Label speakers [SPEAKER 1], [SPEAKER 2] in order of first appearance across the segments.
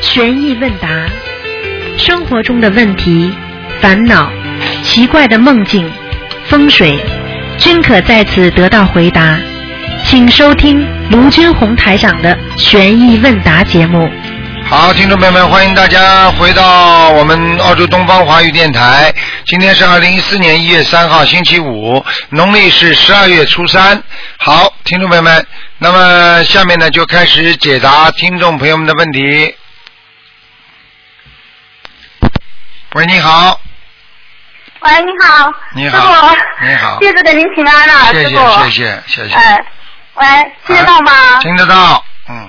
[SPEAKER 1] 悬疑问答，生活中的问题、烦恼、奇怪的梦境、风水，均可在此得到回答。请收听卢军红台长的悬疑问答节目。
[SPEAKER 2] 好，听众朋友们，欢迎大家回到我们澳洲东方华语电台。今天是二零一四年一月三号，星期五，农历是十二月初三。好，听众朋友们，那么下面呢就开始解答听众朋友们的问题。喂，你好，
[SPEAKER 3] 喂，你好，
[SPEAKER 2] 你
[SPEAKER 3] 师
[SPEAKER 2] 好，
[SPEAKER 3] 傅，
[SPEAKER 2] 你好，
[SPEAKER 3] 弟子给您请安了，
[SPEAKER 2] 谢
[SPEAKER 3] 师
[SPEAKER 2] 谢，
[SPEAKER 3] 傅。
[SPEAKER 2] 谢谢，谢谢，
[SPEAKER 3] 哎，喂，听得到吗？
[SPEAKER 2] 听得到，嗯，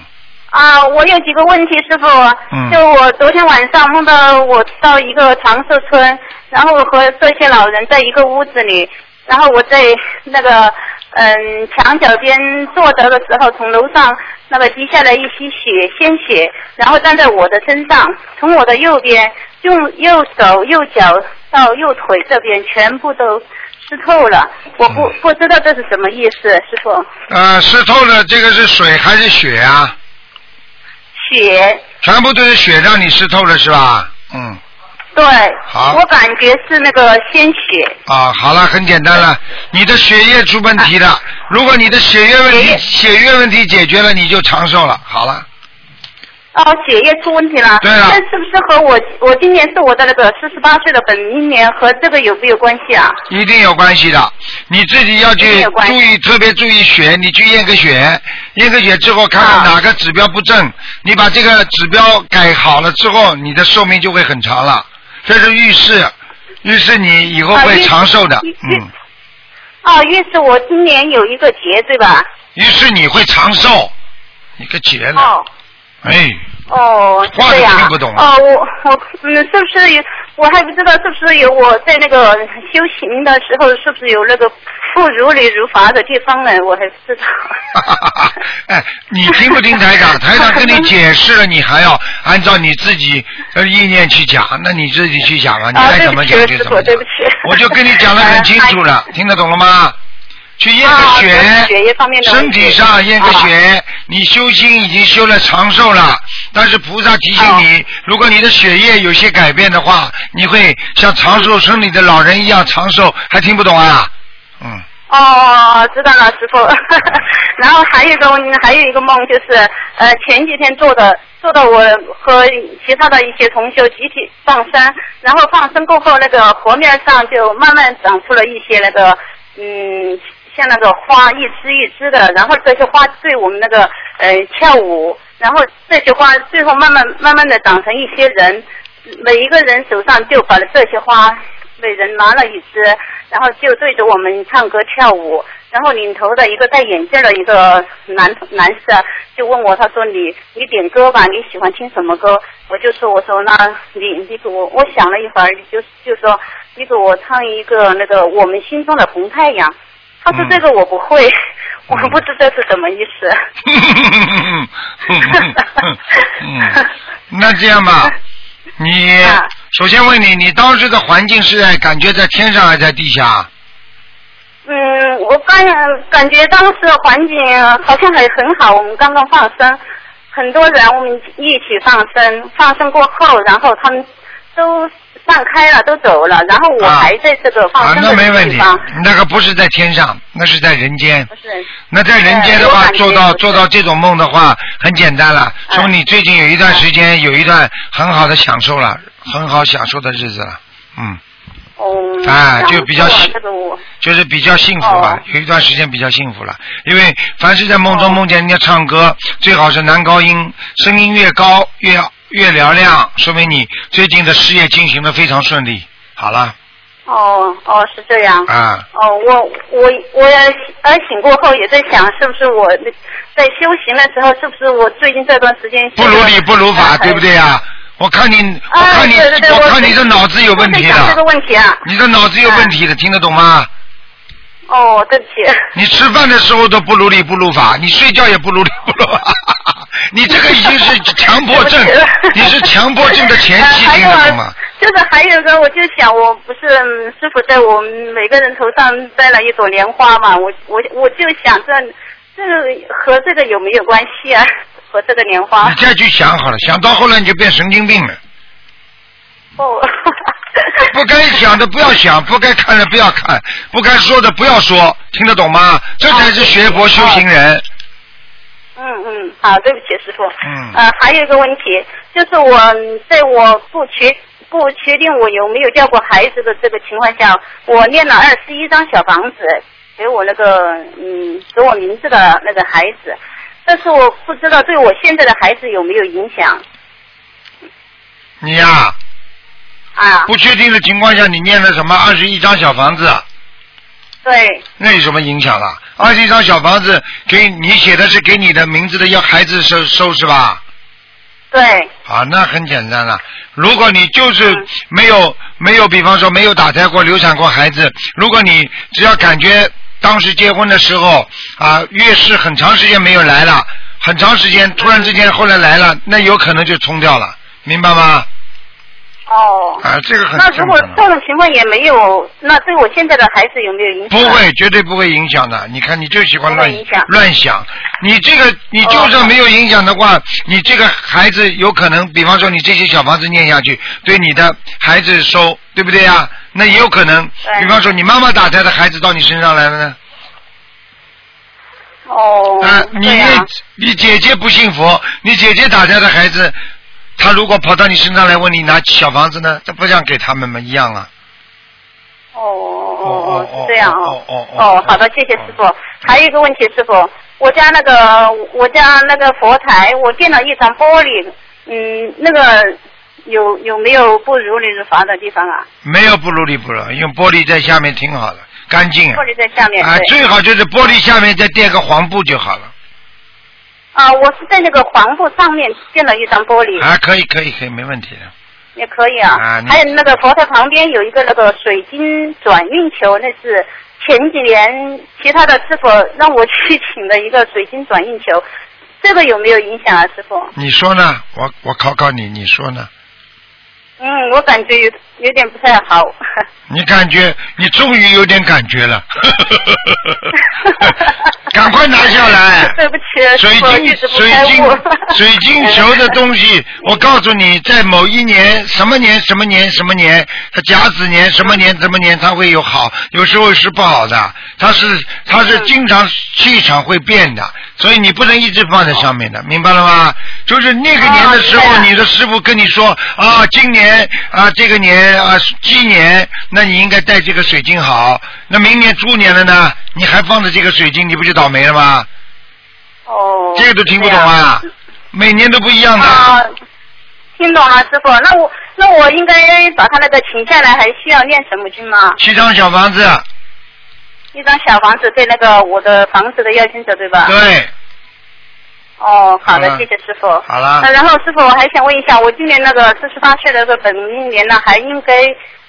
[SPEAKER 3] 啊，我有几个问题，师傅。
[SPEAKER 2] 嗯
[SPEAKER 3] 就我昨天晚上梦到我到一个长寿村，然后和这些老人在一个屋子里，然后我在那个嗯墙角边坐着的时候，从楼上那个滴下来一些血鲜血，然后站在我的身上，从我的右边用右手右脚到右腿这边全部都湿透了，我不不知道这是什么意思，师傅。
[SPEAKER 2] 呃，湿透了，这个是水还是血啊？
[SPEAKER 3] 血
[SPEAKER 2] 全部都是血让你湿透了是吧？嗯。
[SPEAKER 3] 对，
[SPEAKER 2] 好
[SPEAKER 3] 我感觉是那个鲜血，
[SPEAKER 2] 啊，好了，很简单了，你的血液出问题
[SPEAKER 3] 啊
[SPEAKER 2] 了。如果你的血液问题血液问题解决了，你就长寿了。好了，
[SPEAKER 3] 哦，血液出问题了。
[SPEAKER 2] 对了
[SPEAKER 3] 那是不是和我我今年是我的那个四十八岁的本命年和这个有没有关系啊？
[SPEAKER 2] 一定有关系的，你自己要
[SPEAKER 3] 一定
[SPEAKER 2] 去
[SPEAKER 3] 有关系
[SPEAKER 2] 注意，特别注意血，你去验个血，验个血之后看看
[SPEAKER 3] 啊
[SPEAKER 2] 哪个指标不正，你把这个指标改好了之后，你的寿命就会很长了。这是预示，预示你以后
[SPEAKER 3] 啊
[SPEAKER 2] 会
[SPEAKER 3] 预
[SPEAKER 2] 长寿的
[SPEAKER 3] 预，
[SPEAKER 2] 嗯，
[SPEAKER 3] 哦，预示我今年有一个劫，对吧？
[SPEAKER 2] 预示你会长寿，你个结了，
[SPEAKER 3] 哦
[SPEAKER 2] 哎。
[SPEAKER 3] 哦，
[SPEAKER 2] 话
[SPEAKER 3] 是
[SPEAKER 2] 都
[SPEAKER 3] 这样。
[SPEAKER 2] 听不懂啊了
[SPEAKER 3] 哦，我我嗯，是不是有？我还不知道是不是有我在那个修行的时候，是不是有那个不如理如法的地方呢？我还不知道。
[SPEAKER 2] 哈哈哈哈！哎，你听不听台 长？台长跟你解释了，你还要按照你自己的意念去讲，那你自己去讲啊，你
[SPEAKER 3] 啊
[SPEAKER 2] 爱怎么讲
[SPEAKER 3] 对不起
[SPEAKER 2] 就怎么
[SPEAKER 3] 对
[SPEAKER 2] 讲
[SPEAKER 3] 不起。哎
[SPEAKER 2] 我就跟你讲的很清楚了，听得懂了吗？去验
[SPEAKER 3] 啊
[SPEAKER 2] 个
[SPEAKER 3] 对血液方面的问
[SPEAKER 2] 身
[SPEAKER 3] 题
[SPEAKER 2] 体上验个
[SPEAKER 3] 啊
[SPEAKER 2] 血，你修心已经修了长寿了，但是菩萨提醒
[SPEAKER 3] 哦
[SPEAKER 2] 你，如果你的血液有些改变的话，你会像长寿村里的老人一样长寿，还听不懂啊？嗯。
[SPEAKER 3] 哦，知道了，师傅。 然后还有一个问还有一个梦就是，呃，前几天做的做的我和其他的一些同修集体放生，然后放生过后，那个河面上就慢慢长出了一些那个嗯，像那个花一枝一枝的，然后这些花对我们那个呃跳舞，然后这些花最后慢慢慢慢的长成一些人，每一个人手上就把这些花，每人拿了一支，然后就对着我们唱歌跳舞。然后领头的一个戴眼镜的一个男男士啊就问我，他说你你点歌吧，你喜欢听什么歌？我就说我说那你你给我，我想了一会儿，就就说你给我唱一个那个我们心中的红太阳。他说
[SPEAKER 2] 嗯
[SPEAKER 3] 这个我不会， 我不知道是什么意思。
[SPEAKER 2] 嗯， 那这样吧，你
[SPEAKER 3] 啊
[SPEAKER 2] 首先问你，你当时的环境是在感觉在天上还是在地下？
[SPEAKER 3] 嗯，我感感觉当时环境好像还很好，我们刚刚放生，很多人我们一起放生，放生过后，然后他们都散开了，都走了，然后我
[SPEAKER 2] 啊
[SPEAKER 3] 还在这个
[SPEAKER 2] 啊
[SPEAKER 3] 放，生
[SPEAKER 2] 那
[SPEAKER 3] 的
[SPEAKER 2] 没问
[SPEAKER 3] 地
[SPEAKER 2] 题
[SPEAKER 3] 方，，
[SPEAKER 2] 那个不是在天上，那是在人间
[SPEAKER 3] 不。是，
[SPEAKER 2] 那在人间的话，
[SPEAKER 3] 对
[SPEAKER 2] 做
[SPEAKER 3] 我感觉
[SPEAKER 2] 到
[SPEAKER 3] 不是
[SPEAKER 2] 做到这种梦的话，很简单了。
[SPEAKER 3] 嗯
[SPEAKER 2] 从你最近有一段时间，有一段很好的享受了，很好享受的日子了。嗯，
[SPEAKER 3] 嗯，
[SPEAKER 2] 啊
[SPEAKER 3] 然后
[SPEAKER 2] 就比较
[SPEAKER 3] 我
[SPEAKER 2] 喜
[SPEAKER 3] 这个我，
[SPEAKER 2] 就是比较幸福吧
[SPEAKER 3] 哦，
[SPEAKER 2] 有一段时间比较幸福了，因为凡是在梦中
[SPEAKER 3] 哦
[SPEAKER 2] 梦见人家唱歌，最好是男高音，声音越高越越嘹亮，说明你最近的事业进行的非常顺利。好了，
[SPEAKER 3] 哦哦是这样，
[SPEAKER 2] 啊，
[SPEAKER 3] 哦，我我我呃醒过后也在想，是不是我在修行的时候，是不是我最近这段时间
[SPEAKER 2] 不如理不如法，
[SPEAKER 3] 嗯
[SPEAKER 2] 对不对呀、我看你，我
[SPEAKER 3] 啊，
[SPEAKER 2] 看你，
[SPEAKER 3] 对对对
[SPEAKER 2] 我看你这脑子有问题
[SPEAKER 3] 我在想这个
[SPEAKER 2] 的，
[SPEAKER 3] 问题啊。
[SPEAKER 2] 你这脑子有问题的，听得懂吗？
[SPEAKER 3] 哦，对不起。
[SPEAKER 2] 你吃饭的时候都不如理不如法，你睡觉也不如理不如 法，你这个已经是强迫症
[SPEAKER 3] 对不，
[SPEAKER 2] 你
[SPEAKER 3] 起
[SPEAKER 2] 是强迫症的前期，
[SPEAKER 3] 呃还
[SPEAKER 2] 听
[SPEAKER 3] 有
[SPEAKER 2] 得懂吗？
[SPEAKER 3] 就是还有一个，我就想，我不是嗯师傅在我们每个人头上摘了一朵莲花嘛，我我我就想这这个和这个有没有关系啊？和和这个莲花
[SPEAKER 2] 你。再去想好了，想到后来你就变神经病了。
[SPEAKER 3] 哦，
[SPEAKER 2] 不该想的不要想，不该看的不要看，不该说的不要说，听得懂吗？这才是学佛修行人。
[SPEAKER 3] 嗯嗯，好，对不起，师傅。
[SPEAKER 2] 嗯
[SPEAKER 3] 呃，还有一个问题，就是我嗯在我不确不确定我有没有掉过孩子的这个情况下，我念了二十一张小房子给我那个嗯给我名字的那个孩子，但是我不知道对我现在的孩子有没有影响
[SPEAKER 2] 你呀、
[SPEAKER 3] 啊？
[SPEAKER 2] 不确定的情况下，你念了什么二十一张小房子，啊
[SPEAKER 3] 对，
[SPEAKER 2] 那有什么影响了？二十一张小房子给你写的是给你的名字的要孩子收收是吧？
[SPEAKER 3] 对，
[SPEAKER 2] 啊，那很简单了。如果你就是
[SPEAKER 3] 嗯
[SPEAKER 2] 没有没有，比方说没有打胎过、流产过孩子，如果你只要感觉当时结婚的时候啊，月事很长时间没有来了，很长时间突然之
[SPEAKER 3] 嗯
[SPEAKER 2] 间后来来了，那有可能就冲掉了，明白吗？
[SPEAKER 3] 哦。
[SPEAKER 2] 啊，这个很
[SPEAKER 3] 那
[SPEAKER 2] 正
[SPEAKER 3] 如果
[SPEAKER 2] 常的。
[SPEAKER 3] 这种情况也没有，那对我现在的孩子有没有影响？
[SPEAKER 2] 不会，绝对不会影响的。你看，你就喜欢乱
[SPEAKER 3] 不会影响
[SPEAKER 2] 乱想。你这个，你就算没有影响的话，
[SPEAKER 3] 哦
[SPEAKER 2] 你这个孩子有可能，比方说你这些小房子念下去，对你的孩子收，对不对呀、那也有可能，
[SPEAKER 3] 对
[SPEAKER 2] 比方说你妈妈打胎的孩子到你身上来了呢。
[SPEAKER 3] 哦，
[SPEAKER 2] 啊，你
[SPEAKER 3] 对呀、
[SPEAKER 2] 你姐姐不信佛，你姐姐打胎的孩子，他如果跑到你身上来问你拿小房子呢，这不像给他们吗？一样啊。
[SPEAKER 3] 哦哦
[SPEAKER 2] 哦
[SPEAKER 3] 哦
[SPEAKER 2] 哦
[SPEAKER 3] 哦，是这样
[SPEAKER 2] 哦
[SPEAKER 3] 哦
[SPEAKER 2] 哦哦
[SPEAKER 3] 哦，好的，谢谢师傅。还有一个问题，师傅，我家那个我家那个佛台，我见了一张玻璃，嗯，那个有有没有不如理如法的地方啊？
[SPEAKER 2] 没有不如理不如，用玻璃在下面挺好的，干净啊
[SPEAKER 3] 玻。璃在下面，
[SPEAKER 2] 啊，
[SPEAKER 3] 对。
[SPEAKER 2] 最好就是玻璃下面再垫个黄布就好了。
[SPEAKER 3] 啊，我是在那个黄布上面见了一张玻璃，
[SPEAKER 2] 啊，可以可以可以，没问题的。
[SPEAKER 3] 也可以
[SPEAKER 2] 啊
[SPEAKER 3] 啊。
[SPEAKER 2] 你
[SPEAKER 3] 还有那个佛台旁边有一个那个水晶转运球，那是前几年其他的师傅让我去请的一个水晶转运球，这个有没有影响啊，师傅？
[SPEAKER 2] 你说呢？我我考考你，你说呢？
[SPEAKER 3] 嗯，我感觉有有点不太 好。
[SPEAKER 2] 你感觉你终于有点感觉 了， 赶快拿下来。
[SPEAKER 3] 对不起，
[SPEAKER 2] 水
[SPEAKER 3] 师傅
[SPEAKER 2] 晶
[SPEAKER 3] 一直不
[SPEAKER 2] 水
[SPEAKER 3] 开
[SPEAKER 2] 晶
[SPEAKER 3] 悟
[SPEAKER 2] 水晶球的东西，我告诉你，在某一年什么年什么年什么年，它甲子年什么年什么年，它会有好，有时候是不好的，它是它是经常气场会变的，所以你不能一直放在上面的，明白了吗？就是那个年的时
[SPEAKER 3] 哦
[SPEAKER 2] 候，
[SPEAKER 3] 明白了
[SPEAKER 2] 你的师傅跟你说啊，今年啊这个年啊鸡年，那你应该带这个水晶好，那明年猪年了呢，你还放着这个水晶，你不就倒霉了吗？
[SPEAKER 3] 哦，
[SPEAKER 2] 这个都听不懂啊
[SPEAKER 3] 这样？
[SPEAKER 2] 每年都不一样的。
[SPEAKER 3] 啊，听懂了，师傅。那我那我应该把他那个请下来，还需要念什么经吗？
[SPEAKER 2] 七张小房子，
[SPEAKER 3] 啊一张小房子对那个我的房子的要经者对吧？
[SPEAKER 2] 对，
[SPEAKER 3] 哦，好的
[SPEAKER 2] 好，了
[SPEAKER 3] 谢谢师傅。
[SPEAKER 2] 好了
[SPEAKER 3] 那然后师傅，我还想问一下，我今年那个四十八岁的那个本命年呢，还应该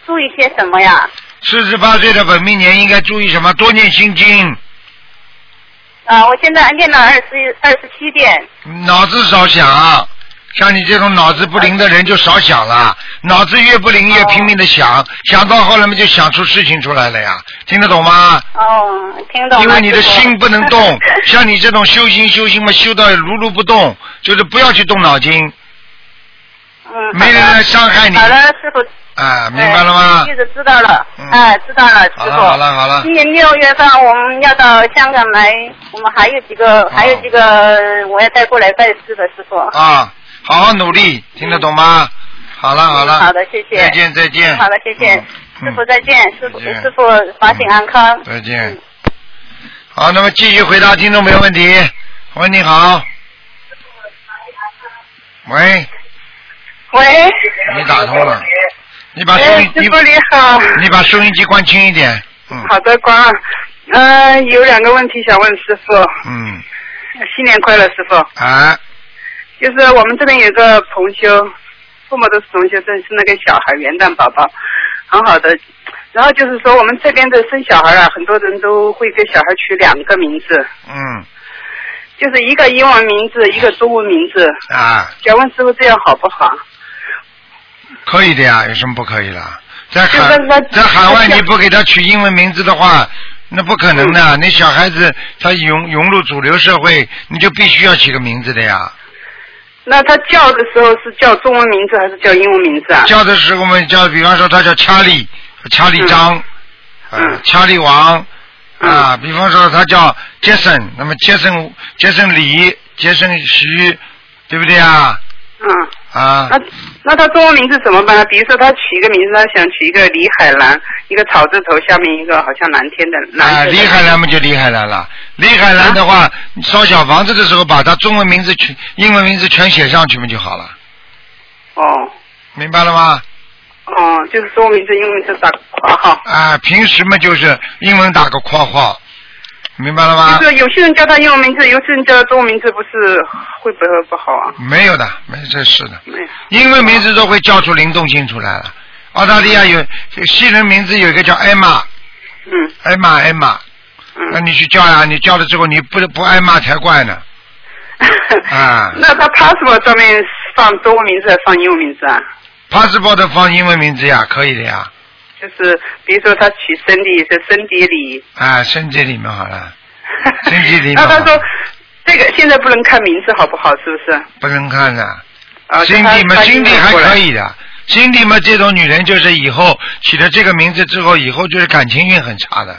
[SPEAKER 3] 注意些什么呀？
[SPEAKER 2] 四十八岁的本命年应该注意什么？多念心经，
[SPEAKER 3] 啊，我现在念了二十二十七遍。
[SPEAKER 2] 脑子少想。像你这种脑子不灵的人就少想
[SPEAKER 3] 哦
[SPEAKER 2] 了，脑子越不灵越拼命的想，想到后来嘛就想出事情出来了呀，听得懂吗？
[SPEAKER 3] 哦，听懂了。
[SPEAKER 2] 因为你的
[SPEAKER 3] 师傅
[SPEAKER 2] 心不能 动， 像你这种修心修心嘛，修到如如不动，就是不要去动脑筋，
[SPEAKER 3] 嗯，
[SPEAKER 2] 没人来伤害你
[SPEAKER 3] 好的，师傅。
[SPEAKER 2] 啊，明白了吗
[SPEAKER 3] 哎？记着知道了。
[SPEAKER 2] 嗯
[SPEAKER 3] 哎，知道了，师
[SPEAKER 2] 好
[SPEAKER 3] 傅。
[SPEAKER 2] 了好了好了
[SPEAKER 3] 今，年六月份我们要到香港来，我们还有几个，还有几个我要带过来拜师的师傅。
[SPEAKER 2] 哦啊，好好努力，听得懂吗？好
[SPEAKER 4] 嗯
[SPEAKER 2] 了好了，
[SPEAKER 3] 好的，谢谢。
[SPEAKER 2] 再见再见。
[SPEAKER 3] 好的，谢谢。
[SPEAKER 2] 嗯
[SPEAKER 3] 师傅再见，师傅
[SPEAKER 2] 再见
[SPEAKER 3] 师傅法体安康。
[SPEAKER 2] 再见。好，那么继续回答听众朋友问题。喂，你好。喂，
[SPEAKER 3] 喂，
[SPEAKER 2] 你打通了。你把收
[SPEAKER 4] 哎，
[SPEAKER 2] 音
[SPEAKER 4] 师
[SPEAKER 2] 你
[SPEAKER 4] 傅你好，
[SPEAKER 2] 你把收音机关轻一点。嗯。
[SPEAKER 4] 好的，关啊。嗯、有两个问题想问师傅，
[SPEAKER 2] 嗯，
[SPEAKER 4] 新年快乐，师傅。
[SPEAKER 2] 啊，
[SPEAKER 4] 就是我们这边有个同修，父母都是同修，这是那个小孩元旦宝宝，很好的。然后就是说，我们这边的生小孩啊，很多人都会给小孩取两个名字，
[SPEAKER 2] 嗯，
[SPEAKER 4] 就是一个英文名字，一个中文名字。
[SPEAKER 2] 啊，
[SPEAKER 4] 想问师傅这样好不好？
[SPEAKER 2] 可以的呀，有什么不可以的？在
[SPEAKER 4] 就
[SPEAKER 2] 海
[SPEAKER 4] 是说
[SPEAKER 2] 在海外你
[SPEAKER 4] 就是
[SPEAKER 2] 不给他取英文名字的话，那不可
[SPEAKER 4] 嗯
[SPEAKER 2] 能的。你小孩子他融融入主流社会，你就必须要起个名字的呀。
[SPEAKER 4] 那他叫的时候是叫中文名字还是叫英文名字啊？
[SPEAKER 2] 叫的时候我们叫，比方说他叫查理，查理张，呃
[SPEAKER 4] 嗯，
[SPEAKER 2] 查理王，
[SPEAKER 4] 嗯
[SPEAKER 2] 啊，比方说他叫杰森，那么杰森杰森李，杰森徐，对不对啊？
[SPEAKER 4] 嗯，
[SPEAKER 2] 啊
[SPEAKER 4] 那，那他中文名字怎么办呢？比如说他取一个名字，他想取一个李海兰，一个草字头下面一个好像蓝天的蓝
[SPEAKER 2] 啊，
[SPEAKER 4] 色的。
[SPEAKER 2] 李海兰嘛就李海兰了。李海兰的
[SPEAKER 4] 啊
[SPEAKER 2] 话，你烧小房子的时候把他中文名字全、英文名字全写上去嘛就好了，
[SPEAKER 4] 哦
[SPEAKER 2] 明白了吗？
[SPEAKER 4] 哦，就是中文名字，英文名字打个括号。
[SPEAKER 2] 啊，平时嘛就是英文打个括号，明白了吗
[SPEAKER 4] 就？是有些人叫他英文名字，有些人叫他中文名字，不是会不会不好啊？
[SPEAKER 2] 没有的，没这事的。
[SPEAKER 4] 没有。
[SPEAKER 2] 英文名字都会叫出灵动性出来了。澳大利亚有西人名字有一个叫艾玛，
[SPEAKER 4] 嗯
[SPEAKER 2] 艾玛艾玛，那
[SPEAKER 4] 嗯。
[SPEAKER 2] 你去叫呀、你叫了之后你不 不挨骂才怪呢。啊
[SPEAKER 4] 那他 passport 上面放中文名字还是放英文名字啊？
[SPEAKER 2] passport 放英文名字呀，可以的呀，
[SPEAKER 4] 就是比如说他取森迪是森迪里，
[SPEAKER 2] 啊，升级里面好 了，森迪里嘛
[SPEAKER 4] 那他说这个现在不能看名字好不好？是不是？
[SPEAKER 2] 不能看的。
[SPEAKER 4] 啊，
[SPEAKER 2] 心
[SPEAKER 4] 就
[SPEAKER 2] 地
[SPEAKER 4] 他
[SPEAKER 2] 嘛，
[SPEAKER 4] 他
[SPEAKER 2] 心地
[SPEAKER 4] 英文
[SPEAKER 2] 还
[SPEAKER 4] 过来
[SPEAKER 2] 可以的。心地嘛，这种女人就是以后起了这个名字之后，以后就是感情运很差的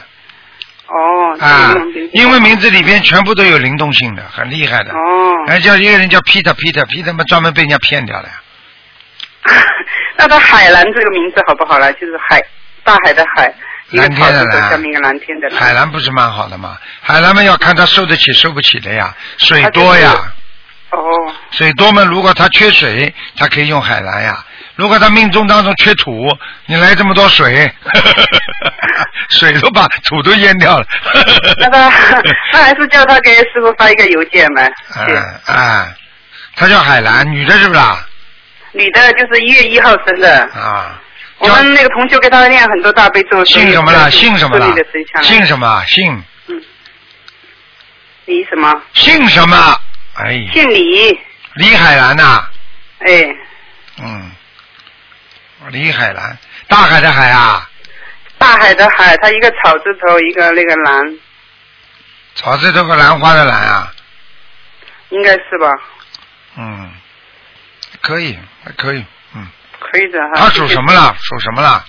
[SPEAKER 4] 哦，
[SPEAKER 2] 啊
[SPEAKER 4] 这个英文名。字
[SPEAKER 2] 英文名字里边全部都有灵动性的，很厉害的。
[SPEAKER 4] 哦，
[SPEAKER 2] 还叫一个人叫 Peter Peter Peter 嘛，专门被人家骗掉了呀。
[SPEAKER 4] 那他海蓝这个名字好不好啦？就是海，大海的海，一个
[SPEAKER 2] 蓝
[SPEAKER 4] 草
[SPEAKER 2] 天的
[SPEAKER 4] 字头
[SPEAKER 2] 蓝
[SPEAKER 4] 下面一个蓝天的蓝。
[SPEAKER 2] 海南不是蛮好的吗？海南嘛要看他受得起受不起的呀，水多
[SPEAKER 4] 他就
[SPEAKER 2] 呀，
[SPEAKER 4] 哦，
[SPEAKER 2] 水多嘛，如果他缺水，他可以用海南呀。如果他命中当中缺土，你来这么多水， 水都把土都淹掉了。
[SPEAKER 4] 那他那还是叫他给师傅发一个邮件吧。
[SPEAKER 2] 哎
[SPEAKER 4] 对，
[SPEAKER 2] 哎，他叫海兰，女的是不是啊？
[SPEAKER 4] 女的就是一月一号生的，
[SPEAKER 2] 啊，
[SPEAKER 4] 我们那个同学给他念很多大悲咒，
[SPEAKER 2] 姓什么
[SPEAKER 4] 了？
[SPEAKER 2] 了？姓什么了
[SPEAKER 4] 顺利的生下？来。
[SPEAKER 2] 姓什么？姓
[SPEAKER 4] 李什么？
[SPEAKER 2] 姓什么？哎，
[SPEAKER 4] 姓李，
[SPEAKER 2] 李海兰呐、
[SPEAKER 4] 哎，
[SPEAKER 2] 嗯，李海兰，大海的海啊，
[SPEAKER 4] 大海的海，他一个草字头，一个那个蓝，
[SPEAKER 2] 草字头个兰花的兰啊，
[SPEAKER 4] 应该是吧？
[SPEAKER 2] 嗯，可以，还可以，
[SPEAKER 4] 啊
[SPEAKER 2] 嗯，
[SPEAKER 4] 可以的哈。
[SPEAKER 2] 他属什么了？属什么了？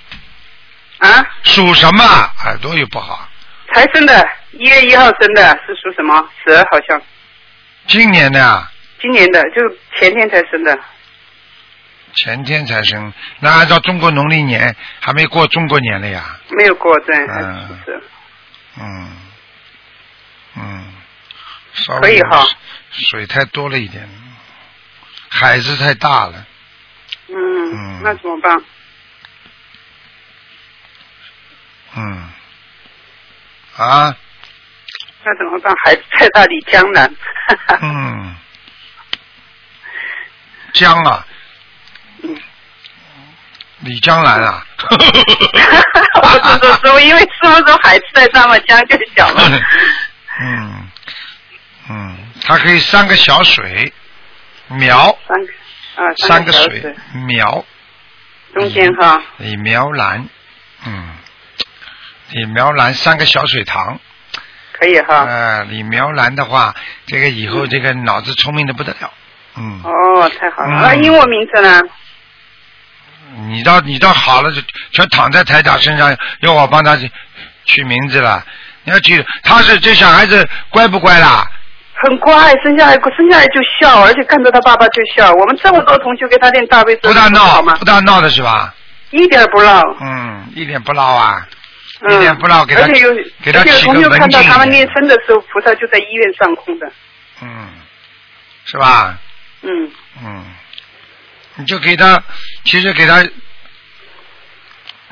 [SPEAKER 4] 啊？
[SPEAKER 2] 属什么？耳朵又不好，
[SPEAKER 4] 才生的，一月一号生的，是属什么？蛇好像，
[SPEAKER 2] 今年的啊，
[SPEAKER 4] 今年的，就是前天才生的。
[SPEAKER 2] 前天才生，那按照中国农历年还没过中国年了呀，
[SPEAKER 4] 没有过对，还
[SPEAKER 2] 嗯
[SPEAKER 4] 是是
[SPEAKER 2] 嗯，嗯，稍微
[SPEAKER 4] 可以哈
[SPEAKER 2] 水太多了一点，海子太大了，
[SPEAKER 4] 嗯，
[SPEAKER 2] 嗯
[SPEAKER 4] 那怎么办？
[SPEAKER 2] 嗯，啊。
[SPEAKER 4] 那怎么办？孩子太大，离江 南。
[SPEAKER 2] 嗯，江啊，
[SPEAKER 4] 嗯
[SPEAKER 2] 李江兰啊，
[SPEAKER 4] 我是说说，因为师傅说孩子太大嘛，江就小 嘛。
[SPEAKER 2] 嗯嗯，它可以三个小水苗，
[SPEAKER 4] 三个啊，
[SPEAKER 2] 三
[SPEAKER 4] 个
[SPEAKER 2] 个
[SPEAKER 4] 小
[SPEAKER 2] 水苗，
[SPEAKER 4] 中间哈，
[SPEAKER 2] 李苗兰，嗯，李苗兰三个小水塘，
[SPEAKER 4] 可以
[SPEAKER 2] 啊、
[SPEAKER 4] 哈。
[SPEAKER 2] 李苗兰的话，这个以后这个脑子聪明的不得了，嗯，
[SPEAKER 4] 哦，太好了。
[SPEAKER 2] 嗯
[SPEAKER 4] 那英文名字呢？
[SPEAKER 2] 你到你到好了就全躺在台长身上，要我帮他去取名字了。你要取，他是这小孩子乖不乖啦？
[SPEAKER 4] 很乖，生下来生下来就笑，而且看到他爸爸就笑。我们这么多同学给他练大悲咒，
[SPEAKER 2] 不大闹
[SPEAKER 4] 好，吗
[SPEAKER 2] 不？大闹的是吧？
[SPEAKER 4] 一点儿不闹。
[SPEAKER 2] 嗯，一点不闹啊，
[SPEAKER 4] 嗯
[SPEAKER 2] 一点不闹，给他
[SPEAKER 4] 而且有
[SPEAKER 2] 给他
[SPEAKER 4] 嗯而且有
[SPEAKER 2] 起个
[SPEAKER 4] 同学
[SPEAKER 2] 文
[SPEAKER 4] 看到
[SPEAKER 2] 静
[SPEAKER 4] 他们
[SPEAKER 2] 一
[SPEAKER 4] 念
[SPEAKER 2] 点，
[SPEAKER 4] 身的时候，菩萨就在医院上空的。
[SPEAKER 2] 嗯，是吧？
[SPEAKER 4] 嗯，
[SPEAKER 2] 嗯，你就给他，其实给他，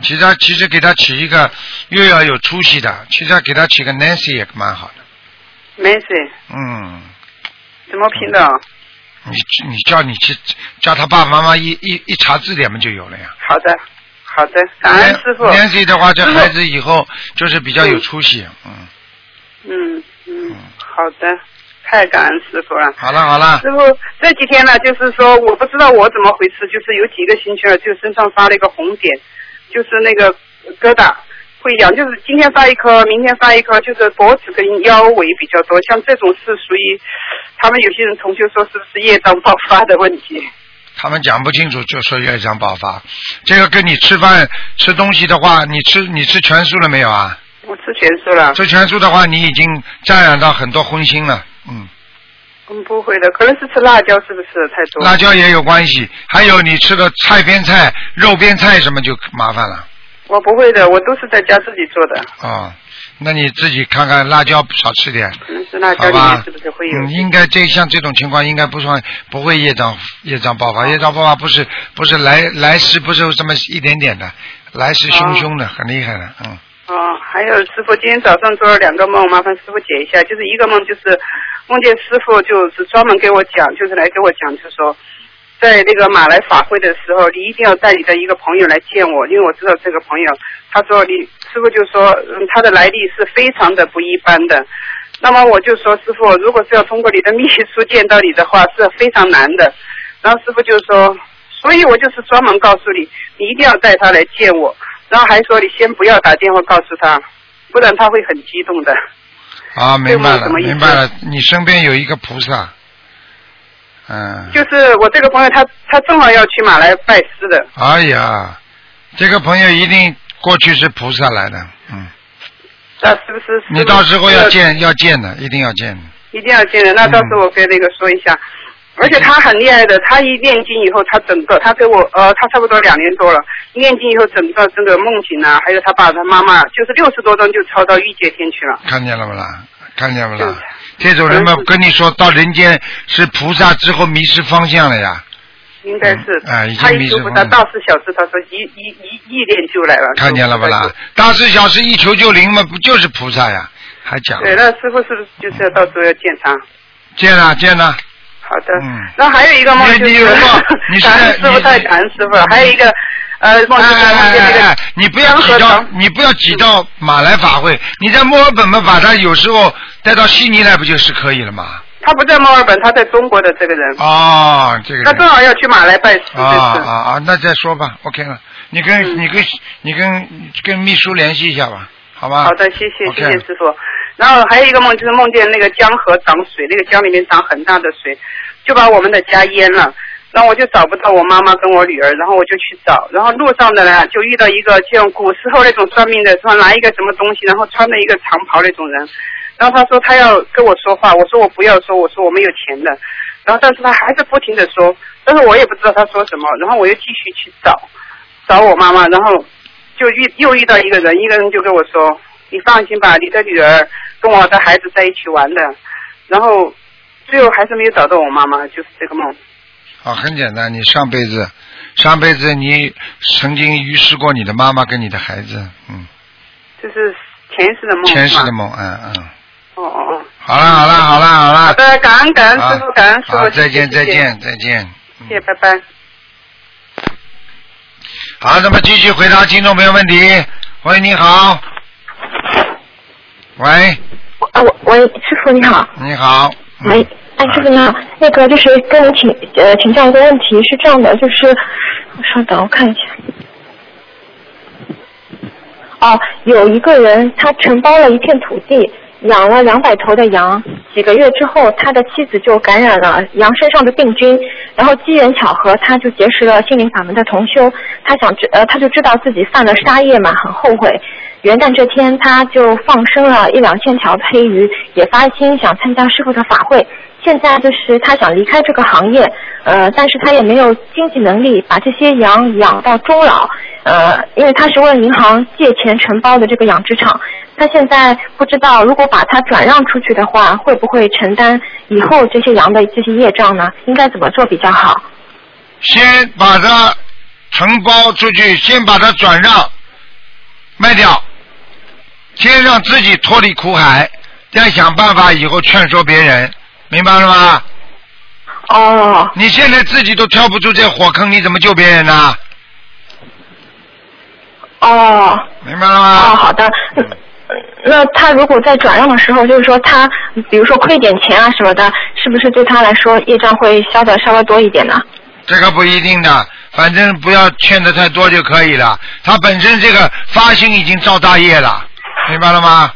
[SPEAKER 2] 其实他其实给他起一个又要有出息的，其实给他起个 Nancy 也蛮好的，
[SPEAKER 4] 没事，
[SPEAKER 2] 嗯。
[SPEAKER 4] 怎么拼的啊？
[SPEAKER 2] 你你叫你去叫他爸爸妈妈一一一查字典嘛就有了呀。
[SPEAKER 4] 好的，好的，感恩师傅。
[SPEAKER 2] Nancy 的话，这
[SPEAKER 4] 师傅
[SPEAKER 2] 孩子以后就是比较有出息。嗯，
[SPEAKER 4] 嗯嗯，好的，太感恩师傅了。
[SPEAKER 2] 好了好了，
[SPEAKER 4] 师傅，这几天呢，就是说我不知道我怎么回事，就是有几个星期了，就身上发了一个红点，就是那个疙瘩，会不一样，就是今天发一颗，明天发一颗，就是脖子跟腰围比较多。像这种是属于他们有些人同学说是不是业障爆发的问题？
[SPEAKER 2] 他们讲不清楚就说业障爆发，这个跟你吃饭吃东西的话，你吃你吃全素了没有啊？
[SPEAKER 4] 我吃全素了，
[SPEAKER 2] 吃全素的话，你已经沾染到很多荤腥了，嗯，
[SPEAKER 4] 嗯，不会的，可能是吃辣椒是不是太多？
[SPEAKER 2] 辣椒也有关系，还有你吃的菜边菜、肉边菜什么就麻烦了
[SPEAKER 4] 我不会的，我都是在家自己做的，
[SPEAKER 2] 啊、哦那你自己看看辣椒少吃点，
[SPEAKER 4] 可能是辣椒
[SPEAKER 2] 好
[SPEAKER 4] 里面
[SPEAKER 2] 吧
[SPEAKER 4] 是不是会有？
[SPEAKER 2] 嗯、应该这像这种情况应该不算不会业障业障爆发，
[SPEAKER 4] 嗯
[SPEAKER 2] 业障爆发不是不是来来势不是这么一点点的，来势汹汹的，很厉害的，嗯。
[SPEAKER 4] 哦，还有师傅，今天早上做了两个梦，麻烦师傅解一下。就是一个梦，就是梦见师傅就是专门给我讲，就是来给我讲，就是说，在那个马来法会的时候，你一定要带你的一个朋友来见我，因为我知道这个朋友，他说你师傅就说，嗯，他的来历是非常的不一般的。那么我就说，师傅，如果是要通过你的秘书见到你的话，是非常难的。然后师傅就说，所以我就是专门告诉你，你一定要带他来见我。然后还说你先不要打电话告诉他，不然他会很激动的。
[SPEAKER 2] 啊，明白了，
[SPEAKER 4] 这个是什么意思
[SPEAKER 2] 明白了。你身边有一个菩萨，嗯，
[SPEAKER 4] 就是我这个朋友他，他正好要去马来拜师的，
[SPEAKER 2] 哎呀，这个朋友一定过去是菩萨来的，嗯，
[SPEAKER 4] 那是不是？
[SPEAKER 2] 你到时候要，见嗯要见的，一定要见的。
[SPEAKER 4] 一定要见人。那到时候我跟那个说一下。而且他很厉害的，他一念经以后，他整个他给我呃，他差不多两年多了，念经以后整个这个梦境啊，还有他爸他妈妈，就是六十多章就抄到御界天去了。
[SPEAKER 2] 看见了不啦？看见不啦
[SPEAKER 4] 对？
[SPEAKER 2] 这种人嘛
[SPEAKER 4] 嗯，
[SPEAKER 2] 跟你说到人间是菩萨之后迷失方向了呀，
[SPEAKER 4] 应该是，
[SPEAKER 2] 嗯啊已经
[SPEAKER 4] 他
[SPEAKER 2] 迷
[SPEAKER 4] 一
[SPEAKER 2] 失
[SPEAKER 4] 求不到
[SPEAKER 2] 方向
[SPEAKER 4] 大事小事，他说一一一一念就来了。
[SPEAKER 2] 看见了不啦？大事小事一求就灵嘛，不就是菩萨呀？还讲
[SPEAKER 4] 对，那师傅是不是就是要到时候要见他？
[SPEAKER 2] 见了见了，
[SPEAKER 4] 好的。
[SPEAKER 2] 嗯
[SPEAKER 4] 那还有一个梦
[SPEAKER 2] 你
[SPEAKER 4] 就是，
[SPEAKER 2] 你有 梦你是
[SPEAKER 4] 感恩师
[SPEAKER 2] 你
[SPEAKER 4] 傅太感恩师傅了。还有一个 呃梦
[SPEAKER 2] 哎
[SPEAKER 4] 就是梦见那个
[SPEAKER 2] 你不要挤
[SPEAKER 4] 江河
[SPEAKER 2] 到
[SPEAKER 4] 床
[SPEAKER 2] 你不要挤到马来法会，你在墨尔本嘛，把他有时候带到悉尼来，不就是可以了吗？
[SPEAKER 4] 他不在墨尔本，他在中国的这个人，
[SPEAKER 2] 哦，这个
[SPEAKER 4] 他
[SPEAKER 2] 人
[SPEAKER 4] 正好要去马来拜师这
[SPEAKER 2] 啊啊
[SPEAKER 4] 次。
[SPEAKER 2] 啊，那再说吧，OK 了，你跟、
[SPEAKER 4] 嗯
[SPEAKER 2] 你跟你跟跟秘书联系一下吧，好吧？
[SPEAKER 4] 好的，谢谢
[SPEAKER 2] OK
[SPEAKER 4] 谢谢师傅。然后还有一个梦就是梦见那个江河涨水，那个江里面涨很大的水，就把我们的家淹了。然后我就找不到我妈妈跟我女儿，然后我就去找，然后路上的呢就遇到一个像古时候那种算命的，说拿一个什么东西，然后穿着一个长袍那种人，然后他说他要跟我说话，我说我不要说，我说我没有钱的，然后但是他还是不停的说，但是我也不知道他说什么，然后我又继续去找，找我妈妈，然后就遇又遇到一个人，一个人就跟我说，你放心吧，你的女儿跟我的孩子在一起玩的，然后最后还是没有找到我妈妈，就是这个梦。
[SPEAKER 2] 啊，很简单，你上辈子，上辈子你曾经愚失过你的妈妈跟你的孩子，嗯，
[SPEAKER 4] 这是前世的梦，
[SPEAKER 2] 前世
[SPEAKER 4] 是
[SPEAKER 2] 的
[SPEAKER 4] 吧。
[SPEAKER 2] 梦，嗯嗯，
[SPEAKER 4] 哦哦哦。
[SPEAKER 2] 好了好了好了好了，
[SPEAKER 4] 好的，感恩感恩师
[SPEAKER 2] 好
[SPEAKER 4] 傅，感恩师
[SPEAKER 2] 好
[SPEAKER 4] 傅，
[SPEAKER 2] 再见再，
[SPEAKER 4] 谢谢
[SPEAKER 2] 见再见，
[SPEAKER 4] 谢谢，拜拜。
[SPEAKER 2] 好，那么继续回答听众朋友问题。喂，你好，喂，
[SPEAKER 5] 啊，我喂，师傅你好，
[SPEAKER 2] 你好，嗯
[SPEAKER 5] 喂，哎，师傅你好，那个就是跟你请呃请教一个问题，是这样的，就是稍等我看一下。哦，有一个人他承包了一片土地，养了两百头的羊，几个月之后，他的妻子就感染了羊身上的病菌，然后机缘巧合，他就结识了心灵法门的同修，他想知呃他就知道自己犯了杀业嘛，很后悔。元旦这天，他就放生了一两千条黑鱼，也发心想参加师傅的法会。现在就是他想离开这个行业，呃，但是他也没有经济能力把这些羊养到终老，呃，因为他是问银行借钱承包的这个养殖场，他现在不知道如果把它转让出去的话，会不会承担以后这些羊的这些业障呢？应该怎么做比较好？
[SPEAKER 2] 先把它承包出去，先把它转让卖掉，先让自己脱离苦海，再想办法以后劝说别人，明白了吗？
[SPEAKER 5] 哦，
[SPEAKER 2] 你现在自己都跳不出这火坑，你怎么救别人呢、
[SPEAKER 5] 哦，
[SPEAKER 2] 明白了
[SPEAKER 5] 哦，
[SPEAKER 2] 吗？
[SPEAKER 5] 好的。嗯那他如果在转让的时候，就是说他，比如说亏点钱啊什么的，是不是对他来说业障会消的稍微多一点呢？
[SPEAKER 2] 这个不一定的，反正不要劝的太多就可以了。他本身这个发心已经造大业了，明白了吗？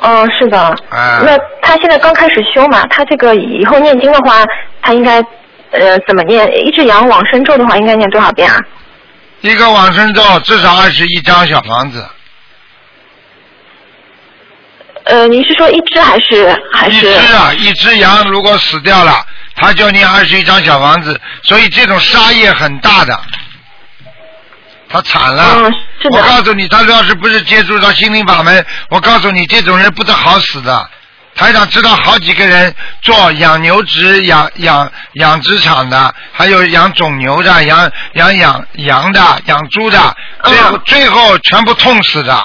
[SPEAKER 5] 嗯，是的。
[SPEAKER 2] 啊、
[SPEAKER 5] 那他现在刚开始修嘛，他这个以后念经的话，他应该呃怎么念？一只羊往生咒的话，应该念多少遍啊？
[SPEAKER 2] 一个往生咒至少二十一张小房子，
[SPEAKER 5] 呃，您是说一只还是还
[SPEAKER 2] 一
[SPEAKER 5] 是？
[SPEAKER 2] 只啊，一只羊如果死掉了，他就念二十一张小房子，所以这种杀业很大的，他惨了。
[SPEAKER 5] 嗯，是
[SPEAKER 2] 我
[SPEAKER 5] 的。
[SPEAKER 2] 告诉你，他要是不是接触到心灵法门，我告诉你，这种人不得好死的。台长知道好几个人做养牛职、养养养殖场的，还有养种牛的、养养养羊的、养猪的，最后、
[SPEAKER 5] 嗯
[SPEAKER 2] 最后全部痛死的，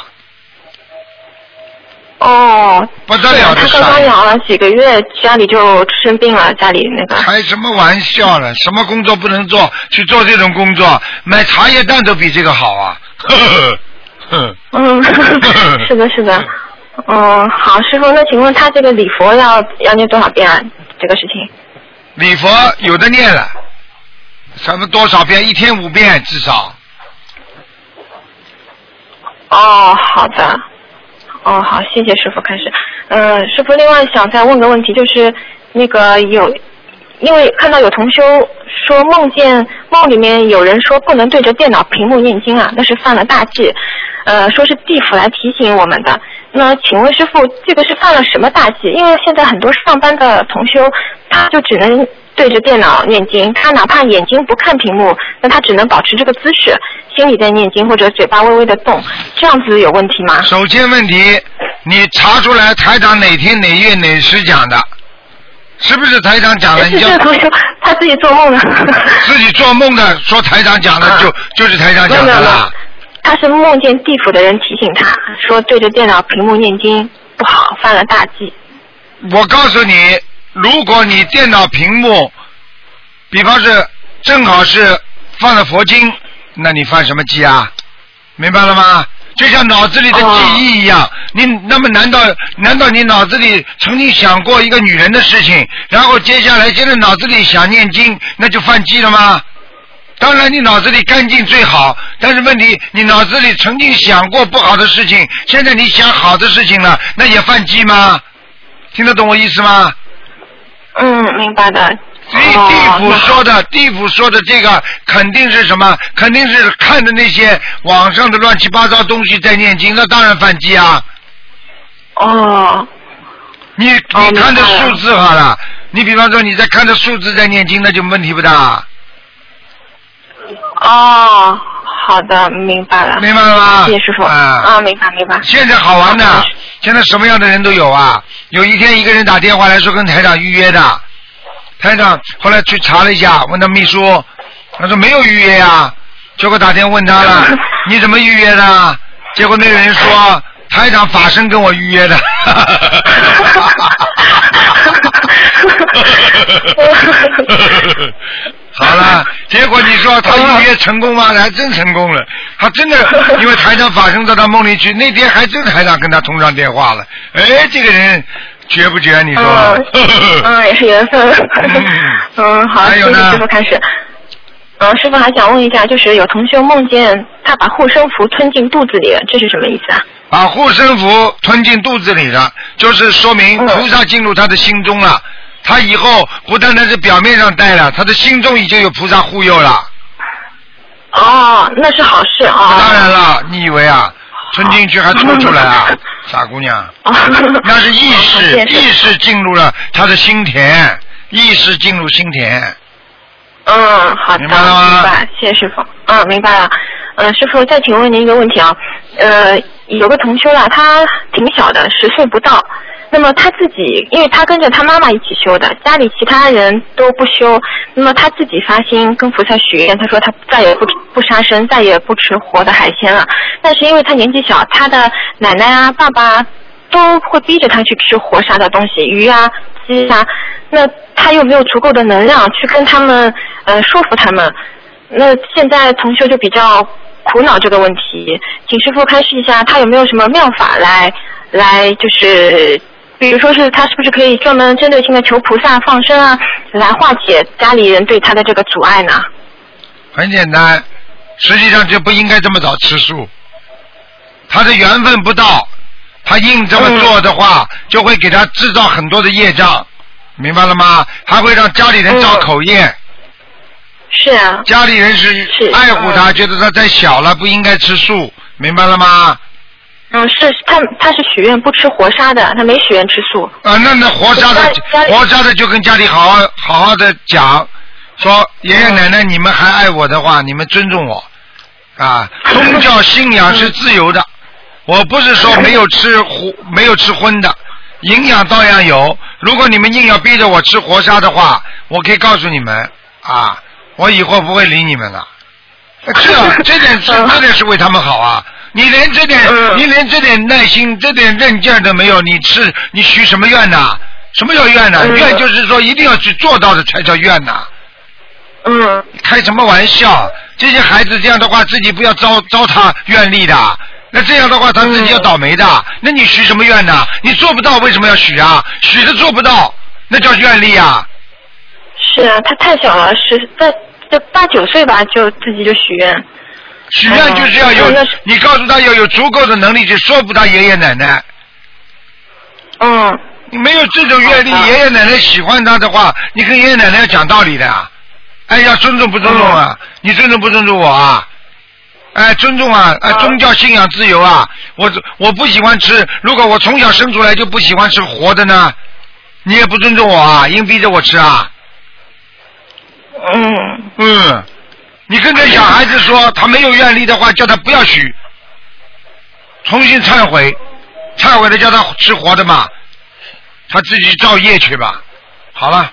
[SPEAKER 5] 哦，
[SPEAKER 2] 不得
[SPEAKER 5] 对
[SPEAKER 2] 了
[SPEAKER 5] 啊，
[SPEAKER 2] 的
[SPEAKER 5] 他
[SPEAKER 2] 事
[SPEAKER 5] 刚刚
[SPEAKER 2] 儿。
[SPEAKER 5] 养了几个月，家里就生病了，家里那个。
[SPEAKER 2] 开什么玩笑了？什么工作不能做？去做这种工作，买茶叶蛋都比这个好啊！ 呵呵呵，
[SPEAKER 5] 嗯， 是的，是的。嗯，好，师傅，那请问他这个礼佛要要念多少遍啊？这个事情？
[SPEAKER 2] 礼佛有的念了，什么多少遍？一天五遍至少。
[SPEAKER 5] 哦，好的。哦，好，谢谢师傅。开始，呃，师傅，另外想再问个问题，就是那个有，因为看到有同修说梦见梦里面有人说不能对着电脑屏幕念经啊，那是犯了大忌，呃，说是地府来提醒我们的。那请问师傅，这个是犯了什么大忌？因为现在很多上班的同修，他就只能对着电脑念经，他哪怕眼睛不看屏幕，那他只能保持这个姿势，心里在念经或者嘴巴微微的动，这样子有问题吗？
[SPEAKER 2] 首先问题，你查出来台长哪天哪月哪时讲的，是不是台长讲的？
[SPEAKER 5] 是
[SPEAKER 2] 你
[SPEAKER 5] 这
[SPEAKER 2] 就
[SPEAKER 5] 个同学他自己做梦的。
[SPEAKER 2] 自己做梦的说台长讲的
[SPEAKER 5] 啊
[SPEAKER 2] 就就是台长
[SPEAKER 5] 没
[SPEAKER 2] 讲
[SPEAKER 5] 有没
[SPEAKER 2] 的
[SPEAKER 5] 有没有
[SPEAKER 2] 啦。，
[SPEAKER 5] 他是梦见地府的人提醒他说对着电脑屏幕念经不好，犯了大忌。
[SPEAKER 2] 我告诉你，如果你电脑屏幕，比方是正好是放了佛经，那你犯什么忌啊？明白了吗？就像脑子里的记忆一样，你那么难道难道你脑子里曾经想过一个女人的事情，然后接下来现在脑子里想念经，那就犯忌了吗？当然，你脑子里干净最好，但是问题，你脑子里曾经想过不好的事情，现在你想好的事情了，那也犯忌吗？听得懂我意思吗？
[SPEAKER 5] 嗯，明白的。
[SPEAKER 2] 所以地府说的，地府说的这个肯定是什么？肯定是看着那些网上的乱七八糟东西在念经，那当然犯忌啊！
[SPEAKER 5] 哦
[SPEAKER 2] 你
[SPEAKER 5] 哦
[SPEAKER 2] 你看着
[SPEAKER 5] 明白了
[SPEAKER 2] 数字好了，你比方说你在看着数字在念经，那就问题不大，
[SPEAKER 5] 哦，好的，明白了。
[SPEAKER 2] 明白了吗？
[SPEAKER 5] 谢谢师傅。
[SPEAKER 2] 啊、
[SPEAKER 5] 啊，明白明白。
[SPEAKER 2] 现在好玩的
[SPEAKER 5] 好，
[SPEAKER 2] 现在什么样的人都有啊。有一天一个人打电话来说跟台长预约的，台长后来去查了一下，问他秘书，他说没有预约啊。结果打电话问他了，你怎么预约的？结果那个人说台长法身跟我预约的。 好了，结果你说他预约成功吗？还真成功了，他真的因为台长发生到他梦里去，那天还真台长跟他通上电话了。哎，这个人绝不绝？你说？
[SPEAKER 5] 嗯， 嗯，也是缘分。嗯，好，
[SPEAKER 2] 还
[SPEAKER 5] 谢
[SPEAKER 2] 有
[SPEAKER 5] 谢
[SPEAKER 2] 呢
[SPEAKER 5] 师傅开始。嗯，师傅还想问一下，就是有同学梦见他把护身符吞进肚子里了，这是什么意思啊？
[SPEAKER 2] 把护身符吞进肚子里了，就是说明
[SPEAKER 5] 嗯
[SPEAKER 2] 菩萨进入他的心中了。他以后不单单是表面上带了，他的心中已经有菩萨护佑了。
[SPEAKER 5] 哦，那是好事啊。
[SPEAKER 2] 当然了，你以为啊，吞进去还吐出来 啊，傻姑娘。
[SPEAKER 5] 哦。
[SPEAKER 2] 那是意识
[SPEAKER 5] 好，谢谢
[SPEAKER 2] 意识进入了他的心田，意识进入心田。
[SPEAKER 5] 嗯，好的，
[SPEAKER 2] 明白了吗
[SPEAKER 5] 明白，谢谢师傅。嗯，明白了。呃，师傅，再请问您一个问题啊，呃，有个同修啦，他挺小的，十岁不到。那么他自己，因为他跟着他妈妈一起修的，家里其他人都不修。那么他自己发心跟菩萨许愿，他说他再也不不杀生，再也不吃活的海鲜了。但是因为他年纪小，他的奶奶啊、爸爸啊都会逼着他去吃活杀的东西，鱼啊、鸡啊。那他又没有足够的能量去跟他们呃说服他们。那现在同修就比较苦恼这个问题，请师傅开示一下，他有没有什么妙法来来就是。比如说是他是不是可以专门针对性的求菩萨放生啊，来化解家里人对他的这个阻碍呢？
[SPEAKER 2] 很简单，实际上就不应该这么早吃素。他的缘分不到，他硬这么做的话，
[SPEAKER 5] 嗯
[SPEAKER 2] 就会给他制造很多的业障，明白了吗？还会让家里人造口业。
[SPEAKER 5] 嗯是啊，
[SPEAKER 2] 家里人是
[SPEAKER 5] 是嗯
[SPEAKER 2] 爱护他，觉得他太小了，不应该吃素，明白了吗？
[SPEAKER 5] 嗯，是他他是许愿不吃活杀的，他没许愿吃素。
[SPEAKER 2] 啊，那那活杀的
[SPEAKER 5] 家家里
[SPEAKER 2] 活杀的就跟家里好好好好的讲，说爷爷奶奶你们还爱我的话，你们尊重我， 啊，宗教信仰是自由的，我不是说没有吃 活没有吃荤的，营养照样有。如果你们硬要逼着我吃活杀的话，我可以告诉你们啊，我以后不会理你们了。这这点
[SPEAKER 5] 啊
[SPEAKER 2] 是这点是为他们好啊！你连这点、你连这点耐心、这点韧劲儿都没有，你吃你许什么愿呐、什么叫愿呐、愿就是说一定要去做到的才叫愿呐、
[SPEAKER 5] 嗯，
[SPEAKER 2] 开什么玩笑？这些孩子这样的话，自己不要糟糟蹋愿力的。那这样的话，他自己要倒霉的。那你许什么愿呢？你做不到，为什么要许啊？许都做不到，那叫愿力啊！
[SPEAKER 5] 是啊，他太小了，十在就八九岁吧，就自己就许愿。
[SPEAKER 2] 许愿就是要有
[SPEAKER 5] 哎呀那是，
[SPEAKER 2] 你告诉他要有足够的能力去说服他爷爷奶奶。
[SPEAKER 5] 嗯，
[SPEAKER 2] 你没有这种阅历，
[SPEAKER 5] 好的
[SPEAKER 2] 爷爷奶奶喜欢他的话，你跟爷爷奶奶要讲道理的啊。哎，要尊重不尊重
[SPEAKER 5] 嗯
[SPEAKER 2] 啊？你尊重不尊重我啊？哎，尊重啊！哎，宗教信仰自由啊！我我不喜欢吃，如果我从小生出来就不喜欢吃活的呢，你也不尊重我啊，硬逼着我吃啊？
[SPEAKER 5] 嗯，
[SPEAKER 2] 嗯，你跟这小孩子说，他没有愿力的话，叫他不要许，重新忏悔，忏悔了叫他吃活的嘛，他自己造业去吧。好了，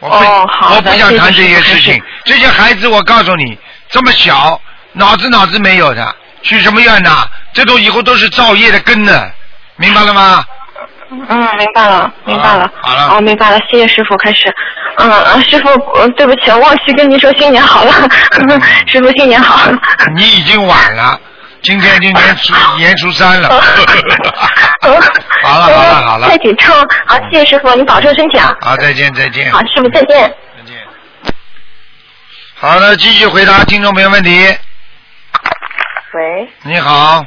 [SPEAKER 2] 我不、
[SPEAKER 5] 哦好
[SPEAKER 2] 我不
[SPEAKER 5] 的
[SPEAKER 2] 想谈这
[SPEAKER 5] 谢谢
[SPEAKER 2] 些事
[SPEAKER 5] 谢
[SPEAKER 2] 情
[SPEAKER 5] 谢。
[SPEAKER 2] 这些孩子，我告诉你，这么小，脑子脑子没有的，许什么愿呐、这种以后都是造业的根呢，明白了 吗？
[SPEAKER 5] 嗯，明白了，明白了，
[SPEAKER 2] 啊好了好了
[SPEAKER 5] 哦，明白了，谢谢师傅，开始，嗯，啊师傅，呃对不起，忘记跟您说新年好了，
[SPEAKER 2] 嗯
[SPEAKER 5] 师傅新年好。
[SPEAKER 2] 你已经晚了，今天已经年初 年初三了。好了好了好了
[SPEAKER 5] 太，紧张了，好，谢谢师傅，您保重身体啊。
[SPEAKER 2] 好再见再见
[SPEAKER 5] 好，师傅再见。
[SPEAKER 2] 再见。好的，继续回答听众朋友问题。
[SPEAKER 6] 喂，
[SPEAKER 2] 你好，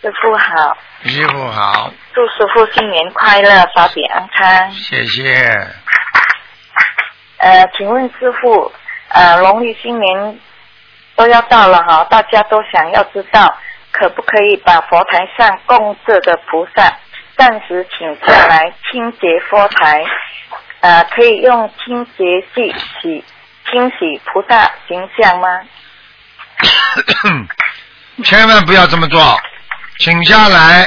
[SPEAKER 6] 师傅好，
[SPEAKER 2] 师傅好，
[SPEAKER 6] 祝师傅新年快乐，法比安康。
[SPEAKER 2] 谢谢。
[SPEAKER 6] 呃，请问师傅，呃，农历新年都要到了哈，大家都想要知道，可不可以把佛台上供着的菩萨暂时请下来清洁佛台？呃，可以用清洁剂洗清洗菩萨形象吗？
[SPEAKER 2] 千万不要这么做，请下来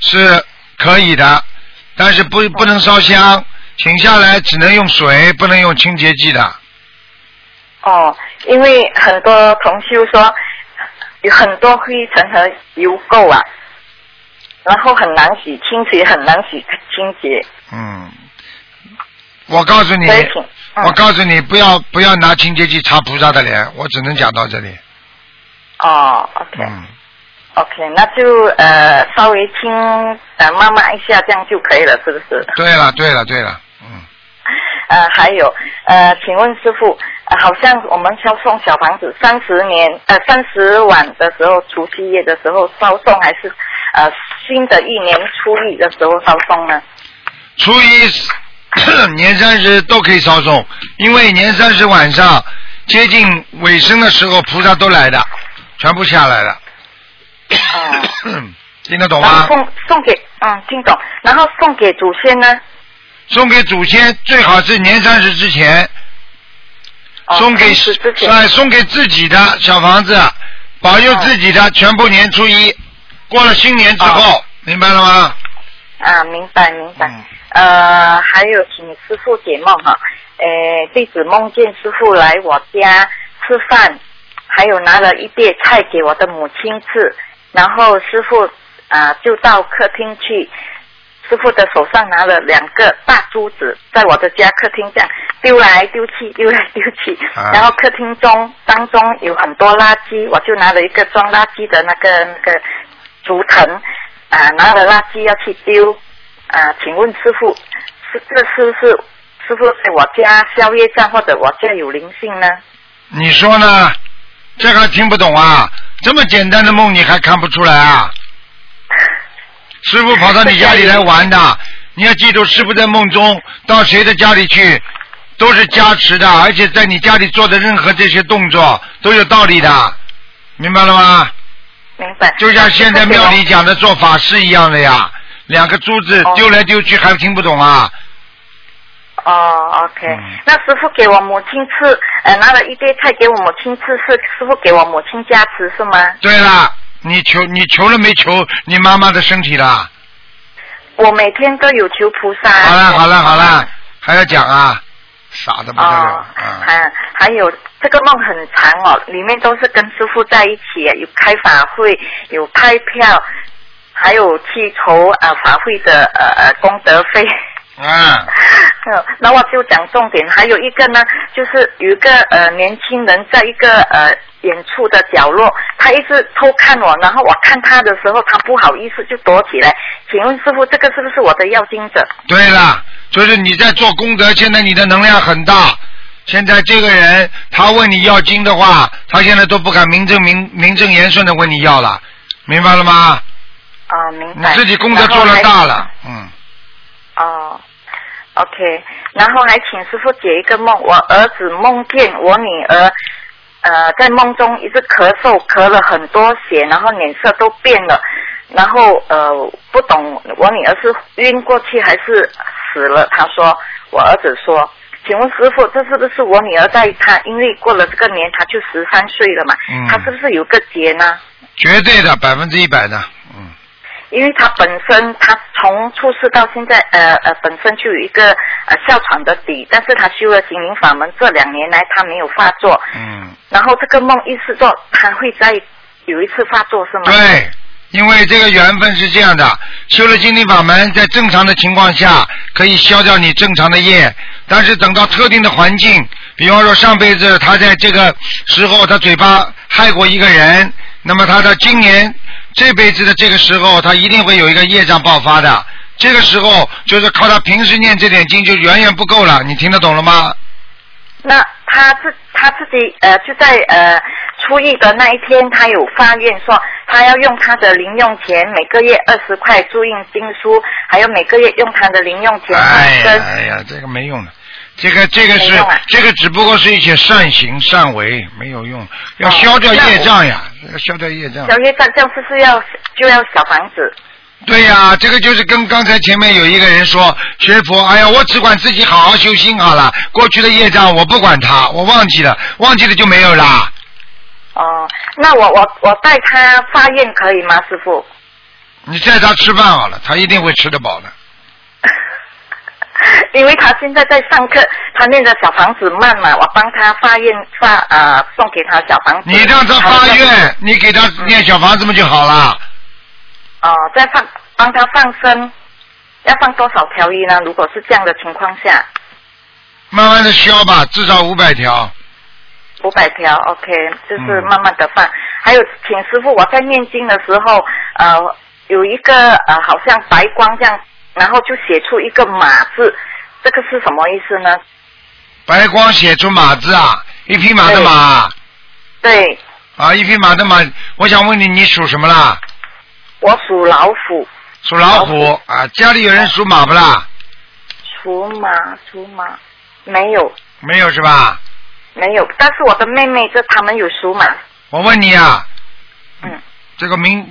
[SPEAKER 2] 是可以的，但是
[SPEAKER 6] 哦
[SPEAKER 2] 不不能烧香，请下来只能用水，不能用清洁剂的。
[SPEAKER 6] 哦，因为很多同修说有很多灰尘和油垢啊，然后很难洗清洁，很难洗清洁。
[SPEAKER 2] 嗯，我告诉你，
[SPEAKER 6] 所以请，嗯
[SPEAKER 2] 我告诉你，不要不要拿清洁剂擦菩萨的脸，我只能讲到这里。
[SPEAKER 6] 哦，OK
[SPEAKER 2] 嗯，
[SPEAKER 6] OK，那就呃稍微轻呃慢慢一下这样就可以了，是不是？
[SPEAKER 2] 对了对了对了，嗯，
[SPEAKER 6] 呃，还有呃，请问师傅、呃好像我们要送小房子三十年呃三十晚的时候，除夕夜的时候烧送，还是呃新的一年初一的时候烧送呢？
[SPEAKER 2] 初一年三十都可以烧送，因为年三十晚上接近尾声的时候，菩萨都来的，全部下来了。
[SPEAKER 6] 哦、
[SPEAKER 2] 听得懂
[SPEAKER 6] 然后
[SPEAKER 2] 吗？
[SPEAKER 6] 送送给嗯，听懂。然后送给祖先呢？
[SPEAKER 2] 送给祖先最好是年三十之前，
[SPEAKER 6] 哦
[SPEAKER 2] 送给
[SPEAKER 6] 同时之前
[SPEAKER 2] 哎送给自己的小房子，保佑自己
[SPEAKER 6] 啊
[SPEAKER 2] 的全部年初一。过了新年之后，明白了吗？
[SPEAKER 6] 啊，明白明白。
[SPEAKER 2] 嗯
[SPEAKER 6] 呃，还有请师傅解梦哈，呃，弟子梦见师傅来我家吃饭，还有拿了一碟菜给我的母亲吃，然后师傅啊、就到客厅去，师傅的手上拿了两个大珠子，在我的家客厅这样丢来丢去，丢来丢去，
[SPEAKER 2] 啊
[SPEAKER 6] 然后客厅中当中有很多垃圾，我就拿了一个装垃圾的那个那个竹藤，啊、拿了垃圾要去丢，啊、请问师傅，是这是不是师傅在我家宵夜站或者我家有灵性呢？
[SPEAKER 2] 你说呢？这还听不懂啊？这么简单的梦你还看不出来 啊？师傅跑到你家里来玩的，你要记住，师傅在梦中到谁的家里去，都是加持的，而且在你家里做的任何这些动作都有道理的，明白了吗？
[SPEAKER 6] 明白。
[SPEAKER 2] 就像现在庙里讲的做法事一样的呀，两个珠子丢来丢去还听不懂啊？
[SPEAKER 6] 哦，OK，、那
[SPEAKER 2] 嗯
[SPEAKER 6] 师傅给我母亲吃，呃，拿了一堆菜给我母亲吃，是师傅给我母亲加持是吗？
[SPEAKER 2] 对了，你求你求了没求你妈妈的身体啦？
[SPEAKER 6] 我每天都有求菩萨。啊
[SPEAKER 2] 好了好了好了，还要讲啊？傻的不得了
[SPEAKER 6] 哦，
[SPEAKER 2] 啊！
[SPEAKER 6] 还还有这个梦很长哦，里面都是跟师傅在一起，有开法会，有开票，还有去筹啊、呃法会的呃呃功德费。
[SPEAKER 2] 嗯，
[SPEAKER 6] 呃那我就讲重点，还有一个呢，就是有一个呃年轻人在一个呃远处的角落，他一直偷看我，然后我看他的时候，他不好意思就躲起来。请问师傅，这个是不是我的要经者？
[SPEAKER 2] 对了，就是你在做功德，现在你的能量很大。现在这个人他问你要经的话，他现在都不敢名正名名正言顺的问你要了，明白了吗？
[SPEAKER 6] 啊、明
[SPEAKER 2] 你
[SPEAKER 6] 白。
[SPEAKER 2] 自己功德做了大了，嗯。
[SPEAKER 6] 哦，OK，然后还请师傅解一个梦，我儿子梦见我女儿，呃，在梦中一直咳嗽，咳了很多血，然后脸色都变了，然后呃，不懂我女儿是晕过去还是死了？他说，我儿子说。请问师傅，这是不是我女儿在她因为过了这个年，她就十三岁了嘛？
[SPEAKER 2] 嗯
[SPEAKER 6] 她是不是有个结呢？
[SPEAKER 2] 绝对的，百分之一百的，嗯，
[SPEAKER 6] 因为他本身他从出世到现在，呃呃，本身就有一个呃哮喘的底，但是他修了心灵法门，这两年来他没有发作，
[SPEAKER 2] 嗯，
[SPEAKER 6] 然后这个梦一次做，他会在有一次发作是吗？
[SPEAKER 2] 对，因为这个缘分是这样的，修了心灵法门，在正常的情况下可以消掉你正常的业，但是等到特定的环境，比方说上辈子他在这个时候他嘴巴害过一个人，那么他到今年这辈子的这个时候，他一定会有一个业障爆发的。这个时候就是靠他平时念这点经就远远不够了，你听得懂了吗？
[SPEAKER 6] 那他自他自己呃就在呃初一的那一天，他有发愿说他要用他的零用钱，每个月二十块注印经书，还有每个月用他的零用钱
[SPEAKER 2] 哎
[SPEAKER 6] 跟
[SPEAKER 2] 呀哎呀，这个没用的，这个这个是
[SPEAKER 6] 没用啊
[SPEAKER 2] 这个只不过是一些善行善为，没有用，要
[SPEAKER 6] 哦
[SPEAKER 2] 消掉业障呀，要消掉业障
[SPEAKER 6] 小。月这样是不是要就要小房子？
[SPEAKER 2] 对呀、这个就是跟刚才前面有一个人说学佛，哎呀，我只管自己好好修心好了，过去的业障我不管它，我忘记了，忘记了就没有啦。
[SPEAKER 6] 哦，那我我我带他发愿可以吗，师傅？
[SPEAKER 2] 你带他吃饭好了，他一定会吃得饱的。
[SPEAKER 6] 因为他现在在上课，他念的小房子慢嘛，我帮他发愿发啊、呃送给他小房子。
[SPEAKER 2] 你让他发愿，你给他念小房子不就好了？
[SPEAKER 6] 哦、再放帮他放生，要放多少条鱼呢？如果是这样的情况下，
[SPEAKER 2] 慢慢的消吧，至少五百条。
[SPEAKER 6] 五百条，OK，就是
[SPEAKER 2] 嗯
[SPEAKER 6] 慢慢的放。还有，请师傅，我在念经的时候，呃，有一个呃，好像白光这样，然后就写出一个马字，这个是什么意思呢？
[SPEAKER 2] 白光写出马字啊，一匹马的马啊
[SPEAKER 6] 对，
[SPEAKER 2] 啊，一匹马的马。我想问你，你属什么啦？
[SPEAKER 6] 我属老虎，
[SPEAKER 2] 属老虎
[SPEAKER 6] 老
[SPEAKER 2] 啊。家里有人属马不啦？
[SPEAKER 6] 属马，属马，没有，
[SPEAKER 2] 没有是吧？
[SPEAKER 6] 没有。但是我的妹妹这他们有属马，
[SPEAKER 2] 我问你啊，
[SPEAKER 6] 嗯，
[SPEAKER 2] 这个明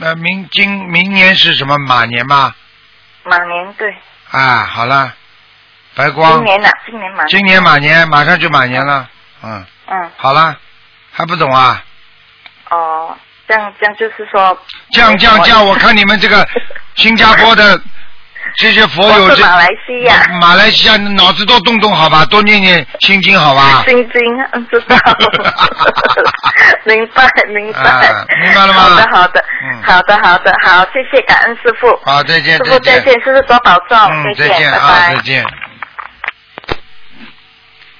[SPEAKER 2] 呃明今明年是什么马年吗？
[SPEAKER 6] 马年对，
[SPEAKER 2] 啊，好了，白光，
[SPEAKER 6] 今年呐、今年马，
[SPEAKER 2] 今年马年马上就马年了，嗯，
[SPEAKER 6] 嗯，
[SPEAKER 2] 好了，还不懂啊？
[SPEAKER 6] 哦，这样这样就是说，
[SPEAKER 2] 降降降！我看你 们这个新加坡的这些佛友，
[SPEAKER 6] 我
[SPEAKER 2] 这
[SPEAKER 6] 是马来西亚
[SPEAKER 2] 马来西亚脑子多动动好吧，多念念心经好吧。
[SPEAKER 6] 心经，嗯，知道， 明 白明白、
[SPEAKER 2] 啊明白了吗
[SPEAKER 6] 好的好的、
[SPEAKER 2] 嗯
[SPEAKER 6] 好的好的好，谢谢感恩师傅，
[SPEAKER 2] 好，再见，
[SPEAKER 6] 师傅再见，师傅多保重，
[SPEAKER 2] 嗯，再见
[SPEAKER 6] 拜
[SPEAKER 2] 啊，
[SPEAKER 6] 拜
[SPEAKER 2] 再。见。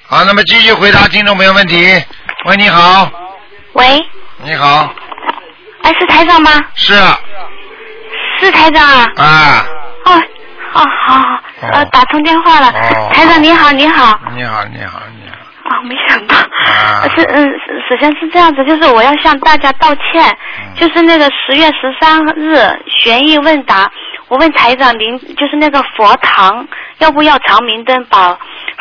[SPEAKER 2] 好，那么继续回答听众朋友问题。喂，你好，
[SPEAKER 7] 喂，
[SPEAKER 2] 你好，
[SPEAKER 7] 哎，是台长吗？
[SPEAKER 2] 是
[SPEAKER 7] 是台长啊。
[SPEAKER 2] 啊，
[SPEAKER 7] 哦，哦，好好，
[SPEAKER 2] 哦
[SPEAKER 7] 呃，打通电话了。
[SPEAKER 2] 哦
[SPEAKER 7] 台长你好，你好。
[SPEAKER 2] 你好，你好，你好，
[SPEAKER 7] 哦，哦，没想到，
[SPEAKER 2] 啊
[SPEAKER 7] 是嗯，是首先是这样子，就是我要向大家道歉，就是那个十月十三日悬疑问答，我问台长您就是那个佛堂要不要长明灯把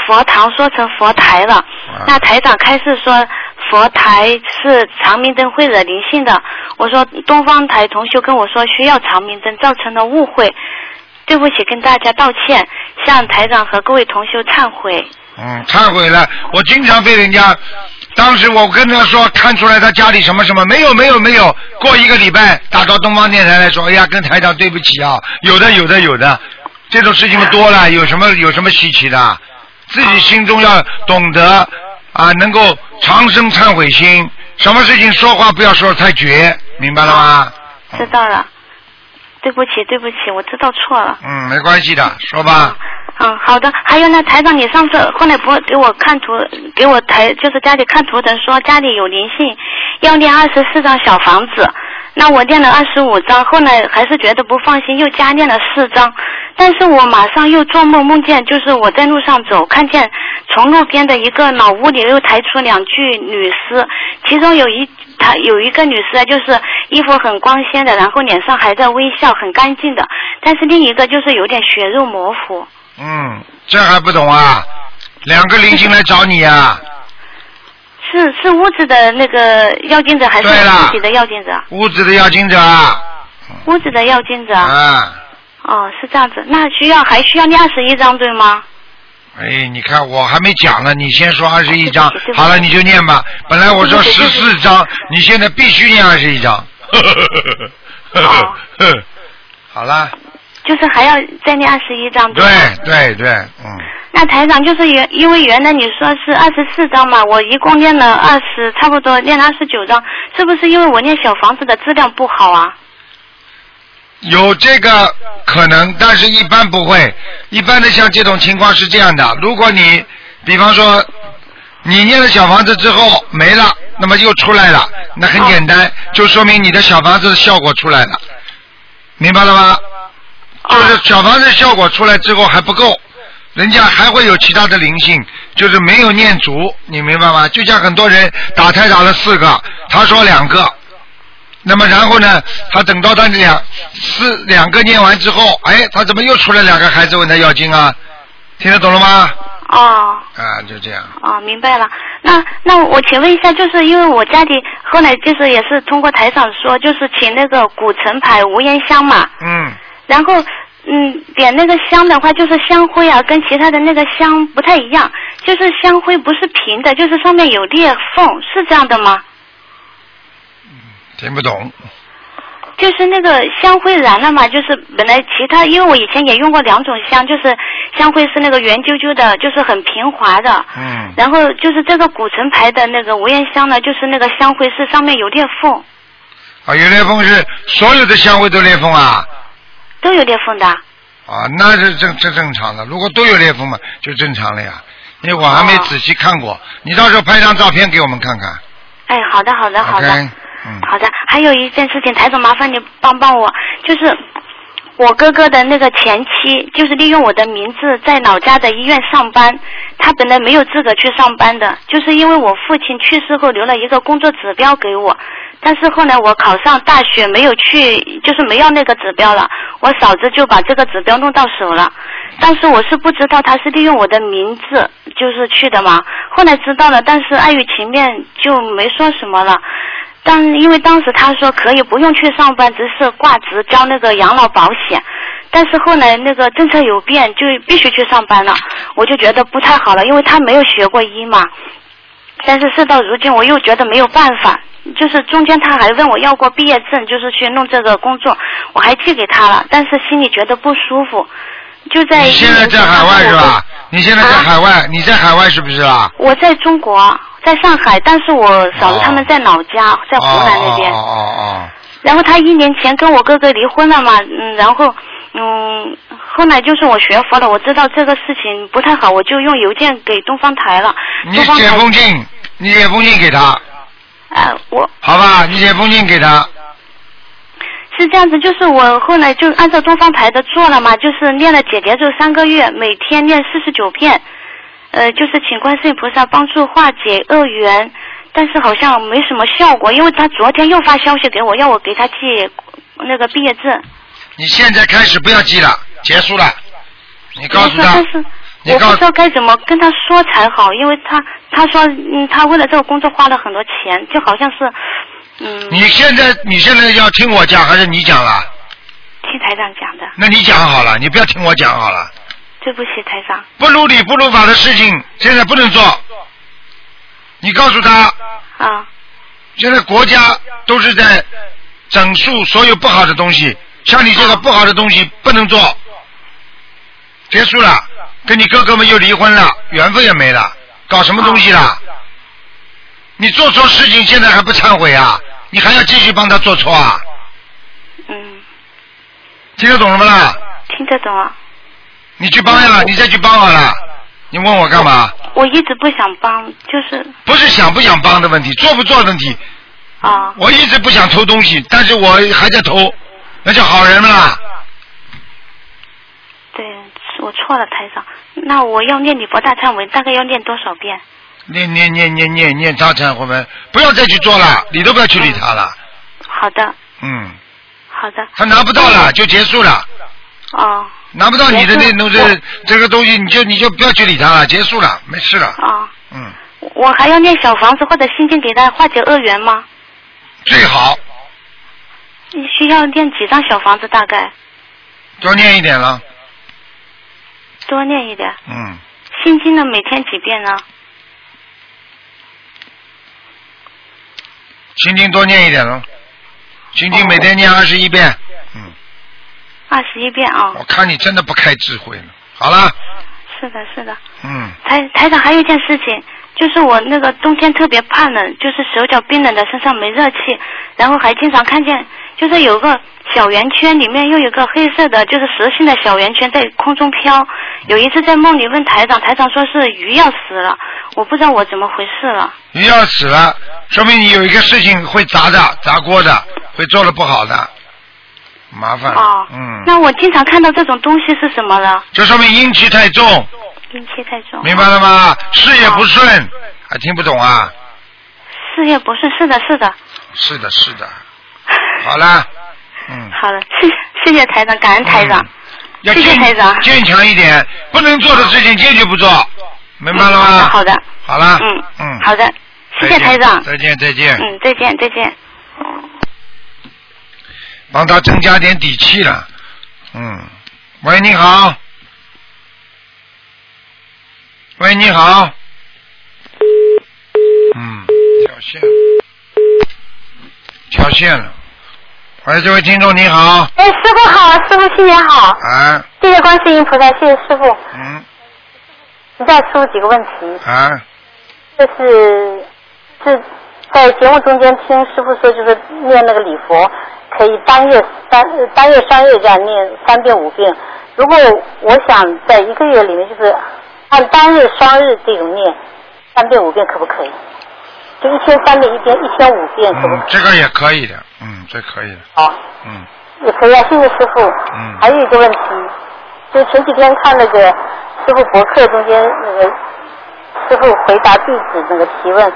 [SPEAKER 7] 佛堂说成佛台了，那台长开始说佛台是长明灯会惹灵性的，我说东方台同学跟我说需要长明灯造成了误会，对不起，跟大家道歉，向台长和各位同修忏悔。
[SPEAKER 2] 嗯，忏悔了。我经常被人家，当时我跟他说看出来他家里什么什么没有没有没有，过一个礼拜打到东方电台来说，哎呀，跟台长对不起啊，有的有的有的，这种事情多了，有什么有什么稀奇的？自己心中要懂得啊，能够长生忏悔心，什么事情说话不要说得太绝，明白了吗？
[SPEAKER 7] 知道了，对不起，对不起，我知道错了。
[SPEAKER 2] 嗯，没关系的，说吧。
[SPEAKER 7] 嗯，好的。还有呢，台长，你上次后来不是给我看图，给我台就是家里看图的说家里有灵性，要念二十四张小房子。那我念了二十五张，后来还是觉得不放心，又加念了四张。但是我马上又做梦，梦见就是我在路上走，看见从路边的一个老屋里又抬出两具女尸，其中有一她有一个女尸啊，就是衣服很光鲜的，然后脸上还在微笑，很干净的。但是另一个就是有点血肉模糊。
[SPEAKER 2] 嗯，这还不懂啊？两个灵性来找你啊，
[SPEAKER 7] 是是屋子的那个药精者还是
[SPEAKER 2] 对啦
[SPEAKER 7] 自己的药精者？
[SPEAKER 2] 屋子的要经者啊。
[SPEAKER 7] 啊屋子的药精者。
[SPEAKER 2] 啊，
[SPEAKER 7] 哦，是这样子，那需要还需要念二十一章对 吗？
[SPEAKER 2] 哎，你看我还没讲呢，你先说二十一章
[SPEAKER 7] 哦对不起对不，起
[SPEAKER 2] 好了你就念吧。本来我说
[SPEAKER 7] 对不起
[SPEAKER 2] 十
[SPEAKER 7] 对不起
[SPEAKER 2] 四章，你现在必须念二十一 章。
[SPEAKER 7] 哦
[SPEAKER 2] 好了，
[SPEAKER 7] 就是还要再念二十一章
[SPEAKER 2] 对
[SPEAKER 7] 吗？
[SPEAKER 2] 对对，嗯，
[SPEAKER 7] 那台长就是原因为原来你说是二十四章嘛，我一共念了二十，差不多念了二十九章，是不是因为我念小房子的质量不好啊？
[SPEAKER 2] 有这个可能，但是一般不会。一般的像这种情况是这样的，如果你，比方说，你念了小房子之后没了，那么又出来了，那很简单，就说明你的小房子的效果出来了，明白了吗？就是小房子效果出来之后还不够，人家还会有其他的灵性，就是没有念足，你明白吗？就像很多人打胎打了四个，他说两个，那么然后呢，他等到他两四两个念完之后，哎，他怎么又出来两个孩子问他要经啊？听得懂了吗？
[SPEAKER 7] 哦。
[SPEAKER 2] 啊，就这样。
[SPEAKER 7] 哦，明白了。那那我请问一下，就是因为我家里后来就是也是通过台长说，就是请那个古城牌无烟香嘛，
[SPEAKER 2] 嗯，
[SPEAKER 7] 然后嗯点那个香的话，就是香灰啊，跟其他的那个香不太一样，就是香灰不是平的，就是上面有裂缝，是这样的吗？
[SPEAKER 2] 听不懂。
[SPEAKER 7] 就是那个香灰燃了嘛，就是本来其他，因为我以前也用过两种香，就是香灰是那个圆啾啾的，就是很平滑的，
[SPEAKER 2] 嗯，
[SPEAKER 7] 然后就是这个古城牌的那个无烟香呢，就是那个香灰是上面有裂缝，
[SPEAKER 2] 啊，有裂缝是所有的香味都裂缝啊。
[SPEAKER 7] 都有裂缝的。
[SPEAKER 2] 啊，那是正正正常的。如果都有裂缝嘛，就正常了呀。因为我还没
[SPEAKER 7] 哦
[SPEAKER 2] 仔细看过，你到时候拍张照片给我们看看。
[SPEAKER 7] 哎，好的，好的，好的
[SPEAKER 2] OK，嗯，
[SPEAKER 7] 好的。还有一件事情，台总麻烦你帮帮我，就是我哥哥的那个前妻，就是利用我的名字在老家的医院上班，他本来没有资格去上班的，就是因为我父亲去世后留了一个工作指标给我。但是后来我考上大学没有去，就是没要那个指标了。我嫂子就把这个指标弄到手了。当时我是不知道他是利用我的名字就是去的嘛，后来知道了，但是碍于情面就没说什么了。但因为当时他说可以不用去上班，只是挂职交那个养老保险。但是后来那个政策有变，就必须去上班了。我就觉得不太好了，因为他没有学过医嘛。但是事到如今，我又觉得没有办法。就是中间他还问我要过毕业证，就是去弄这个工作，我还寄给他了，但是心里觉得不舒服。就在
[SPEAKER 2] 你现在在海外是吧？你现在在
[SPEAKER 7] 哎啊
[SPEAKER 2] 海外，你在海外是不啊是啦？
[SPEAKER 7] 我在中国，在上海，但是我嫂子他们在老家，在湖南那边。
[SPEAKER 2] 哦哦哦
[SPEAKER 7] 然后他一年前跟我哥哥离婚了嘛，嗯，然后嗯，后来就是我学佛了，我知道这个事情不太好，我就用邮件给东方台了
[SPEAKER 2] 哦，。你
[SPEAKER 7] 东方
[SPEAKER 2] 解
[SPEAKER 7] 台，
[SPEAKER 2] 封信，你解封信给他，
[SPEAKER 7] 呃，我
[SPEAKER 2] 好吧？你解封信给他，
[SPEAKER 7] 是这样子，就是我后来就按照东方台的做了嘛，就是练了姐姐咒三个月，每天练四十九遍，呃，就是请观世音菩萨帮助化解恶缘，但是好像没什么效果，因为他昨天又发消息给我，要我给他寄那个毕业证。
[SPEAKER 2] 你现在开始不要寄了，结束了。你告诉他
[SPEAKER 7] 但，是
[SPEAKER 2] 你
[SPEAKER 7] 我
[SPEAKER 2] 告
[SPEAKER 7] 不知道该怎么跟他说才好，因为他他说嗯，他为了这个工作花了很多钱，就好像是嗯，
[SPEAKER 2] 你现在你现在要听我讲还是你讲了？
[SPEAKER 7] 听台长讲的，
[SPEAKER 2] 那你讲好了，你不要听我讲好了。
[SPEAKER 7] 对不起台长，
[SPEAKER 2] 不如理不如法的事情，现在不能做。你告诉他，
[SPEAKER 7] 啊
[SPEAKER 2] 现在国家都是在整肃所有不好的东西，像你这个不好的东西不能做。结束了，跟你哥哥们又离婚了，缘分也没了，搞什么东西啦？你做错事情现在还不忏悔啊？你还要继续帮他做错啊？
[SPEAKER 7] 嗯，
[SPEAKER 2] 听得懂了不啦？
[SPEAKER 7] 听得懂啊，
[SPEAKER 2] 你去帮呀，你再去帮好了。你问我干嘛？
[SPEAKER 7] 我一直不想帮，就是
[SPEAKER 2] 不是想不想帮的问题，做不做的问题。
[SPEAKER 7] 啊
[SPEAKER 2] 我一直不想偷东西，但是我还在偷，那叫好人不啦？
[SPEAKER 7] 对，我错了台长，那我要念李博大忏悔，大概要念多少遍？
[SPEAKER 2] 念念念念念念他忏悔文，不要再去做了，理都不要去理他了。
[SPEAKER 7] 好的，
[SPEAKER 2] 嗯，
[SPEAKER 7] 好的，
[SPEAKER 2] 他拿不到了就结束了，
[SPEAKER 7] 哦
[SPEAKER 2] 拿不到你的那
[SPEAKER 7] 结束
[SPEAKER 2] 种这这个东西，你就你就不要去理他了，结束了，没事了。
[SPEAKER 7] 哦，
[SPEAKER 2] 嗯，
[SPEAKER 7] 我还要念小房子或者心经给他化解恶缘吗？
[SPEAKER 2] 最好
[SPEAKER 7] 需要念几张小房子大概？
[SPEAKER 2] 多念一点了。
[SPEAKER 7] 多念一点。
[SPEAKER 2] 嗯，
[SPEAKER 7] 心经呢，每天几遍呢？
[SPEAKER 2] 心经多念一点了，心经每天念二十一遍。嗯，
[SPEAKER 7] 二十一遍啊、
[SPEAKER 2] 我看你真的不开智慧了。好了，
[SPEAKER 7] 是的，是的。
[SPEAKER 2] 嗯，
[SPEAKER 7] 台台长还有一件事情，就是我那个冬天特别怕冷，就是手脚冰冷的，身上没热气，然后还经常看见，就是有个小圆圈里面又有个黑色的，就是实心的小圆圈在空中飘。有一次在梦里问台长，台长说是鱼要死了，我不知道我怎么回事了。
[SPEAKER 2] 你要死了，说明你有一个事情会砸的、砸锅的，会做的不好的，麻烦。
[SPEAKER 7] 哦，
[SPEAKER 2] 嗯，
[SPEAKER 7] 那我经常看到这种东西是什么了？
[SPEAKER 2] 这说明阴气太重，
[SPEAKER 7] 阴气太重。哦
[SPEAKER 2] 明白了吗？事业不顺，还听不懂啊？
[SPEAKER 7] 事业不顺，是的，是的。
[SPEAKER 2] 是的，是的。好啦，嗯，
[SPEAKER 7] 好了，谢谢谢台长，感恩台长
[SPEAKER 2] 嗯。要
[SPEAKER 7] 谢谢
[SPEAKER 2] 坚
[SPEAKER 7] 台长
[SPEAKER 2] 坚强一点，不能做的事情坚决不做，明白了吗？
[SPEAKER 7] 嗯好的，
[SPEAKER 2] 好啦，
[SPEAKER 7] 嗯
[SPEAKER 2] 嗯，
[SPEAKER 7] 好的，谢谢
[SPEAKER 2] 再见
[SPEAKER 7] 台长。
[SPEAKER 2] 再见，再见。
[SPEAKER 7] 嗯，再见，再见。
[SPEAKER 2] 帮他增加点底气了。嗯，喂，你好。喂，你好。嗯，跳线了，跳线了。喂，这位听众你好。
[SPEAKER 8] 哎，师傅好，师傅新年好，
[SPEAKER 2] 啊，
[SPEAKER 8] 谢谢观世音菩萨，谢谢师傅。
[SPEAKER 2] 嗯，
[SPEAKER 8] 再出几个问题，
[SPEAKER 2] 啊，
[SPEAKER 8] 就是是在节目中间听师傅说，就是念那个礼佛，可以单月三呃单月三月这样念三遍五遍。如果我想在一个月里面，就是按单日双日这种念三遍五遍，可不可以？就一天三遍，一天一天五遍，可不可以
[SPEAKER 2] 嗯，？这个也可以的，嗯，这可以的，
[SPEAKER 8] 好
[SPEAKER 2] 嗯，
[SPEAKER 8] 也可以啊，啊谢谢师傅。
[SPEAKER 2] 嗯
[SPEAKER 8] 还有一个问题，就前几天看那个师傅博客中间那个师傅回答弟子那个提问，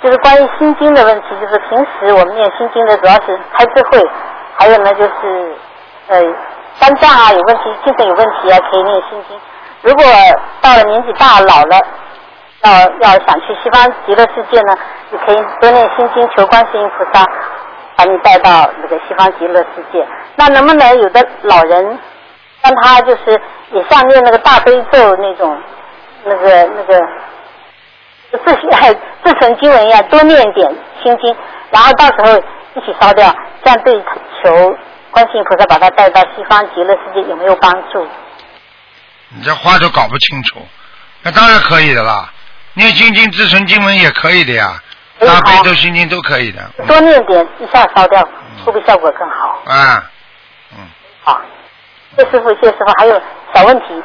[SPEAKER 8] 就是关于心经的问题，就是平时我们念心经的主要是开智慧，还有呢就是呃肝脏啊有问题，精神有问题啊可以念心经。如果到了年纪大老了，要要想去西方极乐世界呢，你可以多念心经，求观世音菩萨把你带到那个西方极乐世界。那能不能有的老人让他就是也像念那个大悲咒那种，那个那个自学 自成经文一样，多念一点心经，然后到时候一起烧掉，这样对求观世音菩萨把他带到西方极乐世界有没有帮助？
[SPEAKER 2] 你这话都搞不清楚，那当然可以的啦，念心经、自存经文也可以的呀，
[SPEAKER 8] 哎
[SPEAKER 2] 大悲
[SPEAKER 8] 好
[SPEAKER 2] 咒、心经都可以的，嗯
[SPEAKER 8] 多念点，一下烧掉，会不会效果更好？
[SPEAKER 2] 啊，嗯，
[SPEAKER 8] 好，谢师傅，谢师傅。还有小问题，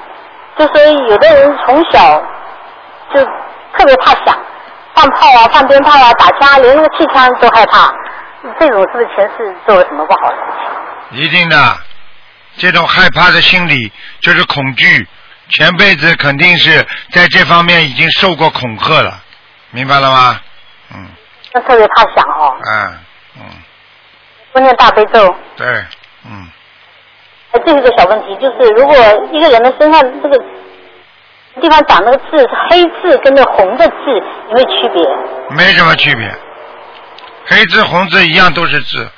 [SPEAKER 8] 就说有的人从小就特别怕响，放炮啊、放鞭炮啊、打枪啊，连那个气枪都害怕，这种是不是前世做了什么不好的事情？
[SPEAKER 2] 一定的，这种害怕的心理就是恐惧，前辈子肯定是在这方面已经受过恐吓了，明白了吗？
[SPEAKER 8] 那特别怕想哦，
[SPEAKER 2] 嗯嗯，
[SPEAKER 8] 不念大悲咒。
[SPEAKER 2] 对，嗯，
[SPEAKER 8] 哎，这是个小问题，就是如果一个人的身上这个地方长那个痣，黑痣跟那红的痣有没有区别？
[SPEAKER 2] 没什么区别，黑痣红痣一样都是痣。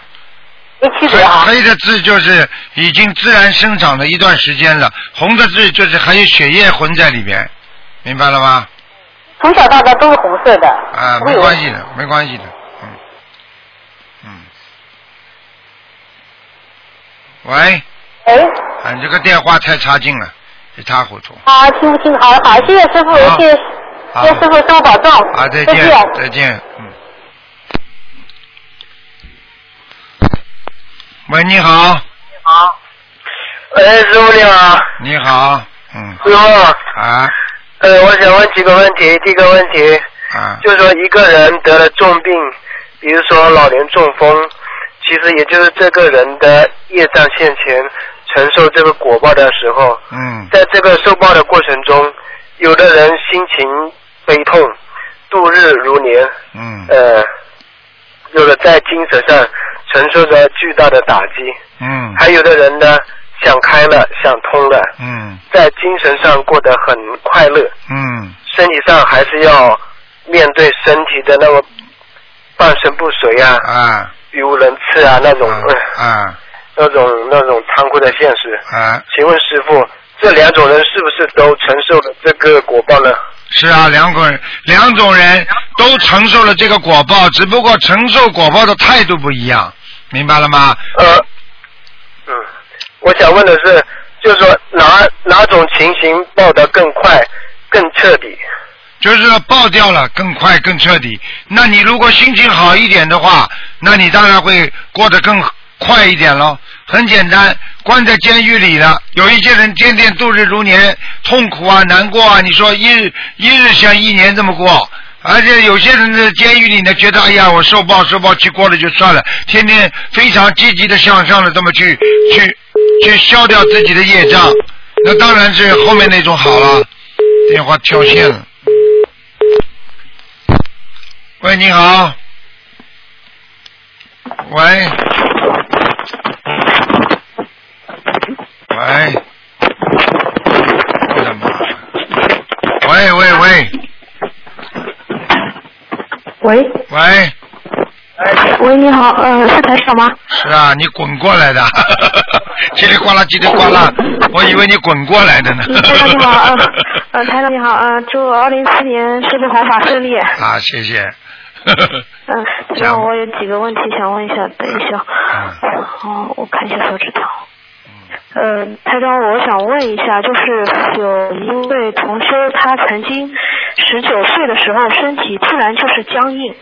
[SPEAKER 8] 没区别
[SPEAKER 2] 黑
[SPEAKER 8] 啊。
[SPEAKER 2] 黑的痣就是已经自然生长了一段时间了，红的痣就是还有血液混在里面，明白了吗？
[SPEAKER 8] 从小到大都是红色的。
[SPEAKER 2] 啊，没关系的，没关系的，嗯，嗯。喂，
[SPEAKER 8] 哎，
[SPEAKER 2] 啊，你这个电话太差劲了，一塌糊涂。
[SPEAKER 8] 好，听不清？好好，谢谢师傅，
[SPEAKER 2] 好
[SPEAKER 8] 谢谢
[SPEAKER 2] 好
[SPEAKER 8] 谢谢师傅，师傅保重。
[SPEAKER 2] 啊，再
[SPEAKER 8] 再
[SPEAKER 2] 见
[SPEAKER 8] 见。，
[SPEAKER 2] 再见，嗯。喂，你好，
[SPEAKER 9] 好。喂，哎师傅你好，
[SPEAKER 2] 你好，嗯，
[SPEAKER 9] 师傅，
[SPEAKER 2] 啊
[SPEAKER 9] 呃，我想问几个问题。第一个问题，
[SPEAKER 2] 啊，
[SPEAKER 9] 就是说一个人得了重病，比如说老年中风，其实也就是这个人的业障现前承受这个果报的时候，
[SPEAKER 2] 嗯
[SPEAKER 9] 在这个受报的过程中，有的人心情悲痛，度日如年，
[SPEAKER 2] 嗯
[SPEAKER 9] 呃，有的在精神上承受着巨大的打击，
[SPEAKER 2] 嗯
[SPEAKER 9] 还有的人呢想开了，想通了，
[SPEAKER 2] 嗯
[SPEAKER 9] 在精神上过得很快乐，
[SPEAKER 2] 嗯
[SPEAKER 9] 身体上还是要面对身体的那个半身不遂啊、
[SPEAKER 2] 啊
[SPEAKER 9] 语无伦次啊那种、呃
[SPEAKER 2] 啊
[SPEAKER 9] 那种那种残酷的现实。
[SPEAKER 2] 啊，
[SPEAKER 9] 请问师傅，这两种人是不是都承受了这个果报呢？
[SPEAKER 2] 是啊，两种人两种人都承受了这个果报，只不过承受果报的态度不一样，明白了吗？
[SPEAKER 9] 呃，嗯，我想问的是，就是说哪哪种情形报得更快、更彻底？
[SPEAKER 2] 就是说爆掉了，更快更彻底。那你如果心情好一点的话，那你当然会过得更快一点喽。很简单，关在监狱里了，有一些人天天度日如年，痛苦啊、难过啊，你说一日一日像一年这么过。而且有些人在监狱里呢，觉得哎呀，我受报受报，去过了就算了，天天非常积极的向上的这么去去去消掉自己的业障，那当然是后面那种好了。电话跳线了。喂，你好。喂。喂。我的妈！喂喂喂
[SPEAKER 10] 喂
[SPEAKER 2] 喂！
[SPEAKER 10] 喂，你好，呃，是台长吗？
[SPEAKER 2] 是啊，你滚过来的， 叽里呱啦叽里呱啦，我以为你滚过来的呢。
[SPEAKER 10] 嗯台长你好，呃，呃，台长你好，呃，祝二零一四年生命弘法顺利。
[SPEAKER 2] 啊，谢谢。
[SPEAKER 10] 嗯，台长，我有几个问题想问一下，等一下，哦，我看一下手指头。呃，台长，我想问一下，就是有一位同修，他曾经十九岁的时候，身体突然就是僵硬，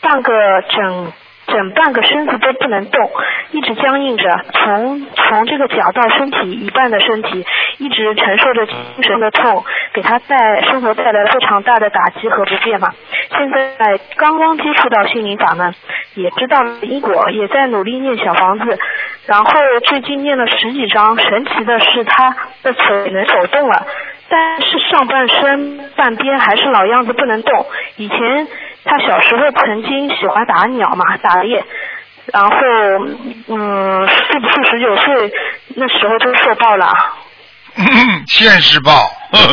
[SPEAKER 10] 半个整整半个身子都不能动，一直僵硬着，从从这个脚到身体一半的身体，一直承受着精神的痛，给他带生活带来了非常大的打击和不便嘛。现在刚刚接触到心灵法门，也知道了因果，也在努力念小房子，然后最近念了十几章，神奇的是他的腿能手动了，但是上半身半边还是老样子不能动。以前他小时候曾经喜欢打鸟嘛，打猎。然后，嗯，是不是十九岁那时候就受报了？
[SPEAKER 2] 嗯现实报。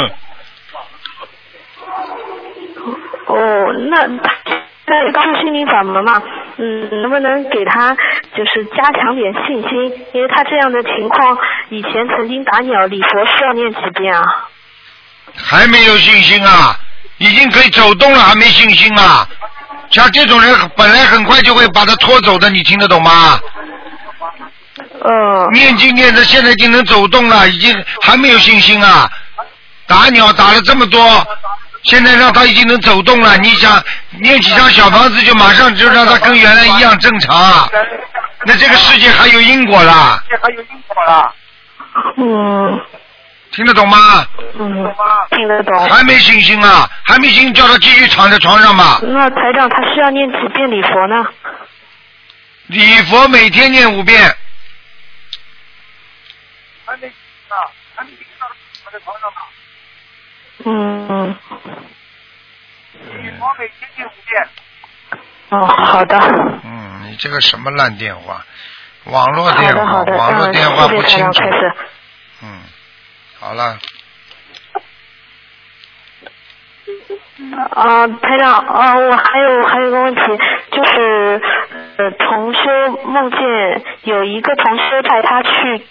[SPEAKER 10] 哦，那那刚心灵法门嘛，嗯，能不能给他就是加强点信心？因为他这样的情况，以前曾经打鸟，礼佛需要念几遍啊？
[SPEAKER 2] 还没有信心啊，已经可以走动了，还没信心啊。像这种人，本来很快就会把他拖走的，你听得懂吗？
[SPEAKER 10] 嗯。
[SPEAKER 2] 念经念的，现在已经能走动了，已经还没有信心啊。打鸟打了这么多，现在让他已经能走动了，你想念几张小房子就马上就让他跟原来一样正常啊？那这个世界还有因果啦，
[SPEAKER 10] 嗯
[SPEAKER 2] 听得懂吗？
[SPEAKER 10] 嗯，听得懂。
[SPEAKER 2] 还没信心啊，还没信心，叫他继续躺在床上吧。
[SPEAKER 10] 那台长他需要念几遍礼佛呢？
[SPEAKER 2] 礼佛每天念五遍。
[SPEAKER 10] 嗯嗯，
[SPEAKER 2] 嗯
[SPEAKER 4] 我每星期五遍。
[SPEAKER 10] 哦，好的，
[SPEAKER 2] 嗯，你这个什么烂电话？网络
[SPEAKER 10] 好
[SPEAKER 2] 电
[SPEAKER 10] 的
[SPEAKER 2] 话，
[SPEAKER 10] 好的，
[SPEAKER 2] 网络
[SPEAKER 10] 嗯，
[SPEAKER 2] 电话
[SPEAKER 10] 谢
[SPEAKER 2] 不
[SPEAKER 10] 谢台
[SPEAKER 2] 清
[SPEAKER 10] 长
[SPEAKER 2] 楚
[SPEAKER 10] 开。始。
[SPEAKER 2] 嗯，好了，
[SPEAKER 10] 啊，台长，啊，我还有还有一个问题，就是呃，同修梦见有一个同修带他去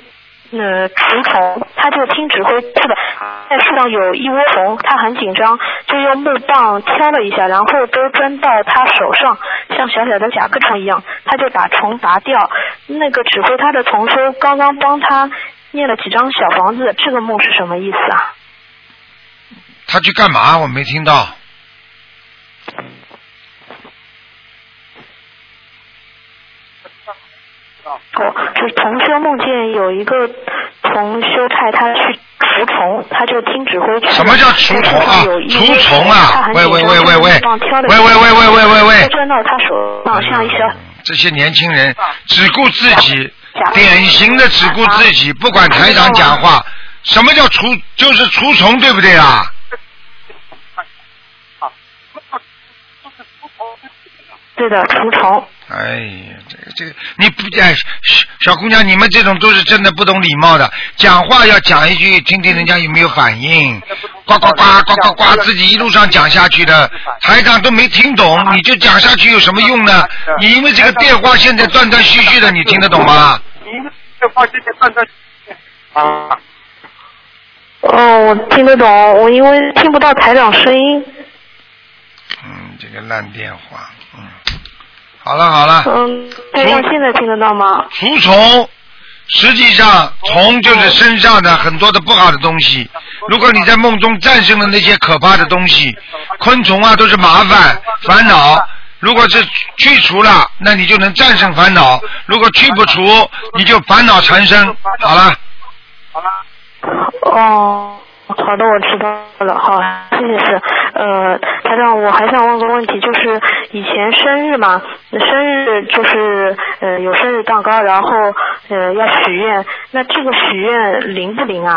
[SPEAKER 10] 呃除虫，他就听指挥是的，在树上有一窝虫，他很紧张，就用木棒敲了一下，然后都钻到他手上，像小小的甲壳虫一样，他就把虫拔掉。那个指挥他的同修刚刚帮他念了几张小房子，这个梦是什么意思啊？
[SPEAKER 2] 他去干嘛？我没听到。
[SPEAKER 10] 哦，就是同修梦见有一个同修派他去除虫，他就听指挥去了。
[SPEAKER 2] 什么叫除虫啊
[SPEAKER 10] 但是有一只
[SPEAKER 2] 除虫啊
[SPEAKER 10] 他很
[SPEAKER 2] 喂喂喂喂喂
[SPEAKER 10] 紧张就是那个棒挑的
[SPEAKER 2] 喂喂喂喂喂喂喂
[SPEAKER 10] 就钻到他手上，像一小
[SPEAKER 2] 这些年轻人
[SPEAKER 10] 啊
[SPEAKER 2] 只顾自己
[SPEAKER 10] 甲，
[SPEAKER 2] 典型的只顾自
[SPEAKER 10] 啊
[SPEAKER 2] 己，不管台长讲话。什么叫除？就是除虫，对不对啊？
[SPEAKER 10] 对的除虫。
[SPEAKER 2] 哎呀，这个这个，你不哎，小小姑娘，你们这种都是真的不懂礼貌的，讲话要讲一句，听听人家有没有反应，呱呱呱呱呱呱，自己一路上讲下去的，台长都没听懂，你就讲下去有什么用呢？你因为这个电话现在断断续续的，你听得懂吗？
[SPEAKER 4] 嗯这话这个断断续续啊，
[SPEAKER 10] 哦，我听得懂，我因为听不到台长声音。
[SPEAKER 2] 嗯，这个烂电话，嗯，好了好了，
[SPEAKER 10] 嗯，台长现在听得到吗？
[SPEAKER 2] 除虫，实际上虫就是身上的很多的不好的东西。如果你在梦中战胜了那些可怕的东西，昆虫啊都是麻烦、烦恼。如果是去除了，那你就能战胜烦恼；如果去不除，你就烦恼缠身。好了，
[SPEAKER 10] 哦，好的，我知道了。好，谢谢是。呃，台长，我还想问个问题，就是以前生日嘛，生日就是呃有生日蛋糕，然后呃要许愿，那这个许愿灵不灵啊？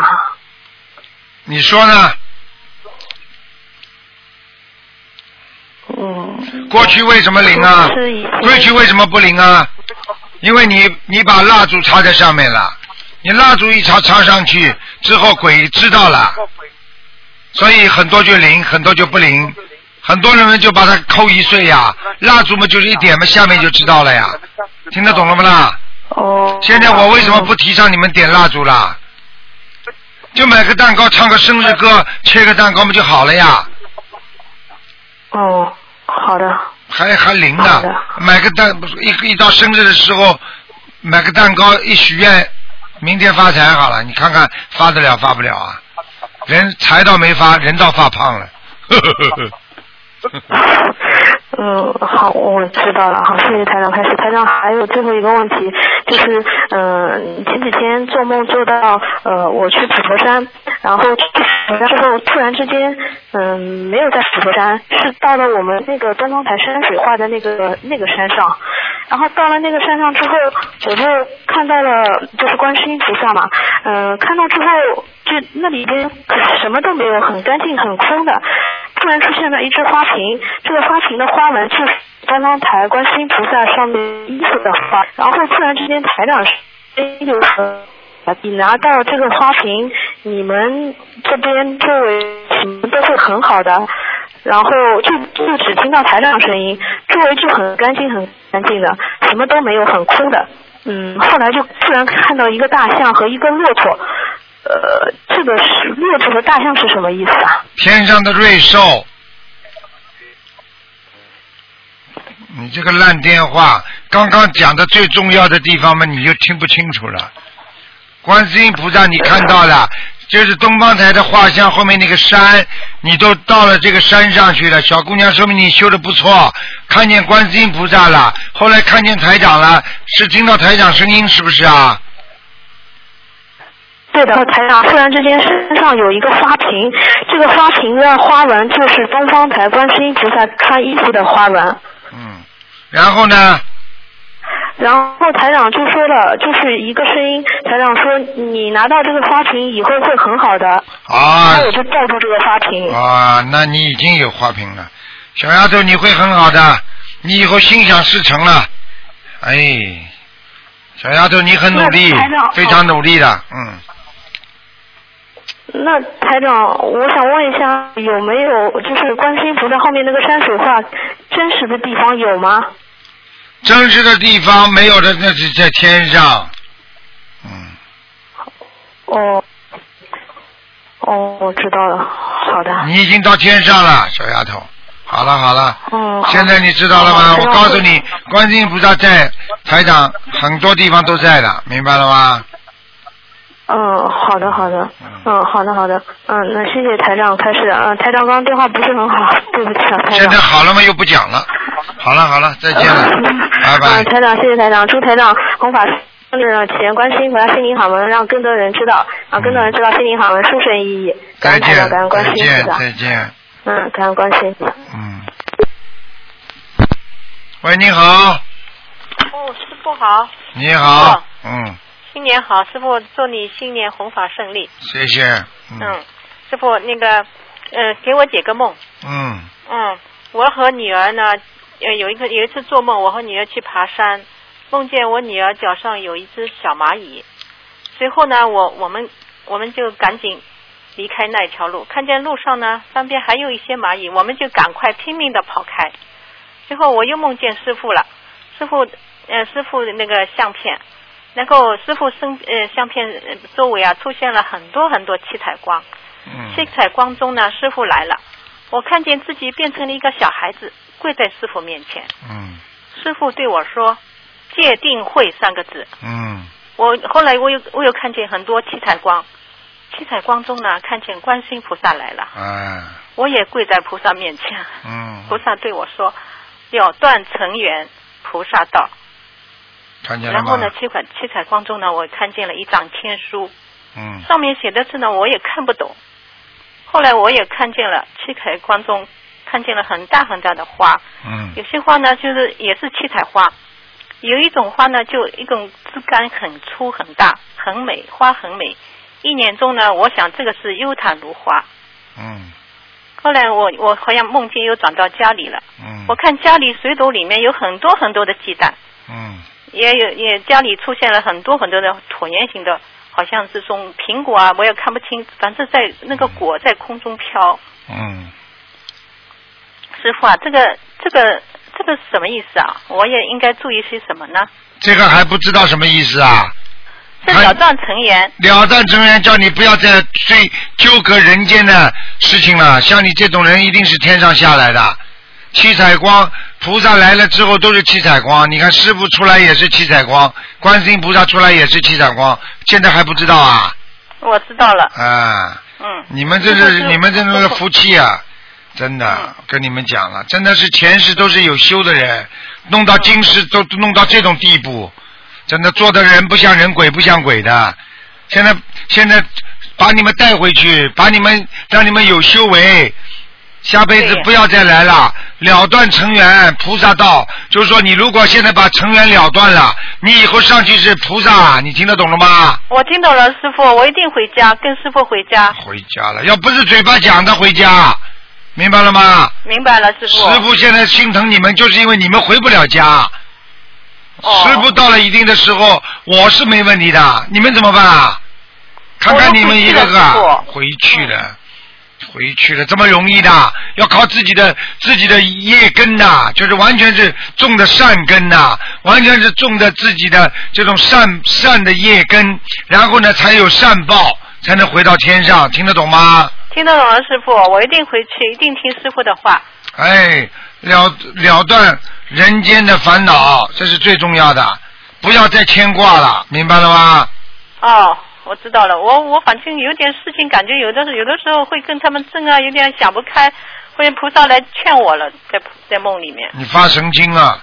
[SPEAKER 2] 你说呢？
[SPEAKER 10] 嗯。
[SPEAKER 2] 过去为什么灵啊
[SPEAKER 10] 是以前？
[SPEAKER 2] 过去为什么不灵啊？因为你你把蜡烛插在上面了，你蜡烛一插插上去之后，鬼知道了，所以很多就灵，很多就不灵，很多人们就把它扣一岁呀、蜡烛嘛就是一点嘛，下面就知道了呀，听得懂了不啦？
[SPEAKER 10] 哦。
[SPEAKER 2] 现在我为什么不提倡你们点蜡烛啦？就买个蛋糕，唱个生日歌，切个蛋糕不就好了呀？
[SPEAKER 10] 哦，好的。
[SPEAKER 2] 还还灵呢
[SPEAKER 10] 好的，
[SPEAKER 2] 买个蛋不是一一到生日的时候，买个蛋糕一许愿，明天发财好了，你看看发得了发不了啊？人财倒没发，人倒发胖了。 呵呵呵呵
[SPEAKER 10] 嗯，好，我知道了。好，谢谢台长开始。台长还有最后一个问题，就是呃，前几天做梦做到呃，我去普陀山，然后去普陀山之后，突然之间，嗯、没有在普陀山，是到了我们那个东方台山水画的那个那个山上。然后到了那个山上之后，我就看到了，就是观世音菩萨嘛，嗯、看到之后，这那里边什么都没有，很干净，很空的。突然出现了一只花瓶，这个花瓶的花纹是端方台观世音菩萨上面衣服的花，然后突然之间台长就说：“你拿到这个花瓶，你们这边周围什么都会很好的。”然后就就只听到台长声音，周围就很干净很干净的，什么都没有，很空的。嗯，后来就突然看到一个大象和一个骆驼，呃，这个是骆驼和大象是什么意思啊？
[SPEAKER 2] 天上的瑞兽，你这个烂电话，刚刚讲的最重要的地方嘛，你就听不清楚了。观世音菩萨，你看到了，就是东方台的画像后面那个山，你都到了这个山上去了。小姑娘，说明你修的不错，看见观世音菩萨了，后来看见台长了，是听到台长声音是不是啊？
[SPEAKER 10] 对的，台长，突然之间身上有一个花瓶，这个花瓶的花纹就是东方台观世音菩萨穿衣服的花纹。
[SPEAKER 2] 然后呢？
[SPEAKER 10] 然后台长就说了，就是一个声音，台长说你拿到这个花瓶以后会很好的。
[SPEAKER 2] 啊
[SPEAKER 10] 然后我就抱住这个花瓶。
[SPEAKER 2] 啊，那你已经有花瓶了，小丫头，你会很好的，你以后心想事成了。哎，小丫头，你很努力
[SPEAKER 10] 那台长，
[SPEAKER 2] 非常努力的，嗯。
[SPEAKER 10] 那台长，我想问一下，有没有就是观世音菩萨后面那个山水画真实的地方有吗？
[SPEAKER 2] 真实的地方没有的，那是在天上。
[SPEAKER 10] 哦，哦，我知道了，好的。
[SPEAKER 2] 你已经到天上了，小丫头。好了好了，
[SPEAKER 10] 嗯，好
[SPEAKER 2] 现在你知道了吗？
[SPEAKER 10] 好
[SPEAKER 2] 我
[SPEAKER 10] 知道
[SPEAKER 2] 告诉你，观世音菩萨在台长很多地方都在的，明白了吗？
[SPEAKER 10] 嗯，好的，好的，嗯，好的，好的，嗯，那谢谢台长，开始，嗯，台长刚刚电话不是很好，对不起啊，台
[SPEAKER 2] 现
[SPEAKER 10] 长
[SPEAKER 2] 在，好了吗？又不讲了。好了好了，再见了，拜拜
[SPEAKER 10] 嗯，。台长，谢谢台长，祝台长弘法顺利，嗯祈愿观世音菩萨心灵法门，让更多人知道，让更多人知道心灵法门殊胜意义，感
[SPEAKER 2] 再见
[SPEAKER 10] 恩台长，感恩观世
[SPEAKER 2] 再
[SPEAKER 10] 音菩
[SPEAKER 2] 见
[SPEAKER 10] 萨，
[SPEAKER 2] 再见。
[SPEAKER 10] 嗯，感恩观世音菩萨。
[SPEAKER 2] 嗯喂，你好，
[SPEAKER 11] 哦，师傅好，
[SPEAKER 2] 你
[SPEAKER 11] 哦
[SPEAKER 2] 好，嗯，
[SPEAKER 11] 新年好，师傅祝你新年弘法顺利。
[SPEAKER 2] 谢谢，
[SPEAKER 11] 嗯，师傅那个，呃，给我解个梦。
[SPEAKER 2] 嗯
[SPEAKER 11] 嗯，我和女儿呢，呃，有一个有一次做梦，我和女儿去爬山，梦见我女儿脚上有一只小蚂蚁。随后呢，我我们我们就赶紧离开那一条路，看见路上呢三边还有一些蚂蚁，我们就赶快拼命的跑开。最后我又梦见师傅了，师傅呃师傅的那个相片，然后师傅身呃相片呃周围啊出现了很多很多七彩光，七彩光中呢师傅来了，我看见自己变成了一个小孩子，跪在师傅面前，
[SPEAKER 2] 嗯
[SPEAKER 11] 师傅对我说“界定会”三个字，
[SPEAKER 2] 嗯
[SPEAKER 11] 我后来我又我又看见很多七彩光，七彩光中呢看见观世音菩萨来了，
[SPEAKER 2] 哎，
[SPEAKER 11] 我也跪在菩萨面前，
[SPEAKER 2] 嗯，
[SPEAKER 11] 菩萨对我说要断尘缘，菩萨道。
[SPEAKER 2] 看见了
[SPEAKER 11] 然后
[SPEAKER 2] 吗？
[SPEAKER 11] 呢，七彩七彩光中呢，我看见了一张天书，
[SPEAKER 2] 嗯
[SPEAKER 11] 上面写的字呢，我也看不懂。后来我也看见了七彩光中看见了很大很大的花，
[SPEAKER 2] 嗯
[SPEAKER 11] 有些花呢就是也是七彩花，有一种花呢就一种枝干很粗很大，很美，花很美。一年中呢，我想这个是优塔如花。
[SPEAKER 2] 嗯
[SPEAKER 11] 后来我我好像梦见又转到家里了，
[SPEAKER 2] 嗯
[SPEAKER 11] 我看家里水斗里面有很多很多的鸡蛋，
[SPEAKER 2] 嗯
[SPEAKER 11] 也有也家里出现了很多很多的椭圆形的，好像是种苹果啊，我也看不清，反正在那个果在空中飘。
[SPEAKER 2] 嗯，
[SPEAKER 11] 师傅啊，这个这个这个什么意思啊？我也应该注意些什么呢？
[SPEAKER 2] 这个还不知道什么意思啊？
[SPEAKER 11] 这了断尘缘，
[SPEAKER 2] 了断尘缘，叫你不要再追纠葛人间的事情了。像你这种人，一定是天上下来的。七彩光，菩萨来了之后都是七彩光。你看师傅出来也是七彩光，观世音菩萨出来也是七彩光。现在还不知道啊？
[SPEAKER 11] 我知道了。
[SPEAKER 2] 啊，
[SPEAKER 11] 嗯，
[SPEAKER 2] 你们这
[SPEAKER 11] 师
[SPEAKER 2] 是
[SPEAKER 11] 父
[SPEAKER 2] 你们这种是福气啊！真
[SPEAKER 11] 嗯
[SPEAKER 2] 的，跟你们讲了，真的是前世都是有修的人，弄到今世都都弄到这种地步，真的做的人不像人，鬼不像鬼的。现在现在把你们带回去，把你们让你们有修为，下辈子
[SPEAKER 12] 对
[SPEAKER 2] 不要再来了，了断尘缘，菩萨道。就是说，你如果现在把尘缘了断了，你以后上去是菩萨，你听得懂了吗？
[SPEAKER 11] 我听懂了，师傅，我一定回家，跟师傅回家。
[SPEAKER 2] 回家了，要不是嘴巴讲的回家，明白了吗？
[SPEAKER 11] 明白了，师傅。
[SPEAKER 2] 师傅现在心疼你们，就是因为你们回不了家。师傅到了一定的时候，我是没问题的，你们怎么办啊？看看你们一个个
[SPEAKER 12] 我
[SPEAKER 2] 回去了，回去了，这么容易的？要靠自己的自己的业根呐、就是完全是种的善根呐、完全是种的自己的这种善善的业根，然后呢才有善报，才能回到天上，听得懂吗？
[SPEAKER 11] 听得懂了，师傅，我一定回去，一定听师傅的话。
[SPEAKER 2] 哎，了了断人间的烦恼，这是最重要的，不要再牵挂了，明白了吗？
[SPEAKER 11] 哦，我知道了。我我反正有点事情，感觉有的有的时候会跟他们争啊，有点想不开，或者菩萨来劝我了，在在梦里面。
[SPEAKER 2] 你发神经了，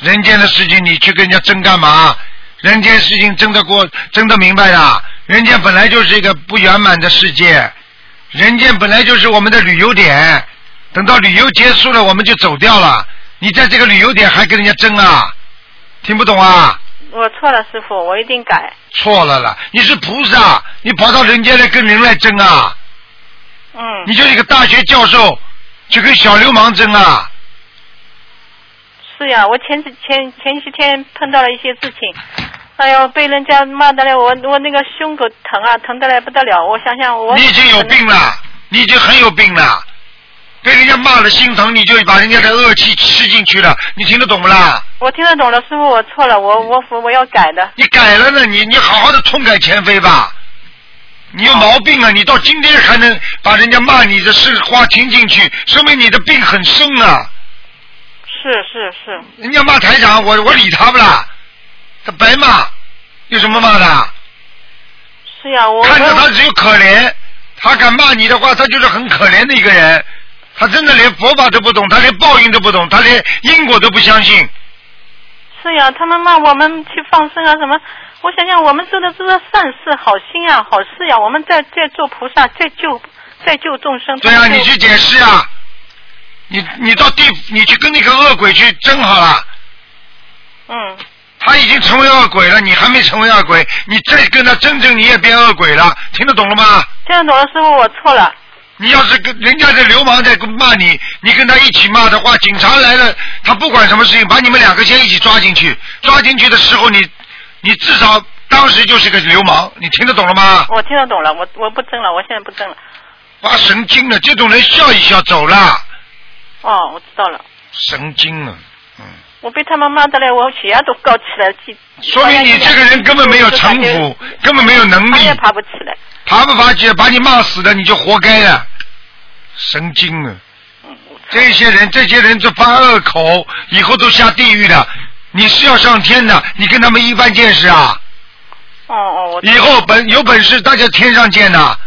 [SPEAKER 2] 人间的事情你去跟人家争干嘛？人间事情争得过，争得明白的，人间本来就是一个不圆满的世界，人间本来就是我们的旅游点，等到旅游结束了我们就走掉了，你在这个旅游点还跟人家争啊？听不懂啊？
[SPEAKER 11] 我错了，师傅，我一定改。
[SPEAKER 2] 错了啦，你是菩萨，你跑到人间来跟人来争啊？
[SPEAKER 11] 嗯。
[SPEAKER 2] 你就是一个大学教授，去跟小流氓争啊？
[SPEAKER 11] 是呀，我前几前前些天碰到了一些事情，哎呦，被人家骂的嘞，我我那个胸口疼啊，疼的嘞不得了。我想想我，
[SPEAKER 2] 你已经有病了，你已经很有病了，被人家骂了心疼，你就把人家的恶气吃进去了，你听得懂不啦？
[SPEAKER 11] 我听得懂了，师傅，我错了，我我我要改的。
[SPEAKER 2] 你改了呢，你你好好的痛改前非吧。你有毛病啊！你到今天还能把人家骂你的事话听进去，说明你的病很深啊！
[SPEAKER 11] 是是是，
[SPEAKER 2] 人家骂台长，我我理他不啦？他白骂，有什么骂的？
[SPEAKER 11] 是呀，我
[SPEAKER 2] 看着他只有可怜，他敢骂你的话，他就是很可怜的一个人。他真的连佛法都不懂，他连报应都不懂，他连因果都不相信。
[SPEAKER 11] 是呀，他们骂我们去放生啊什么，我想想我们做的这个善事，好心啊，好事呀、我们在在做菩萨，在救在救众生。
[SPEAKER 2] 对啊，你去解释啊！你你到地，你去跟那个恶鬼去争好了。
[SPEAKER 11] 嗯，
[SPEAKER 2] 他已经成为恶鬼了，你还没成为恶鬼，你再跟他争争，你也变恶鬼了，听得懂了吗？
[SPEAKER 11] 听得懂了，师傅，我错了。
[SPEAKER 2] 你要是跟人家这流氓在骂你，你跟他一起骂的话，警察来了，他不管什么事情，把你们两个先一起抓进去。抓进去的时候你，你至少当时就是个流氓，你听得懂了吗？
[SPEAKER 11] 我听得懂了，我我不争了，我现在不争了。
[SPEAKER 2] 发神经了，这种人笑一笑走了，
[SPEAKER 11] 哦，我知道了，
[SPEAKER 2] 神经啊！
[SPEAKER 11] 我被他们骂的嘞，我血压都高起来了，几
[SPEAKER 2] 说明你这个人根本没有城府，根本没有能
[SPEAKER 11] 爬
[SPEAKER 2] 力
[SPEAKER 11] 也，哎爬不起来。
[SPEAKER 2] 爬不爬起来把你骂死的，你就活该了，神经啊！这些人，这些人这发恶口，以后都下地狱的。你是要上天的，你跟他们一般见识啊！
[SPEAKER 11] 哦哦，我
[SPEAKER 2] 以后本有本事大家天上见的。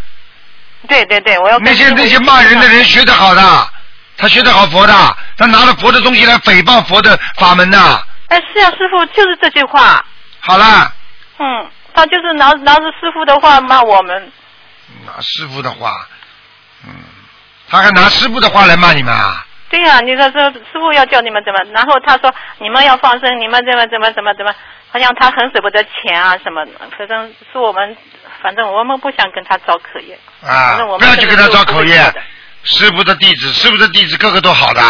[SPEAKER 11] 对对对，我要
[SPEAKER 2] 那些那些骂人的人学得好的，他学得好佛的，他拿了佛的东西来诽谤佛的法门的。
[SPEAKER 11] 哎，是呀、师傅，就是这句话。
[SPEAKER 2] 好啦，
[SPEAKER 11] 嗯，他就是拿拿着师傅的话骂我们。
[SPEAKER 2] 拿师傅的话，嗯，他还拿师傅的话来骂你们啊？
[SPEAKER 11] 对呀、你说这师傅要叫你们怎么，然后他说你们要放生，你们怎么怎么怎么怎么，好像他很舍不得钱啊什么的，反正是我们，反正我们不想跟他造口业。
[SPEAKER 2] 啊
[SPEAKER 11] 反正我，们
[SPEAKER 2] 不要去跟他造口
[SPEAKER 11] 这个
[SPEAKER 2] 业
[SPEAKER 11] 都是。
[SPEAKER 2] 师傅的弟子，师傅的弟子个个都好的，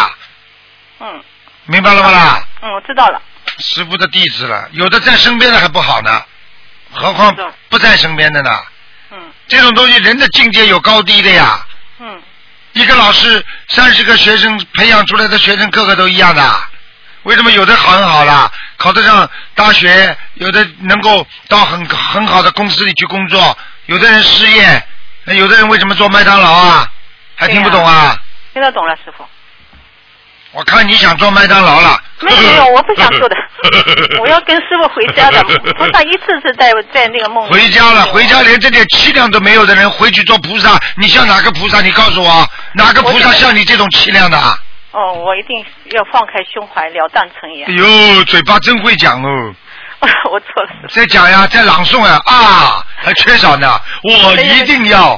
[SPEAKER 11] 嗯
[SPEAKER 2] 明白了吗啦？
[SPEAKER 11] 嗯，我知道了。
[SPEAKER 2] 师傅的弟子了，有的在身边的还不好呢，何况不在身边的呢？
[SPEAKER 11] 嗯，
[SPEAKER 2] 这种东西人的境界有高低的呀。
[SPEAKER 11] 嗯，
[SPEAKER 2] 一个老师三十个学生培养出来的学生，个个都一样的。为什么有的考很好啦，考得上大学，有的能够到很很好的公司里去工作，有的人失业，那有的人为什么做麦当劳啊？还听不懂啊？
[SPEAKER 11] 听得懂了，师傅。
[SPEAKER 2] 我看你想做麦当劳了。
[SPEAKER 11] 没有没有，我不想做的， 我要跟师傅回家的。菩萨一次次在在那个梦里。
[SPEAKER 2] 回家了，回家连这点气量都没有的人回去做菩萨，你像哪个菩萨？你告诉我，哪个菩萨像你这种气量的？啊？
[SPEAKER 11] 哦，我一定要放开胸怀，了断尘言
[SPEAKER 2] 哎。呦，嘴巴真会讲哦！
[SPEAKER 11] 我错了。
[SPEAKER 2] 再讲呀，再朗诵呀啊，还缺少呢。我一定 要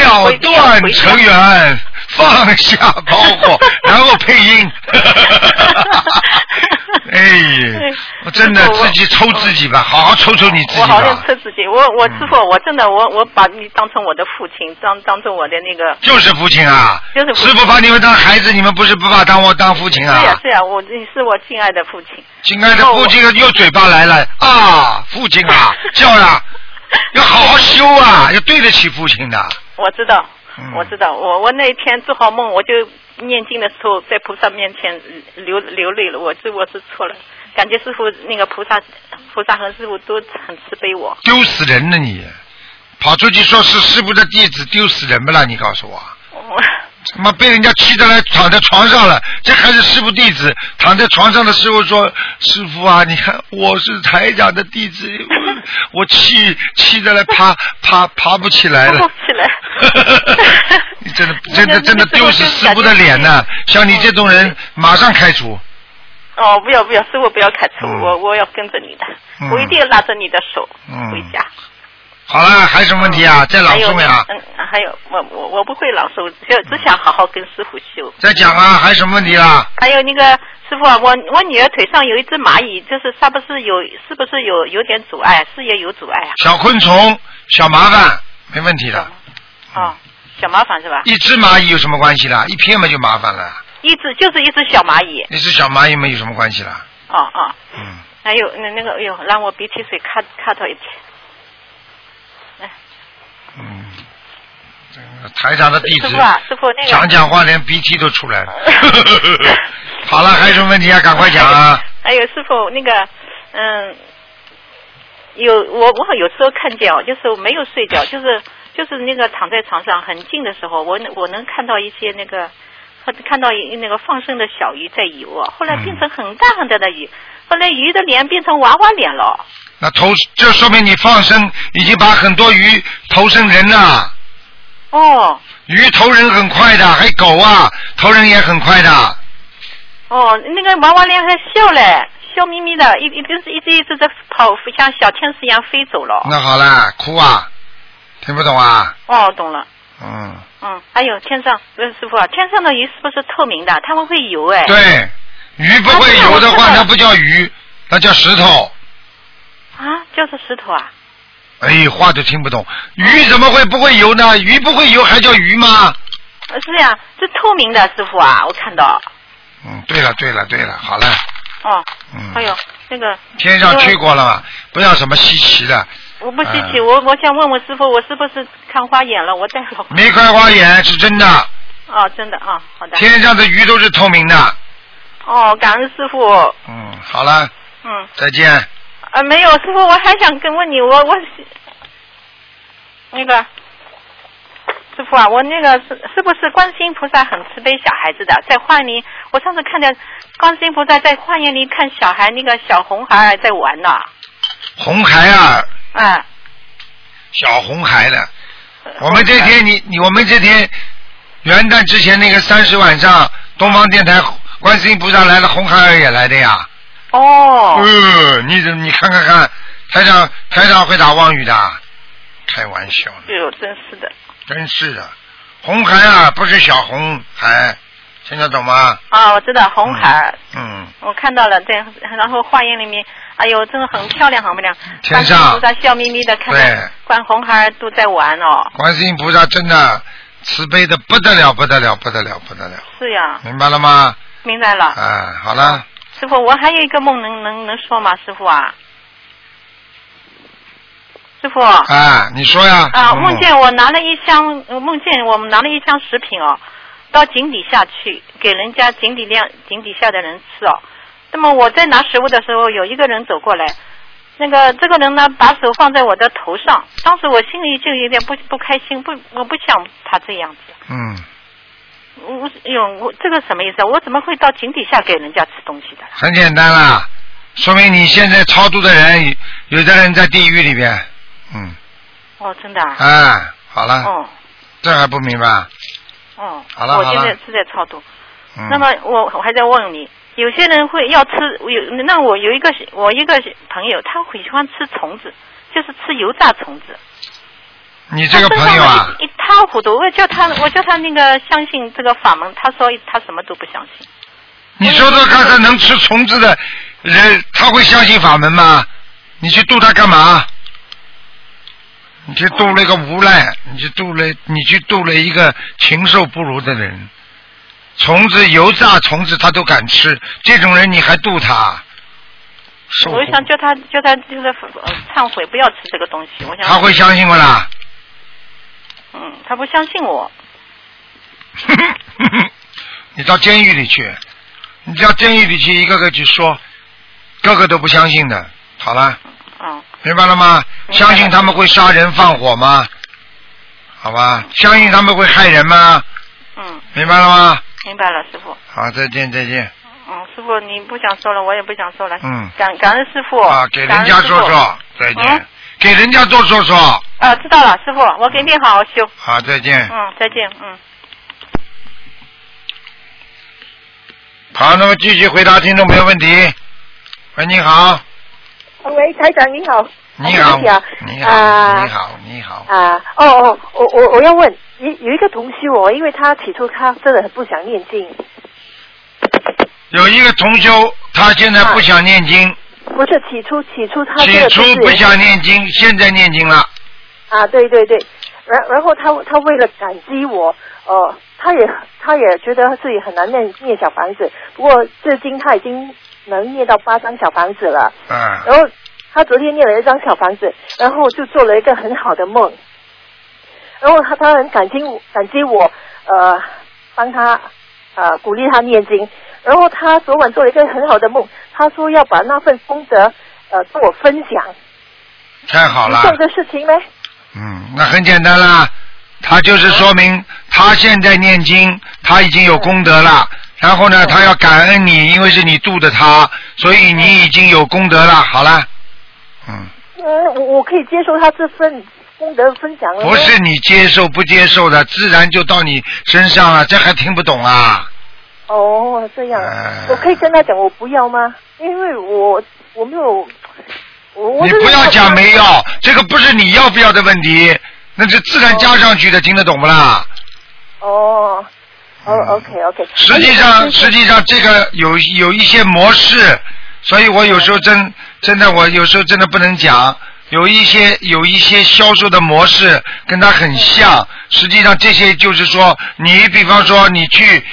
[SPEAKER 2] 了断尘缘，放下包 袱，然后配音。 哎呀，我真的自己抽自己吧，好好抽抽你自己
[SPEAKER 11] 我好像
[SPEAKER 2] 吧。
[SPEAKER 11] 测自己，我我师傅，我真的我我把你当成我的父亲，当当成我的那个。
[SPEAKER 2] 就是父亲啊，
[SPEAKER 11] 就是父
[SPEAKER 2] 师
[SPEAKER 11] 亲
[SPEAKER 2] 傅把你们当孩子，你们不是不把当我当父亲
[SPEAKER 11] 是呀
[SPEAKER 2] 啊？
[SPEAKER 11] 是呀，我你是我敬爱的父亲。
[SPEAKER 2] 亲爱的父亲，啊又嘴巴来了啊，父亲啊，叫呀，要好好修啊，要对得起父亲的。
[SPEAKER 11] 我知道，
[SPEAKER 2] 嗯
[SPEAKER 11] 我知道，我我那一天做好梦，我就念经的时候，在菩萨面前流流泪了，我这我是错了，感觉师傅那个菩萨菩萨和师傅都很慈悲我。
[SPEAKER 2] 丢死人了你！跑出去说是师傅的弟子，丢死人不啦？你告诉我， 他妈被人家气得来躺在床上了，这还是师傅弟子，躺在床上的时候说：“师傅啊，你看我是台长的弟子，我我气气得来爬爬爬不起来 了。”
[SPEAKER 11] 起来，
[SPEAKER 2] 你真的真的真的丢失师傅的脸呐、像你这种
[SPEAKER 11] 嗯
[SPEAKER 2] 人，马上开除。
[SPEAKER 11] 哦，不要不要，师
[SPEAKER 2] 嗯
[SPEAKER 11] 傅不要开除我，我要跟着你的，我一定要拉着你的手
[SPEAKER 2] 嗯
[SPEAKER 11] 回家。
[SPEAKER 2] 好了，还有什么问题啊？再朗诵呀、
[SPEAKER 11] 还有嗯，还有我我我不会朗诵，就只想好好跟师傅修。
[SPEAKER 2] 再讲啊，还有什么问题啦？
[SPEAKER 11] 还有那个师傅啊，我我女儿腿上有一只蚂蚁，就是是不是有是不是有有点阻碍？是也有阻碍啊？
[SPEAKER 2] 小昆虫，小麻烦，没问题的。
[SPEAKER 11] 哦，小麻烦是吧？
[SPEAKER 2] 一只蚂蚁有什么关系啦？一片嘛就麻烦了，
[SPEAKER 11] 一只就是一只小蚂蚁。
[SPEAKER 2] 一只小蚂蚁嘛有什么关系啦？
[SPEAKER 11] 哦哦，
[SPEAKER 2] 嗯，
[SPEAKER 11] 还有那那个，哎呦，让我鼻涕水卡卡到一点。
[SPEAKER 2] 嗯，这个台长的弟子
[SPEAKER 11] 师傅啊，师傅那个
[SPEAKER 2] 讲讲 话连鼻涕都出 来了。好了，还有什么问题啊？赶快讲啊！
[SPEAKER 11] 还有师傅那个，嗯，有我我有时候看见哦，就是没有睡觉，就是就是那个躺在床上很静的时候，我能我能看到一些那个。看到一那个放生的小鱼在游啊，后来变成很大很大的鱼，后来鱼的脸变成娃娃脸了。
[SPEAKER 2] 那投这说明你放生已经把很多鱼投生人了。
[SPEAKER 11] 哦
[SPEAKER 2] 鱼投人很快的，还狗啊投人也很快的。
[SPEAKER 11] 哦，那个娃娃脸还笑嘞，笑眯眯的，一一就是一只一只在跑，像小天使一样飞走了。
[SPEAKER 2] 那好啦，哭啊，听不懂啊？
[SPEAKER 11] 哦，懂了。
[SPEAKER 2] 嗯，
[SPEAKER 11] 嗯，还有天上，不是师傅啊，天上的鱼是不是透明的？他们会游哎。。
[SPEAKER 2] 对，鱼不会游的话，那不叫鱼，那叫石头。
[SPEAKER 11] 啊，就是石头啊。
[SPEAKER 2] 哎，话都听不懂，鱼怎么会不会游呢？鱼不会游还叫鱼吗？
[SPEAKER 11] 呃是呀、是透明的，师傅啊，我看到。
[SPEAKER 2] 嗯，对了，对了，对了，好了，
[SPEAKER 11] 哦，
[SPEAKER 2] 嗯，
[SPEAKER 11] 还有那个。
[SPEAKER 2] 天上去过
[SPEAKER 11] 了。
[SPEAKER 2] 了嘛，不要什么稀奇的，
[SPEAKER 11] 我不稀奇，
[SPEAKER 2] 嗯
[SPEAKER 11] 我我想问问师傅，我是不是看花眼了？我戴了。
[SPEAKER 2] 没开花眼是真的，
[SPEAKER 11] 哦，真的啊，好的。
[SPEAKER 2] 天上的鱼都是透明的。
[SPEAKER 11] 哦，感恩师傅。
[SPEAKER 2] 嗯，好了，
[SPEAKER 11] 嗯，
[SPEAKER 2] 再见。
[SPEAKER 11] 呃，没有，师傅，我还想跟问你，我我那个师傅啊，我那个是是不是观世音菩萨很慈悲小孩子的？在花园里，我上次看见观世音菩萨在花园里看小孩那个小红孩儿在玩呢。
[SPEAKER 2] 红孩儿，
[SPEAKER 11] 哎、
[SPEAKER 2] 小红孩的，我们这天你你我们这天元旦之前那个三十晚上，东方电台观世音菩萨来了，红孩儿也来的呀。
[SPEAKER 11] 哦。
[SPEAKER 2] 呃，你怎你看看看，台长台长会打妄语的，开玩笑呢，
[SPEAKER 11] 哎呦，真是的。
[SPEAKER 2] 真是的。红孩儿不是小红孩，听得懂吗？
[SPEAKER 11] 啊，我知道红孩儿，
[SPEAKER 2] 嗯，
[SPEAKER 11] 我看到了，对，然后花园里面，哎呦，真的很漂亮，很漂亮。
[SPEAKER 2] 天上
[SPEAKER 11] 观世音菩萨笑眯眯的看
[SPEAKER 2] 对
[SPEAKER 11] 着，观红孩儿都在玩哦。
[SPEAKER 2] 观世音菩萨真的慈悲的不得了，不得了，不得了，不得了，
[SPEAKER 11] 是呀，
[SPEAKER 2] 明白了吗？
[SPEAKER 11] 明白了。
[SPEAKER 2] 啊，好了，
[SPEAKER 11] 师傅，我还有一个梦能，能能说吗？师傅啊，师傅
[SPEAKER 2] 啊，你说呀。
[SPEAKER 11] 啊，
[SPEAKER 2] 什么
[SPEAKER 11] 梦见我拿了一箱，呃梦见我们拿了一箱食品哦，到井底下去给人家井底亮井底下的人吃哦。那么我在拿食物的时候，有一个人走过来，那个这个人呢，把手放在我的头上，当时我心里就有点不不开心，不我不想他这样子。
[SPEAKER 2] 嗯，
[SPEAKER 11] 我我哎呦，我这个什么意思啊？我怎么会到井底下给人家吃东西的？
[SPEAKER 2] 很简单啦，说明你现在超度的人，有的人在地狱里边。嗯，
[SPEAKER 11] 哦，真的啊。
[SPEAKER 2] 啊，好了，
[SPEAKER 11] 哦
[SPEAKER 2] 这还不明白？
[SPEAKER 11] 哦。
[SPEAKER 2] 好了
[SPEAKER 11] 我
[SPEAKER 2] 好
[SPEAKER 11] 现
[SPEAKER 2] 了
[SPEAKER 11] 在是在超度。
[SPEAKER 2] 嗯、
[SPEAKER 11] 那么我我还在问你，有些人会要吃有，那我有一个我一个朋友，他会喜欢吃虫子，就是吃油炸虫子。
[SPEAKER 2] 你这个朋友啊，
[SPEAKER 11] 一塌糊涂，我叫他，我叫他那个相信这个法门，他说他什么都不相信。
[SPEAKER 2] 你说说看，他能吃虫子的人，他会相信法门吗？你去度他干嘛？你去度了一个无赖，你去度了，你去度了一个禽兽不如的人，虫子油炸虫子他都敢吃，这种人你还度他？受
[SPEAKER 11] 我就
[SPEAKER 2] 苦
[SPEAKER 11] 想叫他叫他就是呃忏悔，不要吃这个东西。我想
[SPEAKER 2] 他会相信我啦？
[SPEAKER 11] 嗯，他不相信我。
[SPEAKER 2] 你到监狱里去，你到监狱里去，一个个去说，个个都不相信的。好了，
[SPEAKER 11] 嗯，
[SPEAKER 2] 明白了吗？相信他们会杀人放火吗？好吧，相信他们会害人吗？
[SPEAKER 11] 嗯，
[SPEAKER 2] 明白了吗？
[SPEAKER 11] 明白了，师傅。
[SPEAKER 2] 好，再见，再见。
[SPEAKER 11] 嗯，师傅你不想说了，我也不想说了。
[SPEAKER 2] 嗯
[SPEAKER 11] 感感恩师傅。
[SPEAKER 2] 啊，给人
[SPEAKER 11] 感
[SPEAKER 2] 家
[SPEAKER 11] 恩师
[SPEAKER 2] 说
[SPEAKER 11] 傅
[SPEAKER 2] 说，再见
[SPEAKER 11] 嗯。
[SPEAKER 2] 给人家多说说。
[SPEAKER 11] 啊，知道了，师傅，我给你好好修。
[SPEAKER 2] 好，再见。
[SPEAKER 11] 嗯，再见，嗯。
[SPEAKER 2] 好，那么继续回答听众朋友问题。喂，你好，
[SPEAKER 12] 喂，台长你好，
[SPEAKER 2] 你好，
[SPEAKER 12] 对不起啊
[SPEAKER 2] 你
[SPEAKER 12] 啊
[SPEAKER 2] 好，你好，你好，
[SPEAKER 12] 啊，哦哦，我我我要问，有有一个同修哦，因为他起初他真的很不想念经，
[SPEAKER 2] 有一个同修，他现在不想念经，
[SPEAKER 12] 不是起初起初他真
[SPEAKER 2] 起
[SPEAKER 12] 的
[SPEAKER 2] 初
[SPEAKER 12] 是
[SPEAKER 2] 不想念经，现在念经了。
[SPEAKER 12] 啊，对对对，然然后他他为了感激我，呃，他也他也觉得自己很难念念小房子，不过至今他已经能念到八张小房子了，
[SPEAKER 2] 嗯，
[SPEAKER 12] 然后他昨天念了一张小房子，然后就做了一个很好的梦，然后他他很感激我感激我，呃，帮他呃鼓励他念经，然后他昨晚做了一个很好的梦，他说要把那份功德呃跟我分享，
[SPEAKER 2] 太好
[SPEAKER 12] 你
[SPEAKER 2] 了。
[SPEAKER 12] 这个事情呢？
[SPEAKER 2] 嗯，那很简单啦，他就是说明他现在念经，他已经有功德了。然后呢，他要感恩你，因为是你度的他，所以你已经有功德了。好了，
[SPEAKER 12] 嗯，我我可以接受他这份功德分享了。
[SPEAKER 2] 不是你接受不接受的，自然就到你身上了。这还听不懂啊？
[SPEAKER 12] 哦，这样，
[SPEAKER 2] 哎
[SPEAKER 12] 我可以跟他讲我不要吗？因为我我没有，我我
[SPEAKER 2] 你
[SPEAKER 12] 就是
[SPEAKER 2] 不要讲没要，这个不是你要不要的问题，那是自然加上去的，听得懂不啦？
[SPEAKER 12] 哦，哦，OK OK。
[SPEAKER 2] 嗯实际
[SPEAKER 12] 嗯
[SPEAKER 2] 上，实际上这个有有一些模式，所以我有时候真真的，我有时候真的不能讲，有一些有一些销售的模式跟它很像。实际上，这些就是说，你比方说你去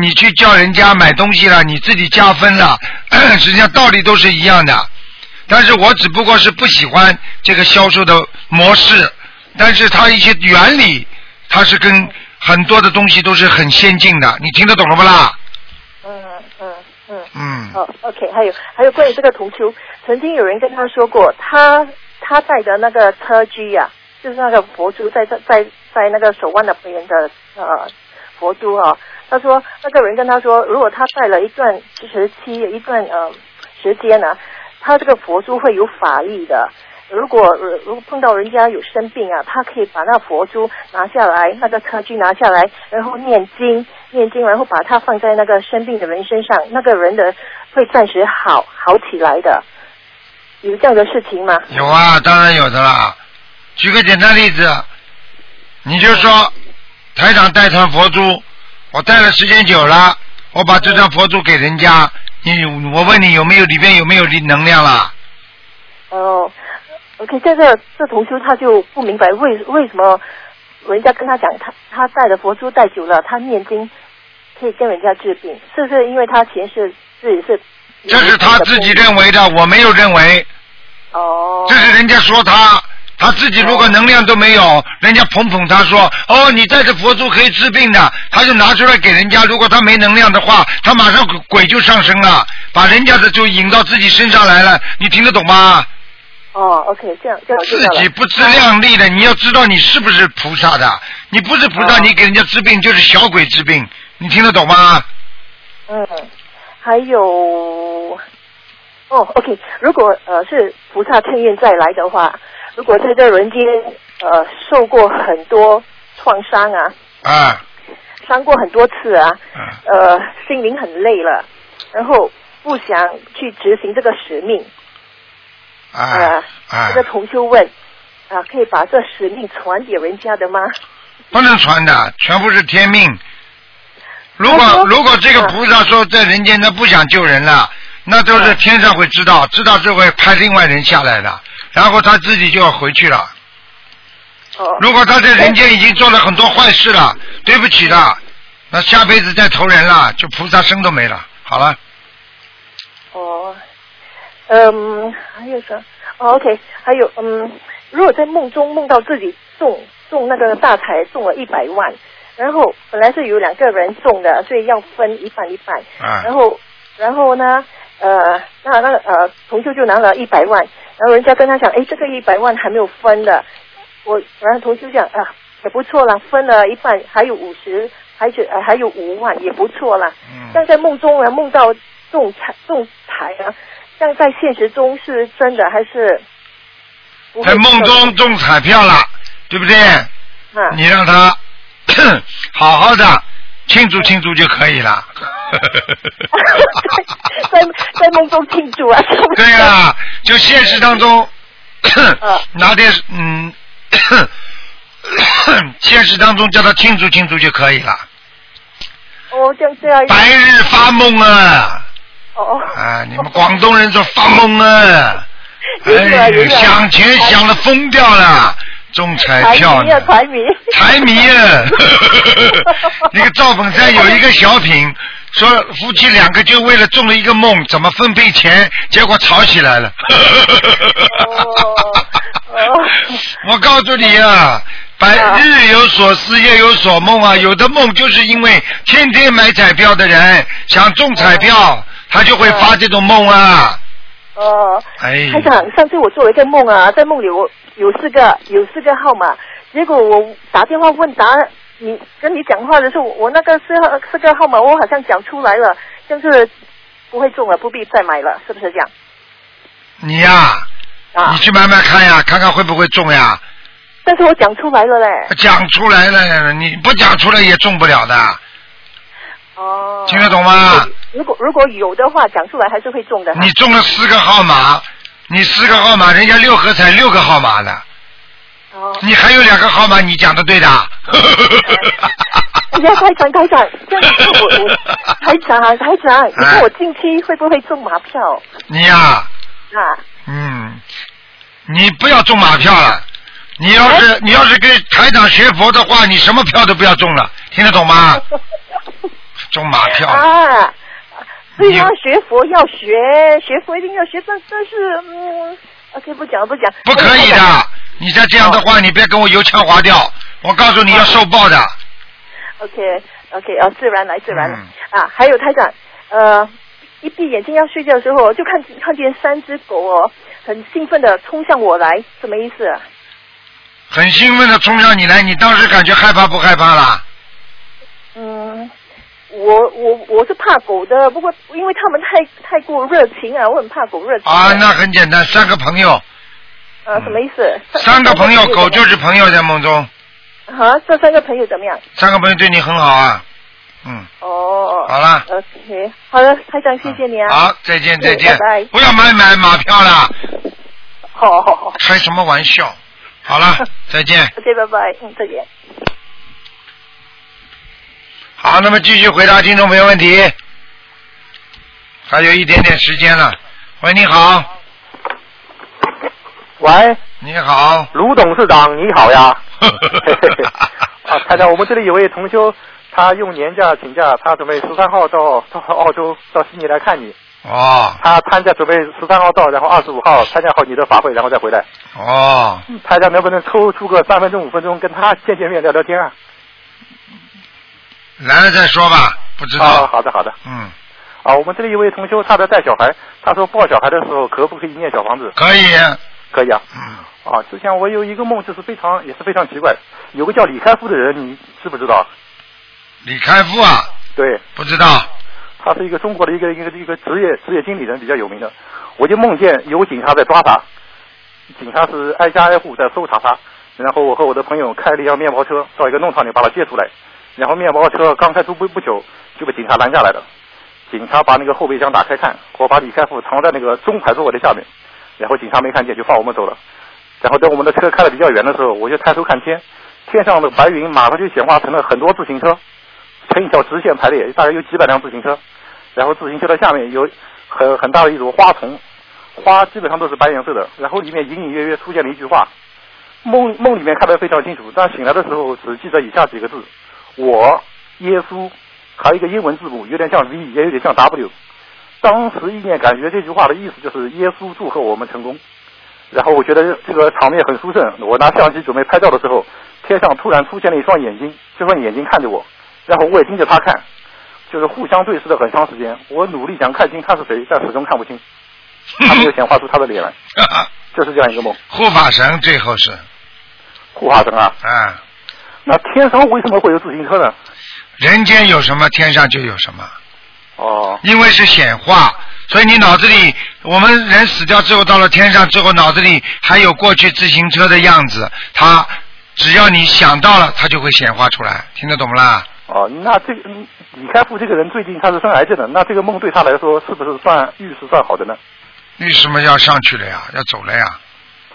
[SPEAKER 2] 你去叫人家买东西了，你自己加分了， 实际上道理都是一样的。但是我只不过是不喜欢这个销售的模式，但是它一些原理，它是跟很多的东西都是很先进的，你听得懂了不啦？
[SPEAKER 12] 嗯嗯嗯。
[SPEAKER 2] 嗯，
[SPEAKER 12] 哦，OK，还有还有关于这个同修，曾经有人跟他说过，他他带的那个车居呀、就是那个佛珠在在在在那个手腕的边的呃佛珠啊，他说那个人跟他说，如果他带了一段时期一段呃时间呢、他这个佛珠会有法力的。如果呃如果碰到人家有生病啊，他可以把那佛珠拿下来，那个车具拿下来，然后念经，念经，然后把它放在那个生病的人身上，那个人的会暂时好好起来的。有这样的事情吗？
[SPEAKER 2] 有啊，当然有的啦。举个简单例子，你就说台长带团佛珠，我带了时间久了，我把这张佛珠给人家，你我问你有没有里面有没有能量啦？
[SPEAKER 12] 哦，OK，这个这同修他就不明白为为什么人家跟他讲他他带的佛珠带久了，他念经可以跟人家治病，是不是因为他前世自己是
[SPEAKER 2] 这是他自己认为的，我没有认为。
[SPEAKER 12] 哦。
[SPEAKER 2] 这是人家说他，他自己如果能量都没有，人家捧捧他说，哦，你带着佛珠可以治病的，他就拿出来给人家。如果他没能量的话，他马上鬼鬼就上身了，把人家的就引到自己身上来了。你听得懂吗？
[SPEAKER 12] 哦，OK，这样这样我知
[SPEAKER 2] 自
[SPEAKER 12] 道了
[SPEAKER 2] 己不自量力的，你要知道你是不是菩萨的，你不是菩萨，你给人家治病就是小鬼治病，你听得懂吗？
[SPEAKER 12] 嗯，还有，哦，OK，如果呃是菩萨趁愿再来的话，如果在这人间呃受过很多创伤啊，
[SPEAKER 2] 啊，
[SPEAKER 12] 伤过很多次啊，呃，心灵很累了，然后不想去执行这个使命，
[SPEAKER 2] 啊
[SPEAKER 12] 这
[SPEAKER 2] 啊，
[SPEAKER 12] 个同修问，啊、可以把这使命传给人家的吗？
[SPEAKER 2] 不能传的，全部是天命。如果如果这个菩萨说在人间他不想救人了，那都是天上会知道，知道就会派另外人下来的，然后他自己就要回去了。如果他在人间已经做了很多坏事了，对不起了，那下辈子再投人了，就菩萨生都没了。好了，
[SPEAKER 12] 哦，嗯，还有啥？哦，OK，还有嗯，如果在梦中梦到自己中中那个大彩中了一百万，然后本来是有两个人中的，所以要分一半一半，
[SPEAKER 2] 啊
[SPEAKER 12] 然后然后呢？呃，那那个呃，同修就拿了一百万，然后人家跟他讲，哎，这个一百万还没有分的，我然后同修讲啊，也不错啦，分了一半，还有五十，还是、呃、还有五万，也不错啦。
[SPEAKER 2] 嗯
[SPEAKER 12] 但在梦中呢，梦到中彩中彩啊，但在现实中是真的还是不会
[SPEAKER 2] 在梦中中彩票了，对不对？
[SPEAKER 12] 啊？
[SPEAKER 2] 你让他 好好的庆祝庆祝就可以了。
[SPEAKER 12] 在在梦中庆祝啊？
[SPEAKER 2] 对啊，就现实当中 拿点嗯，现实当中叫他庆祝庆祝就可以了。
[SPEAKER 12] 哦，这样这样。
[SPEAKER 2] 白日发梦啊！
[SPEAKER 12] 哦，
[SPEAKER 2] 啊，你们广东人说发梦啊，
[SPEAKER 12] 有点
[SPEAKER 2] 哎
[SPEAKER 12] 儿有
[SPEAKER 2] 呦，
[SPEAKER 12] 啊点儿
[SPEAKER 2] 想钱想的疯掉了，中彩票
[SPEAKER 12] 财迷
[SPEAKER 2] 呢
[SPEAKER 12] 啊，，财迷。
[SPEAKER 2] 财迷啊！ 那个赵本山有一个小品，说夫妻两个就为了中了一个梦，怎么分配钱，结果吵起来了。
[SPEAKER 12] 哦
[SPEAKER 2] 我告诉你啊，白日有所思，夜有所梦啊。有的梦就是因为天天买彩票的人想中彩票，他就会发这种梦啊。
[SPEAKER 12] 哦，
[SPEAKER 2] 哎，
[SPEAKER 12] 台长，上次我做了一个梦啊，在梦里我有四个有四个号码，结果我打电话问答你跟你讲话的时候，我那个四号四个号码我好像讲出来了，就是不会中了，不必再买了，是不是这样？
[SPEAKER 2] 你呀、
[SPEAKER 12] 啊
[SPEAKER 2] 你去买买看呀，看看会不会中呀。
[SPEAKER 12] 但是我讲出来了嘞，
[SPEAKER 2] 讲出来了，你不讲出来也中不了的。哦。听得懂吗？
[SPEAKER 12] 如果如果有的话，讲出来还是会中的。
[SPEAKER 2] 你中了四个号码，你四个号码，人家六合彩六个号码的。哦。你还有两个号码，你讲的对的。
[SPEAKER 12] 哎呀，台长，台长，这样子我我台长啊，台长，你说我近期会不会中马票
[SPEAKER 2] 你呀、
[SPEAKER 12] 啊？
[SPEAKER 2] 嗯，你不要中马票了。你要是你要是跟台长学佛的话，你什么票都不要中了，听得懂吗？中马票。
[SPEAKER 12] 啊，所以要学佛，要学学佛，一定要学，但但是嗯，OK，不讲了不讲，
[SPEAKER 2] 不可以的，你再这样的话，你别跟我油腔滑调，我告诉你要受报的。
[SPEAKER 12] OK OK，哦，自然来自然
[SPEAKER 2] 嗯
[SPEAKER 12] 来、啊。还有台长，呃，一闭眼睛要睡觉的时候，就看看见三只狗哦，很兴奋的冲向我来，什么意思、啊？
[SPEAKER 2] 很兴奋的冲上你来，你当时感觉害怕不害怕啦？
[SPEAKER 12] 嗯，我我我是怕狗的，不过因为他们太太过热情啊，我很怕狗热情
[SPEAKER 2] 啊，那很简单，三个朋 友，
[SPEAKER 12] 呃，什么意思？
[SPEAKER 2] 三个朋友， 狗就是
[SPEAKER 12] 友
[SPEAKER 2] 朋友，在梦中，
[SPEAKER 12] 怎么样。啊，这三个朋友怎么样？
[SPEAKER 2] 三个朋友对你很好啊。嗯，
[SPEAKER 12] 哦，
[SPEAKER 2] 好啦
[SPEAKER 12] OK，好了，台长，谢谢你啊。
[SPEAKER 2] 好，再见再见
[SPEAKER 12] 嗯拜拜，
[SPEAKER 2] 不要买买马票啦，
[SPEAKER 12] 好好好
[SPEAKER 2] 开什么玩笑？好 了，再见。
[SPEAKER 12] ，OK，拜拜，嗯，再见。
[SPEAKER 2] 好，那么继续回答听众朋友问题，还有一点点时间了。喂，你好，
[SPEAKER 13] 喂，
[SPEAKER 2] 你好，
[SPEAKER 13] 卢董事长，你好 呀。啊，台长，我们这里有位同修，他用年假请假，他准备十三号到到澳洲到悉尼来看你。
[SPEAKER 2] 哦
[SPEAKER 13] 他参加准备十三号到，然后二十五号参加好你的法会，然后再回来。
[SPEAKER 2] 哦，
[SPEAKER 12] 嗯
[SPEAKER 13] 台长能不能抽出个三分钟、五分钟跟他见见面、聊聊天啊？
[SPEAKER 2] 来了再说吧，不知
[SPEAKER 13] 啊，
[SPEAKER 2] 道。
[SPEAKER 13] 好的好的。
[SPEAKER 2] 嗯，
[SPEAKER 13] 啊，我们这里有位同修，他在带小孩，他说抱小孩的时候可不可以念小房子？
[SPEAKER 2] 可以。
[SPEAKER 13] 可以啊。嗯。啊，之前我有一个梦，就是非常也是非常奇怪，有个叫李开复的人，你知不知道？
[SPEAKER 2] 李开复啊，
[SPEAKER 13] 对，
[SPEAKER 2] 不知道。
[SPEAKER 13] 他是一个中国的一个一个一个职业职业经理人，比较有名的。我就梦见有警察在抓他，警察是挨家挨户在搜查他。然后我和我的朋友开了一辆面包车到一个弄堂里把他接出来，然后面包车刚开出不不久就被警察拦下来了。警察把那个后备箱打开看，我把李开复藏在那个中排座位的下面，然后警察没看见就放我们走了。然后等我们的车开得比较远的时候，我就抬头看天，天上的白云马上就显化成了很多自行车，成一条直线排列，大概有几百辆自行车。然后自行车的下面有很很大的一朵花丛，花基本上都是白颜色的。然后里面隐隐约约出现了一句话，梦梦里面看得非常清楚，但醒来的时候只记得以下几个字：我耶稣，还有一个英文字母，有点像 V，也有点像 W。当时意念感觉这句话的意思就是耶稣祝贺我们成功。然后我觉得这个场面很殊胜，我拿相机准备拍照的时候，天上突然出现了一双眼睛，这双眼睛看着我，然后我也盯着他看，就是互相对视了很长时间。我努力想看清他是谁，但始终看不清，他没有显化出他的脸来，就是这样一个梦。
[SPEAKER 2] 护法神最后是。
[SPEAKER 13] 护法神啊。
[SPEAKER 2] 啊，
[SPEAKER 13] 那天上为什么会有自行车呢？
[SPEAKER 2] 人间有什么，天上就有什么。
[SPEAKER 13] 哦。
[SPEAKER 2] 因为是显化，所以你脑子里，我们人死掉之后到了天上之后，脑子里还有过去自行车的样子，它只要你想到了，它就会显化出来，听得懂不啦？
[SPEAKER 13] 哦，那这个嗯李开复这个人最近他是生癌症的，那这个梦对他来说是不是算预示算好的呢？
[SPEAKER 2] 为什么要上去了呀？要走了呀？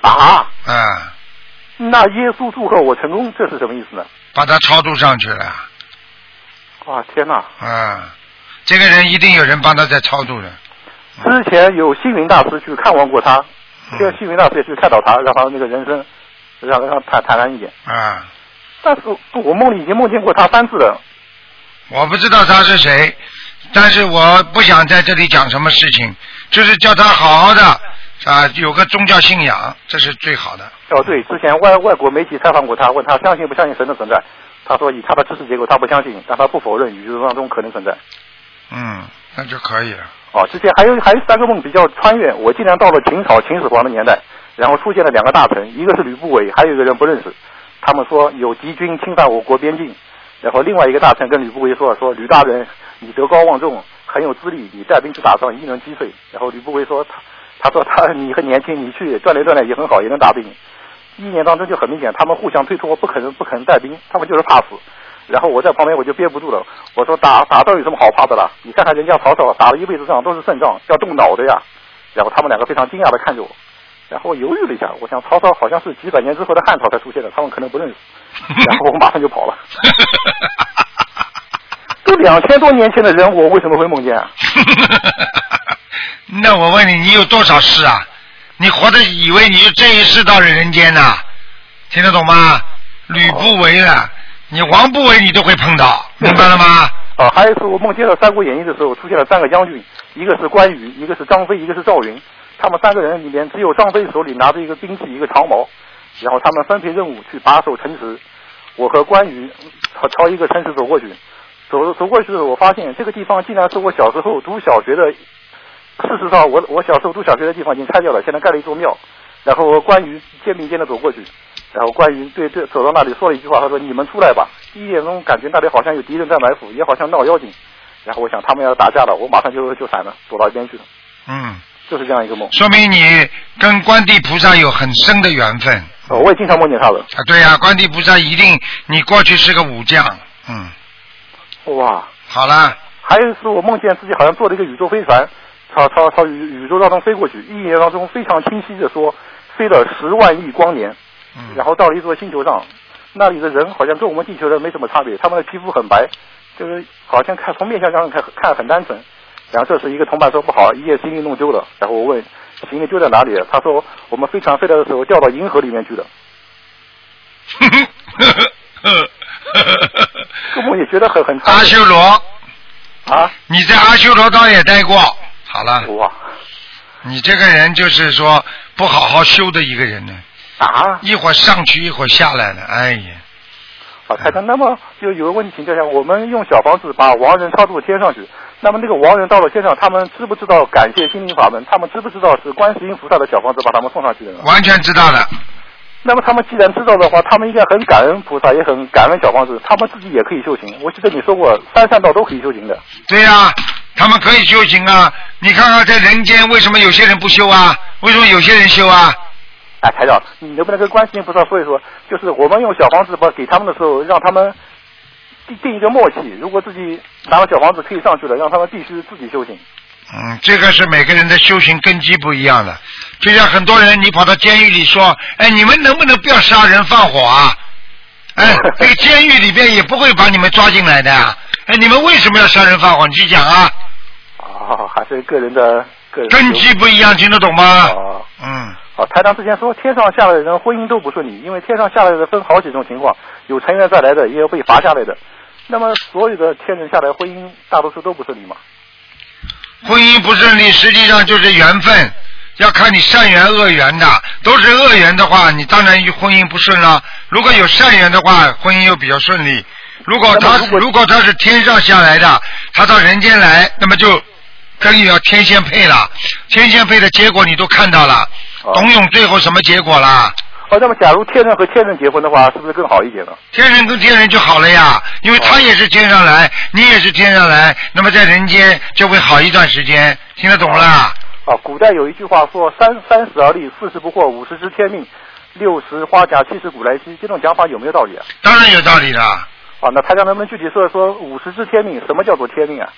[SPEAKER 13] 打，
[SPEAKER 2] 嗯，
[SPEAKER 13] 那耶稣祝贺我成功，这是什么意思呢？
[SPEAKER 2] 把他超度上去了。
[SPEAKER 13] 哇，啊天哪！
[SPEAKER 2] 嗯，这个人一定有人帮他在超度的。
[SPEAKER 13] 之前有星云大师去看望过他，这个星云大师也去看到他，让他那个人生让让他坦坦然一点。
[SPEAKER 2] 啊，
[SPEAKER 13] 但是我梦里已经梦见过他三次了，
[SPEAKER 2] 我不知道他是谁，但是我不想在这里讲什么事情，就是叫他好好的啊，有个宗教信仰，这是最好的。
[SPEAKER 13] 哦，对，之前外外国媒体采访过他，问他相信不相信神的存在，他说以他的知识结构，他不相信，但他不否认宇宙当中可能存在。
[SPEAKER 2] 嗯，那就可以了。
[SPEAKER 13] 哦，之前还有还有三个梦比较穿越，我竟然到了秦朝秦始皇的年代，然后出现了两个大臣，一个是吕不韦，还有一个人不认识。他们说有敌军侵犯我国边境，然后另外一个大臣跟吕不韦说说吕大人，你德高望重，很有资历，你带兵去打仗一定能击退。然后吕不韦说他他说他你很年轻，你去锻炼锻炼也很好，也能打兵。一年当中就很明显，他们互相推脱，不肯不肯带兵，他们就是怕死。然后我在旁边我就憋不住了，我说打打仗有什么好怕的啦？你看看人家曹操打了一辈子仗都是胜仗，要动脑的呀。然后他们两个非常惊讶的看着我，然后我犹豫了一下，我想曹操好像是几百年之后的汉朝才出现的，他们可能不认识。然后我马上就跑了。都两千多年前的人，我为什么会梦见啊？
[SPEAKER 2] 那我问你，你有多少事啊？你活着以为你就这一世到了人间呐、听得懂吗？
[SPEAKER 13] 哦
[SPEAKER 2] 吕不韦了，你王不韦你都会碰到，明白了吗？
[SPEAKER 13] 啊，还有一次我梦见了《三国演义》的时候，出现了三个将军，一个是关羽，一个是张飞，一个是赵云。他们三个人里面，只有张飞手里拿着一个兵器，一个长矛。然后他们分配任务去把守城池。我和关羽朝朝一个城池走过去，走走过去的时候，我发现这个地方竟然是我小时候读小学的。事实上，我我小时候读小学的地方已经拆掉了，现在盖了一座庙。然后关羽肩并肩的走过去，然后关羽对对走到那里说了一句话，他说：“你们出来吧。”第一眼中感觉那里好像有敌人在埋伏，也好像闹妖精。然后我想他们要打架了，我马上就就闪了，躲到一边去了。
[SPEAKER 2] 嗯，
[SPEAKER 13] 就是这样一个梦。
[SPEAKER 2] 说明你跟观地菩萨有很深的缘分。
[SPEAKER 13] 哦，我也经常梦见他了。
[SPEAKER 2] 啊，对呀、观地菩萨一定，你过去是个武将，嗯，
[SPEAKER 13] 哇！
[SPEAKER 2] 好啦，
[SPEAKER 13] 还有一次，我梦见自己好像坐了一个宇宙飞船，朝朝朝宇宇宙当中飞过去，一年当中非常清晰的说，飞了十万亿光年，
[SPEAKER 2] 嗯
[SPEAKER 13] 然后到了一座星球上，那里的人好像跟我们地球人没什么差别，他们的皮肤很白，就是好像看从面相上看看很单纯。然后这时一个同伴说不好，一夜行李弄丢了，然后我问行李丢在哪里啊了？他说我们飞船飞来的时候掉到银河里面 去了。这梦也觉得很很
[SPEAKER 2] 阿修罗
[SPEAKER 13] 啊，
[SPEAKER 2] 你在阿修罗道也待过，好了，
[SPEAKER 13] 哇，
[SPEAKER 2] 你这个人就是说不好好修的一个人呢，
[SPEAKER 13] 啊，
[SPEAKER 2] 一会儿上去一会儿下来了，哎呀，
[SPEAKER 13] 啊，开灯。那么就有个问题，就像我们用小房子把亡人超度天上去，那么那个亡人到了天上，他们知不知道感谢心灵法门？他们知不知道是观世音菩萨的小房子把他们送上去的呢？
[SPEAKER 2] 完全知道了，
[SPEAKER 13] 那么他们既然知道的话，他们应该很感恩菩萨，也很感恩小房子，他们自己也可以修行。我记得你说过，三善道都可以修行的。
[SPEAKER 2] 对呀、他们可以修行啊。你看看在人间为什么有些人不修啊？为什么有些人修啊？
[SPEAKER 13] 哎，台长，你能不能跟观世音菩萨说一说，就是我们用小房子吧给他们的时候，让他们定定一个默契，如果自己拿了小房子可以上去了，让他们必须自己修行。
[SPEAKER 2] 嗯，这个是每个人的修行根基不一样的。就像很多人，你跑到监狱里说：“哎，你们能不能不要杀人放火啊？”哎，这个监狱里边也不会把你们抓进来的、啊。哎，你们为什么要杀人放火？你去讲啊，
[SPEAKER 13] 啊，还是个人的个人的
[SPEAKER 2] 根基不一样，听得懂吗？
[SPEAKER 13] 啊，
[SPEAKER 2] 嗯，
[SPEAKER 13] 哦，台长之前说天上下来的人婚姻都不顺利，因为天上下来的分好几种情况，有成员再来的，也有被罚下来的。那么所有的天人下来婚姻大多数都不顺利嘛？
[SPEAKER 2] 婚姻不顺利，实际上就是缘分，要看你善缘恶缘的。都是恶缘的话，你当然婚姻不顺了；如果有善缘的话，婚姻又比较顺利。如果他如果他是天上下来的，他到人间来，那么就跟于要天仙配了。天仙配的结果你都看到了，董永最后什么结果啦？
[SPEAKER 13] 哦，那么假如天人和天人结婚的话，是不是更好一点呢？
[SPEAKER 2] 天人跟天人就好了呀，因为他也是天上来，你也是天上来，那么在人间就会好一段时间，听得懂啦？
[SPEAKER 13] 啊，古代有一句话说“三三十而立，四十不惑，五十知天命，六十花甲，七十古来稀”，这种讲法有没有道理啊？
[SPEAKER 2] 当然有道理啦。
[SPEAKER 13] 啊，那台长能不能具体说一说五十知天命，什么叫做天命啊？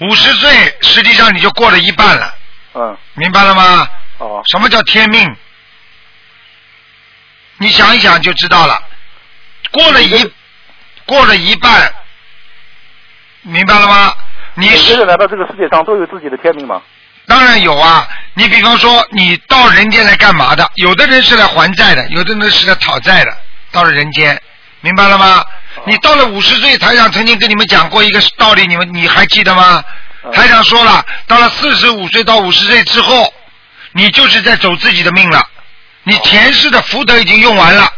[SPEAKER 2] 五十岁实际上你就过了一半了，
[SPEAKER 13] 嗯，
[SPEAKER 2] 明白了吗？
[SPEAKER 13] 哦，
[SPEAKER 2] 什么叫天命？你想一想就知道了。过了一过了一半，明白了吗？你
[SPEAKER 13] 每个人来到这个世界上都有自己的天命嘛。
[SPEAKER 2] 当然有啊，你比方说你到人间来干嘛的？有的人是来还债的，有的人是来讨债的。到了人间，明白了吗？你到了五十岁，台长曾经跟你们讲过一个道理，你们你还记得吗？台长说了，到了四十五岁到五十岁之后，你就是在走自己的命了，你前世的福德已经用完了，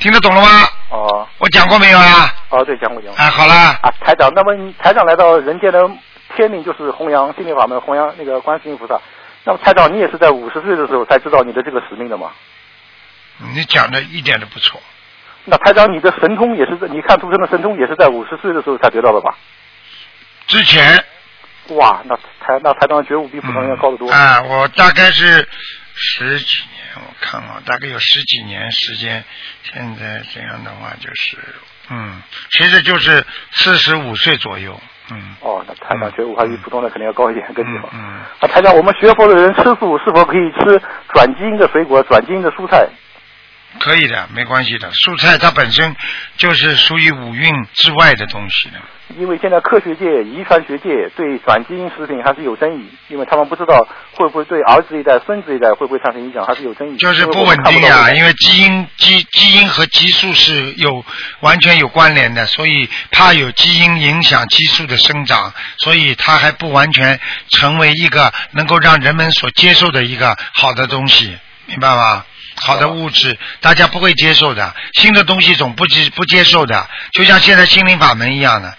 [SPEAKER 2] 听得懂了吗？
[SPEAKER 13] 哦。
[SPEAKER 2] 我讲过没有啊？
[SPEAKER 13] 哦，对，讲过讲过。
[SPEAKER 2] 哎，好啦。
[SPEAKER 13] 啊，台长，那么你台长来到人间的天命就是弘扬心灵法门，弘扬那个观世音菩萨。那么台长，你也是在五十岁的时候才知道你的这个使命的嘛？
[SPEAKER 2] 你讲的一点都不错，
[SPEAKER 13] 那台长，你的神通也是在你看图腾的神通也是在五十岁的时候才得到的吧？
[SPEAKER 2] 之前。
[SPEAKER 13] 哇，那台那台长觉悟比普通人要高得多。
[SPEAKER 2] 啊，我大概是十几年，我看啊，大概有十几年时间。现在这样的话就是，嗯，其实就是四十五岁左右，嗯。
[SPEAKER 13] 哦，那台长觉悟还比普通人肯定要高一点，更地方。嗯。啊，台长，我们学佛的人吃素是否可以吃转基因的水果、转基因的蔬菜？
[SPEAKER 2] 可以的，没关系的。蔬菜它本身就是属于五运之外的东西的。
[SPEAKER 13] 因为现在科学界、遗传学界对转基因食品还是有争议，因为他们不知道会不会对儿子一代、孙子一代会不会产生影响，还是有争议。
[SPEAKER 2] 就是不稳定
[SPEAKER 13] 啊
[SPEAKER 2] 呀、
[SPEAKER 13] 哦
[SPEAKER 2] 因为基因基基因和激素是有完全有关联的，所以怕有基因影响激素的生长，所以它还不完全成为一个能够让人们所接受的一个好的东西，明白吗？好的物质，大家不会接受的，新的东西总不接不接受的，就像现在心灵法门一样的。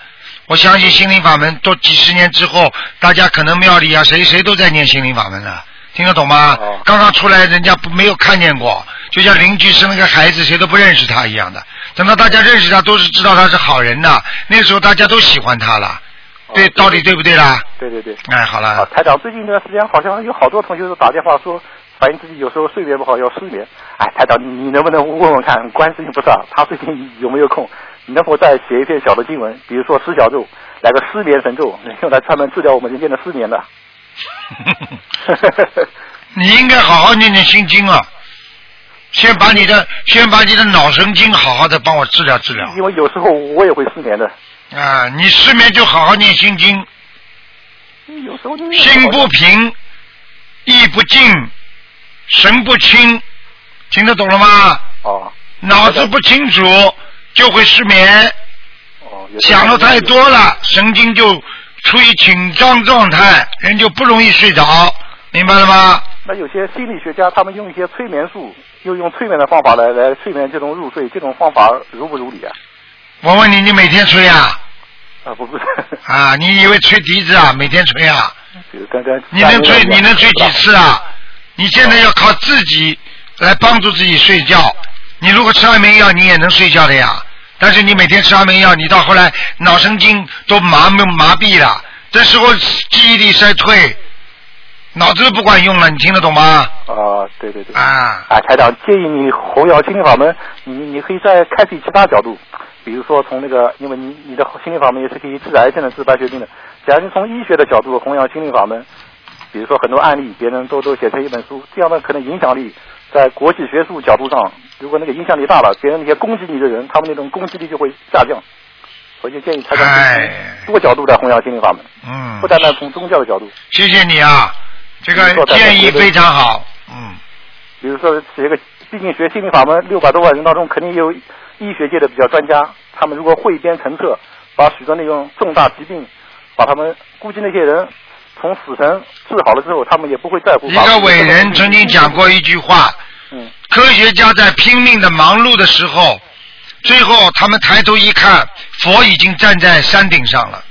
[SPEAKER 2] 我相信心灵法门都几十年之后，大家可能庙里啊，谁谁都在念心灵法门了，听得懂吗？刚刚出来，人家不没有看见过，就像邻居生了个孩子，谁都不认识他一样的。等到大家认识他，都是知道他是好人的，那时候大家都喜欢他了。
[SPEAKER 13] 哦
[SPEAKER 2] 对，道理对不对 啦？
[SPEAKER 13] 对对对。
[SPEAKER 2] 哎，好了，
[SPEAKER 13] 台长，最近一段时间好像有好多同学都打电话说，反映自己有时候睡眠不好，要失眠。哎，台长，你能不能问问看，观世音菩萨他最近有没有空？你能否再写一篇小的经文，比如说施小咒，来个失眠神咒， 用来专门治疗我们人间的失眠的？
[SPEAKER 2] 你应该好好念念心经啊，先把你的先把你的脑神经好好的帮我治疗治疗
[SPEAKER 13] 因为有时候我也会失眠的。
[SPEAKER 2] 啊！你失眠就好好念心经，
[SPEAKER 13] 有时候就
[SPEAKER 2] 心不平，意不静，神不清，听得懂了吗？
[SPEAKER 13] 哦。
[SPEAKER 2] 脑子不清楚就会失眠。
[SPEAKER 13] 哦。
[SPEAKER 2] 想的太多了，神经就处于紧张状态，人就不容易睡着，明白了吗？
[SPEAKER 13] 那有些心理学家他们用一些催眠术，又用催眠的方法来来催眠这种入睡，这种方法如不如理啊？
[SPEAKER 2] 我问你，你每天吹啊？
[SPEAKER 13] 啊，不是，
[SPEAKER 2] 啊，你以为吹笛子啊？每天吹啊？
[SPEAKER 13] 比如刚刚
[SPEAKER 2] 你能吹你能吹几次啊？你现在要靠自己来帮助自己睡觉。你如果吃安眠药，你也能睡觉的呀。但是你每天吃安眠药，你到后来脑神经都麻木麻痹了，这时候记忆力衰退，脑子都不管用了。你听得懂吗？
[SPEAKER 13] 啊，对对对。
[SPEAKER 2] 啊
[SPEAKER 13] 啊，台长建议你弘扬心灵法门，你你可以再开辟其他角度，比如说从那个，因为你你的心灵法门也是可以治癌症的、治白血病的。假如从医学的角度弘扬心灵法门，比如说很多案例，别人都都写成一本书，这样的可能影响力在国际学术角度上，如果那个影响力大了，别人那些攻击你的人，他们那种攻击力就会下降。我就建议台长
[SPEAKER 2] 哎
[SPEAKER 13] 多角度来弘扬心灵法门，
[SPEAKER 2] 嗯
[SPEAKER 13] 不，单单从宗教的角度。
[SPEAKER 2] 谢谢你啊，这
[SPEAKER 13] 你
[SPEAKER 2] 个
[SPEAKER 13] 说大家
[SPEAKER 2] 建议
[SPEAKER 13] 觉得
[SPEAKER 2] 非常好。嗯，
[SPEAKER 13] 比如说学个，毕竟学心灵法门六百多万人当中，肯定也有医学界的比较专家，他们如果汇编成册，把许多那种重大疾病，把他们估计那些人从死神治好了之后，他们也不会在乎。
[SPEAKER 2] 一个伟人曾经讲过一句话，
[SPEAKER 13] 嗯，
[SPEAKER 2] 科学家在拼命的忙碌的时候，最后他们抬头一看，佛已经站在山顶上了。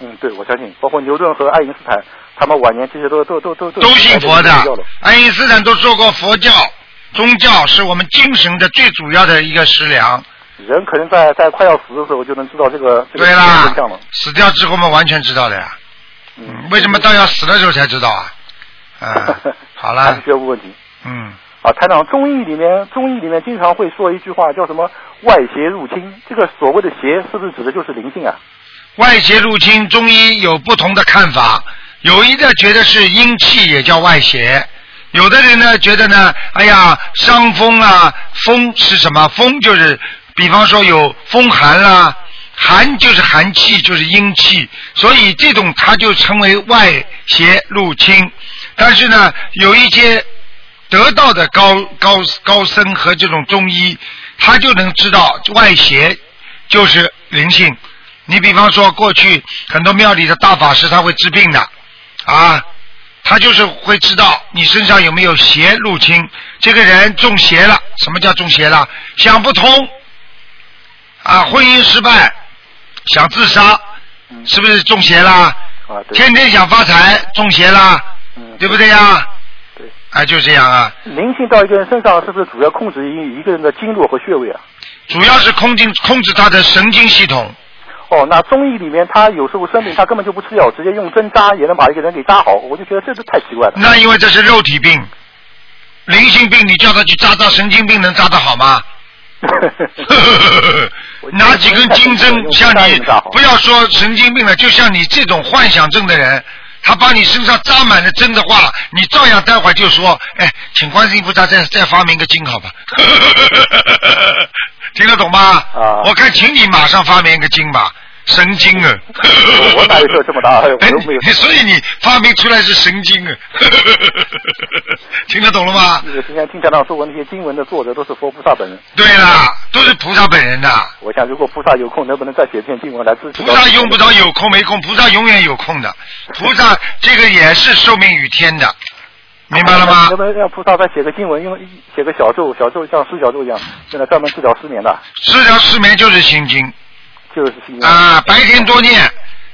[SPEAKER 13] 嗯，对，我相信，包括牛顿和爱因斯坦，他们晚年其实都都都都都
[SPEAKER 2] 都信佛的
[SPEAKER 13] 都信了，
[SPEAKER 2] 爱因斯坦都说过，佛教宗教是我们精神的最主要的一个食粮。
[SPEAKER 13] 人可能在在快要死的时候就能知道这个这个
[SPEAKER 2] 对啦
[SPEAKER 13] 真相了。
[SPEAKER 2] 死掉之后嘛，完全知道的呀。
[SPEAKER 13] 嗯，
[SPEAKER 2] 为什么到要死的时候才知道啊？嗯，好
[SPEAKER 13] 还
[SPEAKER 2] 了
[SPEAKER 13] 是，学问问题。
[SPEAKER 2] 嗯，
[SPEAKER 13] 啊，台长，中医里面，中医里面经常会说一句话，叫什么“外邪入侵”。这个所谓的邪，是不是指的就是灵性啊？
[SPEAKER 2] 外邪入侵，中医有不同的看法。有一个觉得是阴气，也叫外邪；有的人呢觉得呢，哎呀，伤风啊，风是什么？风就是，比方说有风寒啦、寒就是寒气，就是阴气，所以这种它就成为外邪入侵。但是呢，有一些得道的高高高僧和这种中医，他就能知道外邪就是灵性。你比方说，过去很多庙里的大法师他会治病的，啊，他就是会知道你身上有没有邪入侵，这个人中邪了。什么叫中邪了？想不通，啊，婚姻失败，想自杀，是不是中邪啦？
[SPEAKER 13] 啊，对。
[SPEAKER 2] 天天想发财，中邪啦，对不对呀？
[SPEAKER 13] 对。
[SPEAKER 2] 啊，就这样啊，
[SPEAKER 13] 灵性到一个人身上，是不是主要控制一一个人的经络和穴位啊？
[SPEAKER 2] 主要是控制控制他的神经系统。
[SPEAKER 13] 哦，那中医里面他有时候生病，他根本就不吃药，直接用针扎也能把一个人给扎好，我就觉得这是太奇怪了。
[SPEAKER 2] 那因为这是肉体病，灵性病，你叫他去扎扎神经病，能扎得好吗？拿几根金针，像你不要说神经病了，就像你这种幻想症的人，他把你身上扎满了针的话，你照样待会儿就说，哎，请观世音菩萨再再发明个经好吧？听得懂吗？啊、我看请你马上发明一个经吧，神经啊！
[SPEAKER 13] 我哪有事这么大？我
[SPEAKER 2] 哎
[SPEAKER 13] 都没有，。
[SPEAKER 2] 你所以你发明出来是神经啊！听得懂了吗？
[SPEAKER 13] 那个之前听讲长说过，那些经文的作者都是佛菩萨本人。
[SPEAKER 2] 对啦，都是菩萨本人的。
[SPEAKER 13] 我想，如果菩萨有空，能不能再写篇经文来支持？
[SPEAKER 2] 菩萨用不着有空没空，菩萨永远有空的。菩萨这个也是受命于天的，明白了吗？
[SPEAKER 13] 能不能让菩萨再写个经文，用写个小咒，小咒像施小咒一样，用来专门治疗失眠的？
[SPEAKER 2] 治疗失眠就是心经。
[SPEAKER 13] 就是心经。
[SPEAKER 2] 啊，白天多念，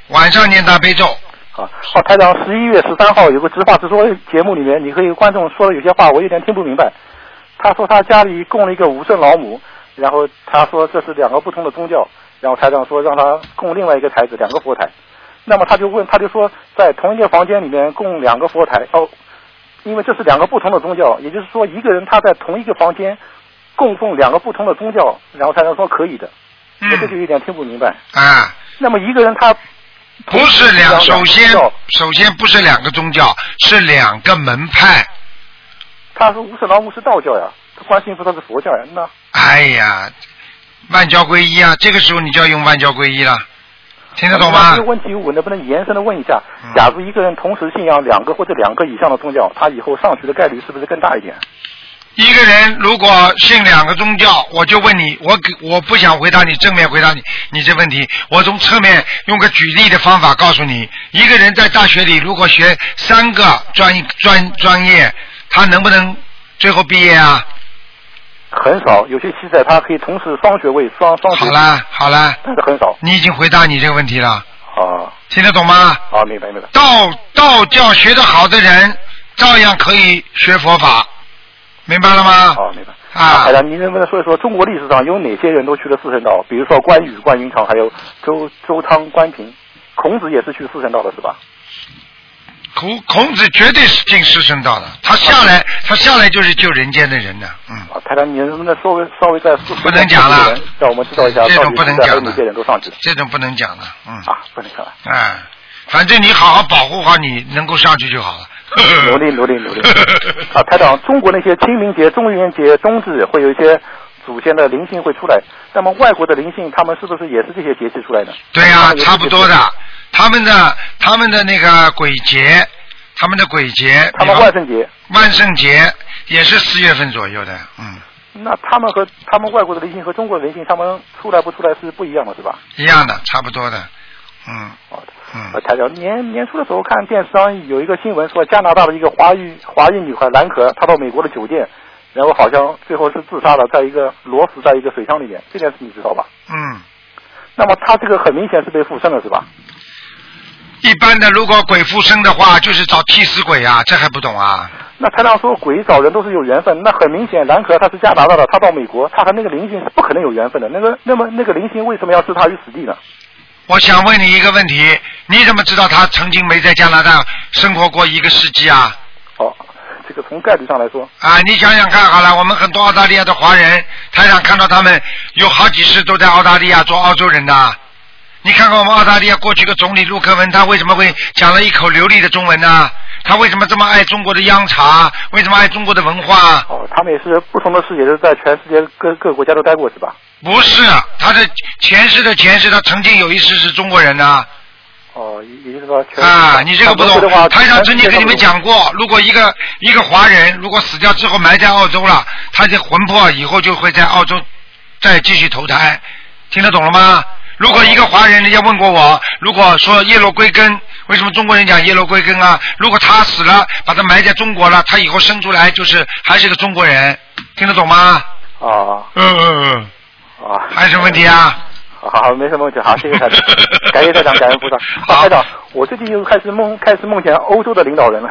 [SPEAKER 2] 晚上念大悲咒。
[SPEAKER 13] 哦，台长，十一月十三号有个直话直说节目里面，你和一个观众说了有些话，我有点听不明白。他说他家里供了一个无证老母，然后他说这是两个不同的宗教，然后台长说让他供另外一个台子，两个佛台。那么他就问，他就说在同一个房间里面供两个佛台，哦，因为这是两个不同的宗教，也就是说一个人他在同一个房间供奉两个不同的宗教，然后台长说可以的，
[SPEAKER 2] 嗯
[SPEAKER 13] 我这就有点听不明白。
[SPEAKER 2] 啊，
[SPEAKER 13] 那么一个人他
[SPEAKER 2] 不是两，首先
[SPEAKER 13] 宗教
[SPEAKER 2] 首先不是两个宗教，是两个门派。
[SPEAKER 13] 他说无色老母是道教呀，观世音菩萨是佛教呀，那
[SPEAKER 2] 哎呀，万教归一啊，这个时候你就要用万教归一了，听得懂吗？嗯
[SPEAKER 13] 那这个问题我能不能延伸的问一下，假如一个人同时信仰两个或者两个以上的宗教，他以后上学的概率是不是更大一点？
[SPEAKER 2] 一个人如果信两个宗教，我就问你，我给我不想回答你正面回答你你这问题，我从侧面用个举例的方法告诉你，一个人在大学里如果学三个专专专业，他能不能最后毕业啊？
[SPEAKER 13] 很少，有些期待他可以同时双学位、双双学
[SPEAKER 2] 好啦好啦，
[SPEAKER 13] 但是很少。
[SPEAKER 2] 你已经回答你这个问题了，
[SPEAKER 13] 啊
[SPEAKER 2] 听得懂吗？
[SPEAKER 13] 啊，明白明白。
[SPEAKER 2] 道道教学得好的人，照样可以学佛法，明白了吗？
[SPEAKER 13] 好，哦明白。
[SPEAKER 2] 啊，
[SPEAKER 13] 海洋，您能不能说一说中国历史上有哪些人都去了四圣道？比如说关羽、关云长，还有周周汤、关平，孔子也是去四圣道的是吧？
[SPEAKER 2] 孔孔子绝对是进师圣道的，他下来，他下来就是救人间的人的，嗯。
[SPEAKER 13] 啊，台长，你能不能稍微稍微再
[SPEAKER 2] 不能讲了，
[SPEAKER 13] 让我们知道一下
[SPEAKER 2] 这
[SPEAKER 13] 到
[SPEAKER 2] 种
[SPEAKER 13] 底
[SPEAKER 2] 不能
[SPEAKER 13] 是在还有
[SPEAKER 2] 讲
[SPEAKER 13] 哪
[SPEAKER 2] 的
[SPEAKER 13] 些人都上去了？
[SPEAKER 2] 这种不能讲的，嗯。
[SPEAKER 13] 啊，不能讲 了。
[SPEAKER 2] 哎，反正你好好保护好你，能够上去就好了。
[SPEAKER 13] 努力努力努力。啊，台长，中国那些清明节、中元节、冬至会有一些祖先的灵性会出来，那么外国的灵性，他们是不是也是这些节气出来的？
[SPEAKER 2] 对呀、差不多的。他们的他们的那个鬼节，他们的鬼节，
[SPEAKER 13] 他
[SPEAKER 2] 比方
[SPEAKER 13] 们啊万圣节，
[SPEAKER 2] 万圣节也是四月份左右的，嗯，
[SPEAKER 13] 那他们和他们外国的灵性和中国的灵性，他们出来不出来是不一样的，是吧？
[SPEAKER 2] 一样的，差不多的，嗯。
[SPEAKER 13] 啊，台长，年年初的时候看电视上有一个新闻说，加拿大的一个华裔华裔女孩蓝可，她到美国的酒店，然后好像最后是自杀了，在一个裸死在一个水箱里面，这件事你知道吧？
[SPEAKER 2] 嗯，
[SPEAKER 13] 那么她这个很明显是被附身了，是吧？
[SPEAKER 2] 一般的，如果鬼附身的话，就是找替死鬼啊，这还不懂啊？
[SPEAKER 13] 那台长说鬼找人都是有缘分，那很明显，蓝可她是加拿大的，她到美国，她和那个灵性是不可能有缘分的。那个，那么那个灵性为什么要置她于死地呢？
[SPEAKER 2] 我想问你一个问题，你怎么知道他曾经没在加拿大生活过一个世纪啊？
[SPEAKER 13] 这个从概率上来说，
[SPEAKER 2] 啊，你想想看好了，我们很多澳大利亚的华人，台长看到他们有好几世都在澳大利亚做澳洲人的，你看看我们澳大利亚过去个总理陆克文，他为什么会讲了一口流利的中文呢？他为什么这么爱中国的央茶？为什么爱中国的文化？
[SPEAKER 13] 哦，他们也是不同的世界，都在全世界各各个国家都待过是吧？
[SPEAKER 2] 不是，他的前世的前世，他曾经有一世是中国人呐、
[SPEAKER 13] 哦，也也就是说全
[SPEAKER 2] 啊，你这个不懂
[SPEAKER 13] 全部的话。
[SPEAKER 2] 台上曾经
[SPEAKER 13] 全世界
[SPEAKER 2] 跟你们
[SPEAKER 13] 都有
[SPEAKER 2] 讲过，如果一个一个华人如果死掉之后埋在澳洲了，他的魂魄以后就会在澳洲再继续投胎，听得懂了吗？如果一个华人，人家问过我，如果说叶落归根，为什么中国人讲叶落归根啊？如果他死了，把他埋在中国了，他以后生出来就是还是个中国人，听得懂吗？
[SPEAKER 13] 哦，
[SPEAKER 2] 嗯嗯嗯。
[SPEAKER 13] 啊，
[SPEAKER 2] 还有什么问题啊？
[SPEAKER 13] 好好，没什么问题，好，谢谢 台长，感谢台长，感恩菩萨。好，台长，我最近又开始梦，开始梦见欧洲的领导 人了。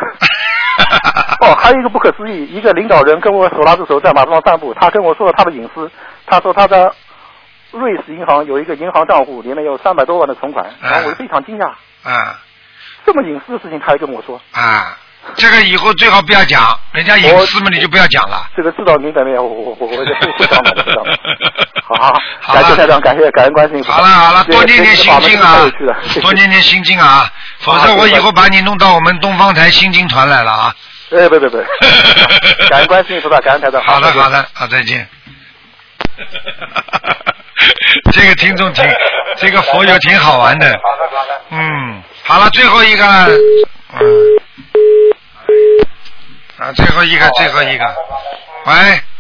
[SPEAKER 13] 哦，还有一个不可思议，一个领导人跟我手拉着手在马路上散步，他跟我说了他的隐私，他说他在瑞士银行有一个银行账户，里面有三百多万的存款，
[SPEAKER 2] 哎
[SPEAKER 13] 然后我就非常惊讶，
[SPEAKER 2] 啊
[SPEAKER 13] 这么隐私的事情他还跟我说。
[SPEAKER 2] 啊，这个以后最好不要讲，人家隐私嘛，你就不要讲了。
[SPEAKER 13] 这个知道明白没有？我我我我我知道了，知 道了。好好，
[SPEAKER 2] 好
[SPEAKER 13] 感谢
[SPEAKER 2] 了
[SPEAKER 13] 台长，感谢感恩关心。
[SPEAKER 2] 好了好了，多念念心经啊
[SPEAKER 13] 太有趣了，谢谢，
[SPEAKER 2] 多念念心经啊，否则我以后把你弄到我们东方台心经团来了啊。
[SPEAKER 13] 哎，不 不不，感恩关心，菩萨，感恩台长。
[SPEAKER 2] 好的
[SPEAKER 13] 再见
[SPEAKER 2] 好的，好再见。这个听众挺，这个佛友挺好玩的。嗯，好了，最后一个了，嗯，啊，最后一个，最后一个，喂，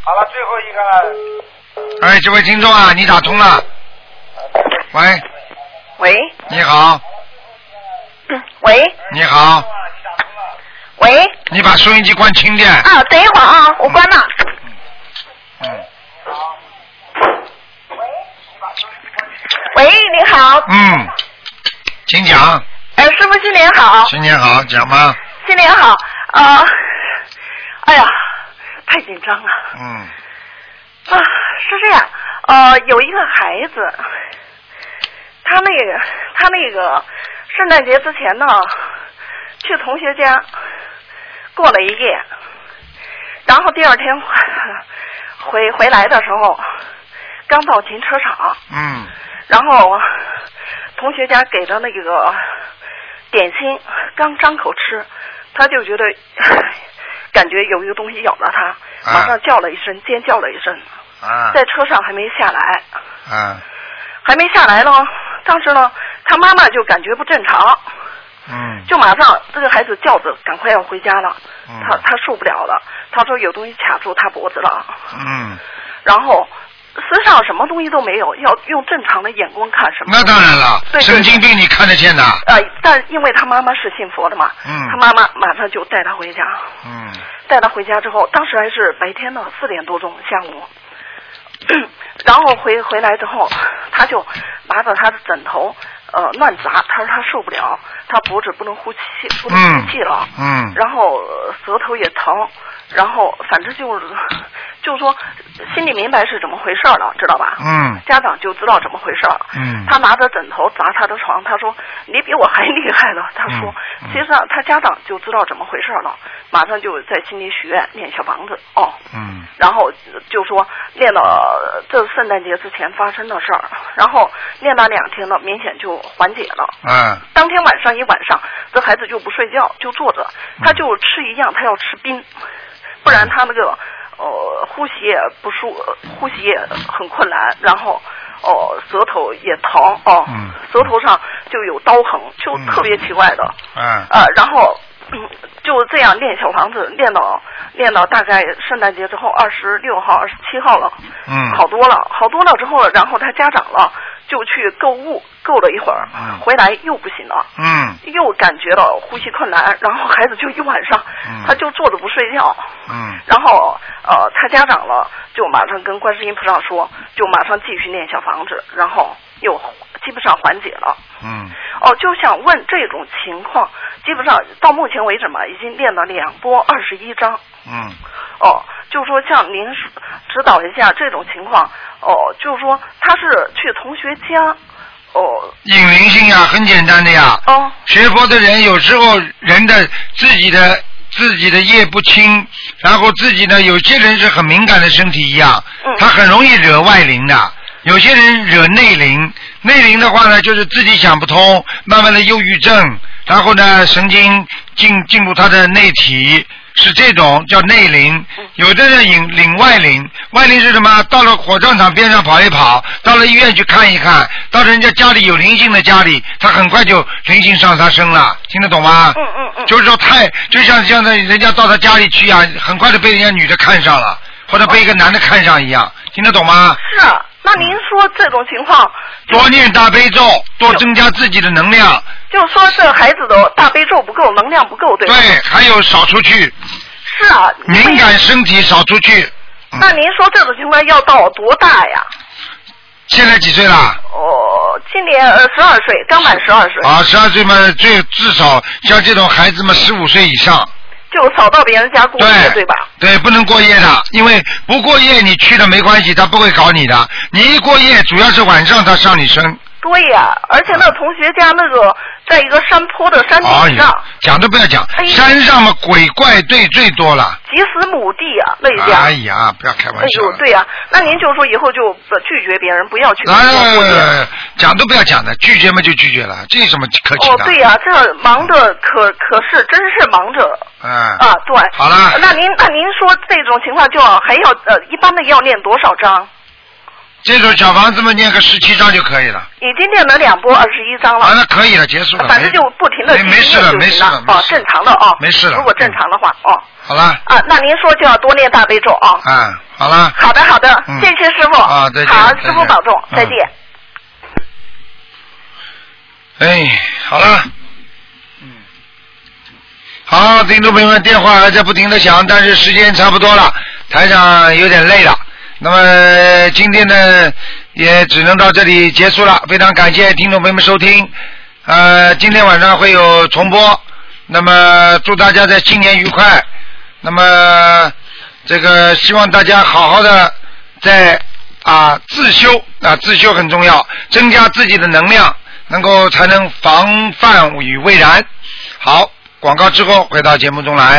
[SPEAKER 9] 好了，最后一个了。
[SPEAKER 2] 哎，这位听众啊，你打通了，喂，
[SPEAKER 14] 喂
[SPEAKER 2] 你好，
[SPEAKER 14] 喂
[SPEAKER 2] 你好，
[SPEAKER 14] 喂，
[SPEAKER 2] 你把收音机关轻点。
[SPEAKER 14] 啊，等一会儿啊，我关了。喂，你好，
[SPEAKER 2] 嗯，请讲，
[SPEAKER 14] 呃，师傅新年好，
[SPEAKER 2] 新年好，讲吧，
[SPEAKER 14] 新年好，啊、哎呀，太紧张了
[SPEAKER 2] 嗯，
[SPEAKER 14] 啊，是这样，呃，有一个孩子，他那个他那个圣诞节之前呢，去同学家过了一夜，然后第二天回回来的时候，刚到停车场，
[SPEAKER 2] 嗯，
[SPEAKER 14] 然后同学家给的那个点心刚张口吃，他就觉得 感觉有一个东西咬了他，马上叫了一声，尖叫了一声，
[SPEAKER 2] 啊，
[SPEAKER 14] 在车上还没下来，
[SPEAKER 2] 啊，
[SPEAKER 14] 还没下来呢。当时呢，他妈妈就感觉不正常，
[SPEAKER 2] 嗯，
[SPEAKER 14] 就马上这个孩子叫着，赶快要回家了，
[SPEAKER 2] 嗯
[SPEAKER 14] 他他受不了了，他说有东西卡住他脖子了，
[SPEAKER 2] 嗯，
[SPEAKER 14] 然后。身上什么东西都没有，要用正常的眼光看什么。
[SPEAKER 2] 那当然了，
[SPEAKER 14] 对对
[SPEAKER 2] 神经病你看得见的，
[SPEAKER 14] 呃，但因为他妈妈是信佛的嘛，
[SPEAKER 2] 嗯
[SPEAKER 14] 他妈妈马上就带他回家，
[SPEAKER 2] 嗯，
[SPEAKER 14] 带他回家之后，当时还是白天呢，四点多钟下午， 然后回回来之后，他就拿着他的枕头呃乱砸，他说他受不了，他脖子不能呼气，不能
[SPEAKER 2] 嗯
[SPEAKER 14] 呼气了，
[SPEAKER 2] 嗯
[SPEAKER 14] 然后呃舌头也疼，然后反正就是就是说心里明白是怎么回事儿了，知道吧？
[SPEAKER 2] 嗯
[SPEAKER 14] 家长就知道怎么回事儿了。
[SPEAKER 2] 嗯
[SPEAKER 14] 他拿着枕头砸他的床，他说你比我还厉害了。他说，
[SPEAKER 2] 嗯
[SPEAKER 14] 其实啊，他家长就知道怎么回事了，马上就在心里许愿念小房子哦，
[SPEAKER 2] 嗯
[SPEAKER 14] 然后就说念了呃这圣诞节之前发生的事儿，然后念了两天了，明显就缓解了。
[SPEAKER 2] 啊，
[SPEAKER 14] 当天晚上一晚上，这孩子就不睡觉，就坐着，
[SPEAKER 2] 嗯
[SPEAKER 14] 他就吃一样，他要吃冰，不然他那个呃呼吸也不舒，呃呼吸也很困难，然后哦、舌头也疼哦，
[SPEAKER 2] 嗯
[SPEAKER 14] 舌头上就有刀痕，就特别奇怪的，
[SPEAKER 2] 啊，
[SPEAKER 5] 呃
[SPEAKER 14] 啊，然后嗯就这样练小房子，练到练到大概圣诞节之后，二十六号、二十七号了，
[SPEAKER 2] 嗯，
[SPEAKER 14] 好多了，好多了之后，然后他家长了就去购物，购了一会儿，
[SPEAKER 2] 嗯
[SPEAKER 14] 回来又不行了。
[SPEAKER 2] 嗯
[SPEAKER 14] 又感觉到呼吸困难，然后孩子就一晚上，
[SPEAKER 2] 嗯
[SPEAKER 14] 他就坐着不睡觉，
[SPEAKER 2] 嗯
[SPEAKER 14] 然后呃，他家长了就马上跟观世音菩萨说，就马上继续念小房子，然后又基本上缓解了。
[SPEAKER 2] 嗯
[SPEAKER 14] 哦，就想问这种情况，基本上到目前为止嘛，已经练了两波二十一章。
[SPEAKER 2] 嗯
[SPEAKER 14] 哦，就说像您指导一下这种情况，哦，就是说他是去同学家，哦，
[SPEAKER 2] 引灵性呀，很简单的呀。
[SPEAKER 14] 哦。
[SPEAKER 2] 学佛的人有时候人的自己的自己的业不清，
[SPEAKER 14] 嗯
[SPEAKER 2] 然后自己呢，有些人是很敏感的身体一样，他很容易惹外灵的。有些人惹内灵，内灵的话呢，就是自己想不通，慢慢的忧郁症，然后呢，神经进进入他的内体，是这种叫内灵。有的人领领外灵，外灵是什么？到了火葬场边上跑一跑，到了医院去看一看，到了人家家里有灵性的家里，他很快就灵性上他身了，听得懂吗？嗯嗯嗯。就是说太，就像像那人家到他家里去啊，很快就被人家女的看上了，或者被一个男的看上一样，听得懂吗？
[SPEAKER 14] 是啊，那您说这种情况，
[SPEAKER 2] 多念大悲咒，多增加自己的能量，
[SPEAKER 14] 就说这孩子的大悲咒不够，能量不够，对吧？
[SPEAKER 2] 对，哎还有少出去，
[SPEAKER 14] 是啊，
[SPEAKER 2] 敏感身体少出去。
[SPEAKER 14] 那您说这种情况要到多大呀？
[SPEAKER 2] 现在几岁啦？
[SPEAKER 14] 哦，今年呃十二岁，刚满十二岁，
[SPEAKER 2] 啊，十二岁嘛，最至少像这种孩子嘛，十五岁以上，
[SPEAKER 14] 就少到别人家过夜，对吧？
[SPEAKER 2] 对，不能过夜的，因为不过夜你去了没关系，他不会搞你的。你一过夜，主要是晚上他上你身。
[SPEAKER 14] 对呀、而且那同学家那个在一个山坡的山
[SPEAKER 2] 哎
[SPEAKER 14] 顶上，哎
[SPEAKER 2] 呀，讲都不要讲，山上嘛鬼怪最最多了。
[SPEAKER 14] 几十亩地啊，那一家。
[SPEAKER 2] 哎呀，不要开玩
[SPEAKER 14] 哎
[SPEAKER 2] 笑
[SPEAKER 14] 呦，
[SPEAKER 2] 了。
[SPEAKER 14] 对呀、那您就说以后就不拒绝别人，不要去跟别人过夜。
[SPEAKER 2] 哎，讲都不要讲的，拒绝嘛就拒绝了，这有什么客气的？
[SPEAKER 14] 哦，对呀、这忙着可可是真是忙着
[SPEAKER 2] 嗯
[SPEAKER 14] 啊，对。
[SPEAKER 2] 好了
[SPEAKER 14] 那您那您说这种情况就要还要呃，一般的要念多少章？
[SPEAKER 2] 这种小房子嘛，念个十七章就可以了。
[SPEAKER 14] 已经念了两波二十一章了。
[SPEAKER 2] 啊，那可以了，结束了。
[SPEAKER 14] 反正
[SPEAKER 2] 没
[SPEAKER 14] 就不停的
[SPEAKER 2] 没没事了，没事了，没
[SPEAKER 14] 哦，正常的哦。
[SPEAKER 2] 没事了嗯
[SPEAKER 14] 如果正常的话，哦
[SPEAKER 2] 好了，
[SPEAKER 14] 啊，那您说就要多念大悲咒啊。
[SPEAKER 2] 啊，好了。
[SPEAKER 14] 好的，好的
[SPEAKER 2] 嗯，
[SPEAKER 14] 谢谢师傅。
[SPEAKER 2] 啊再见
[SPEAKER 14] 哦好，
[SPEAKER 2] 再
[SPEAKER 14] 师傅
[SPEAKER 2] 见
[SPEAKER 14] 保重，再
[SPEAKER 2] 嗯
[SPEAKER 14] 见。
[SPEAKER 2] 哎，好了，嗯，好，听众朋友们，电话还在不停的响，但是时间差不多了，台长有点累了。那么今天呢，也只能到这里结束了。非常感谢听众朋友们收听，呃，今天晚上会有重播。那么祝大家在新年愉快。那么这个希望大家好好的在啊自修啊自修很重要，增加自己的能量，能够才能防范于未然。好，广告之后回到节目中来。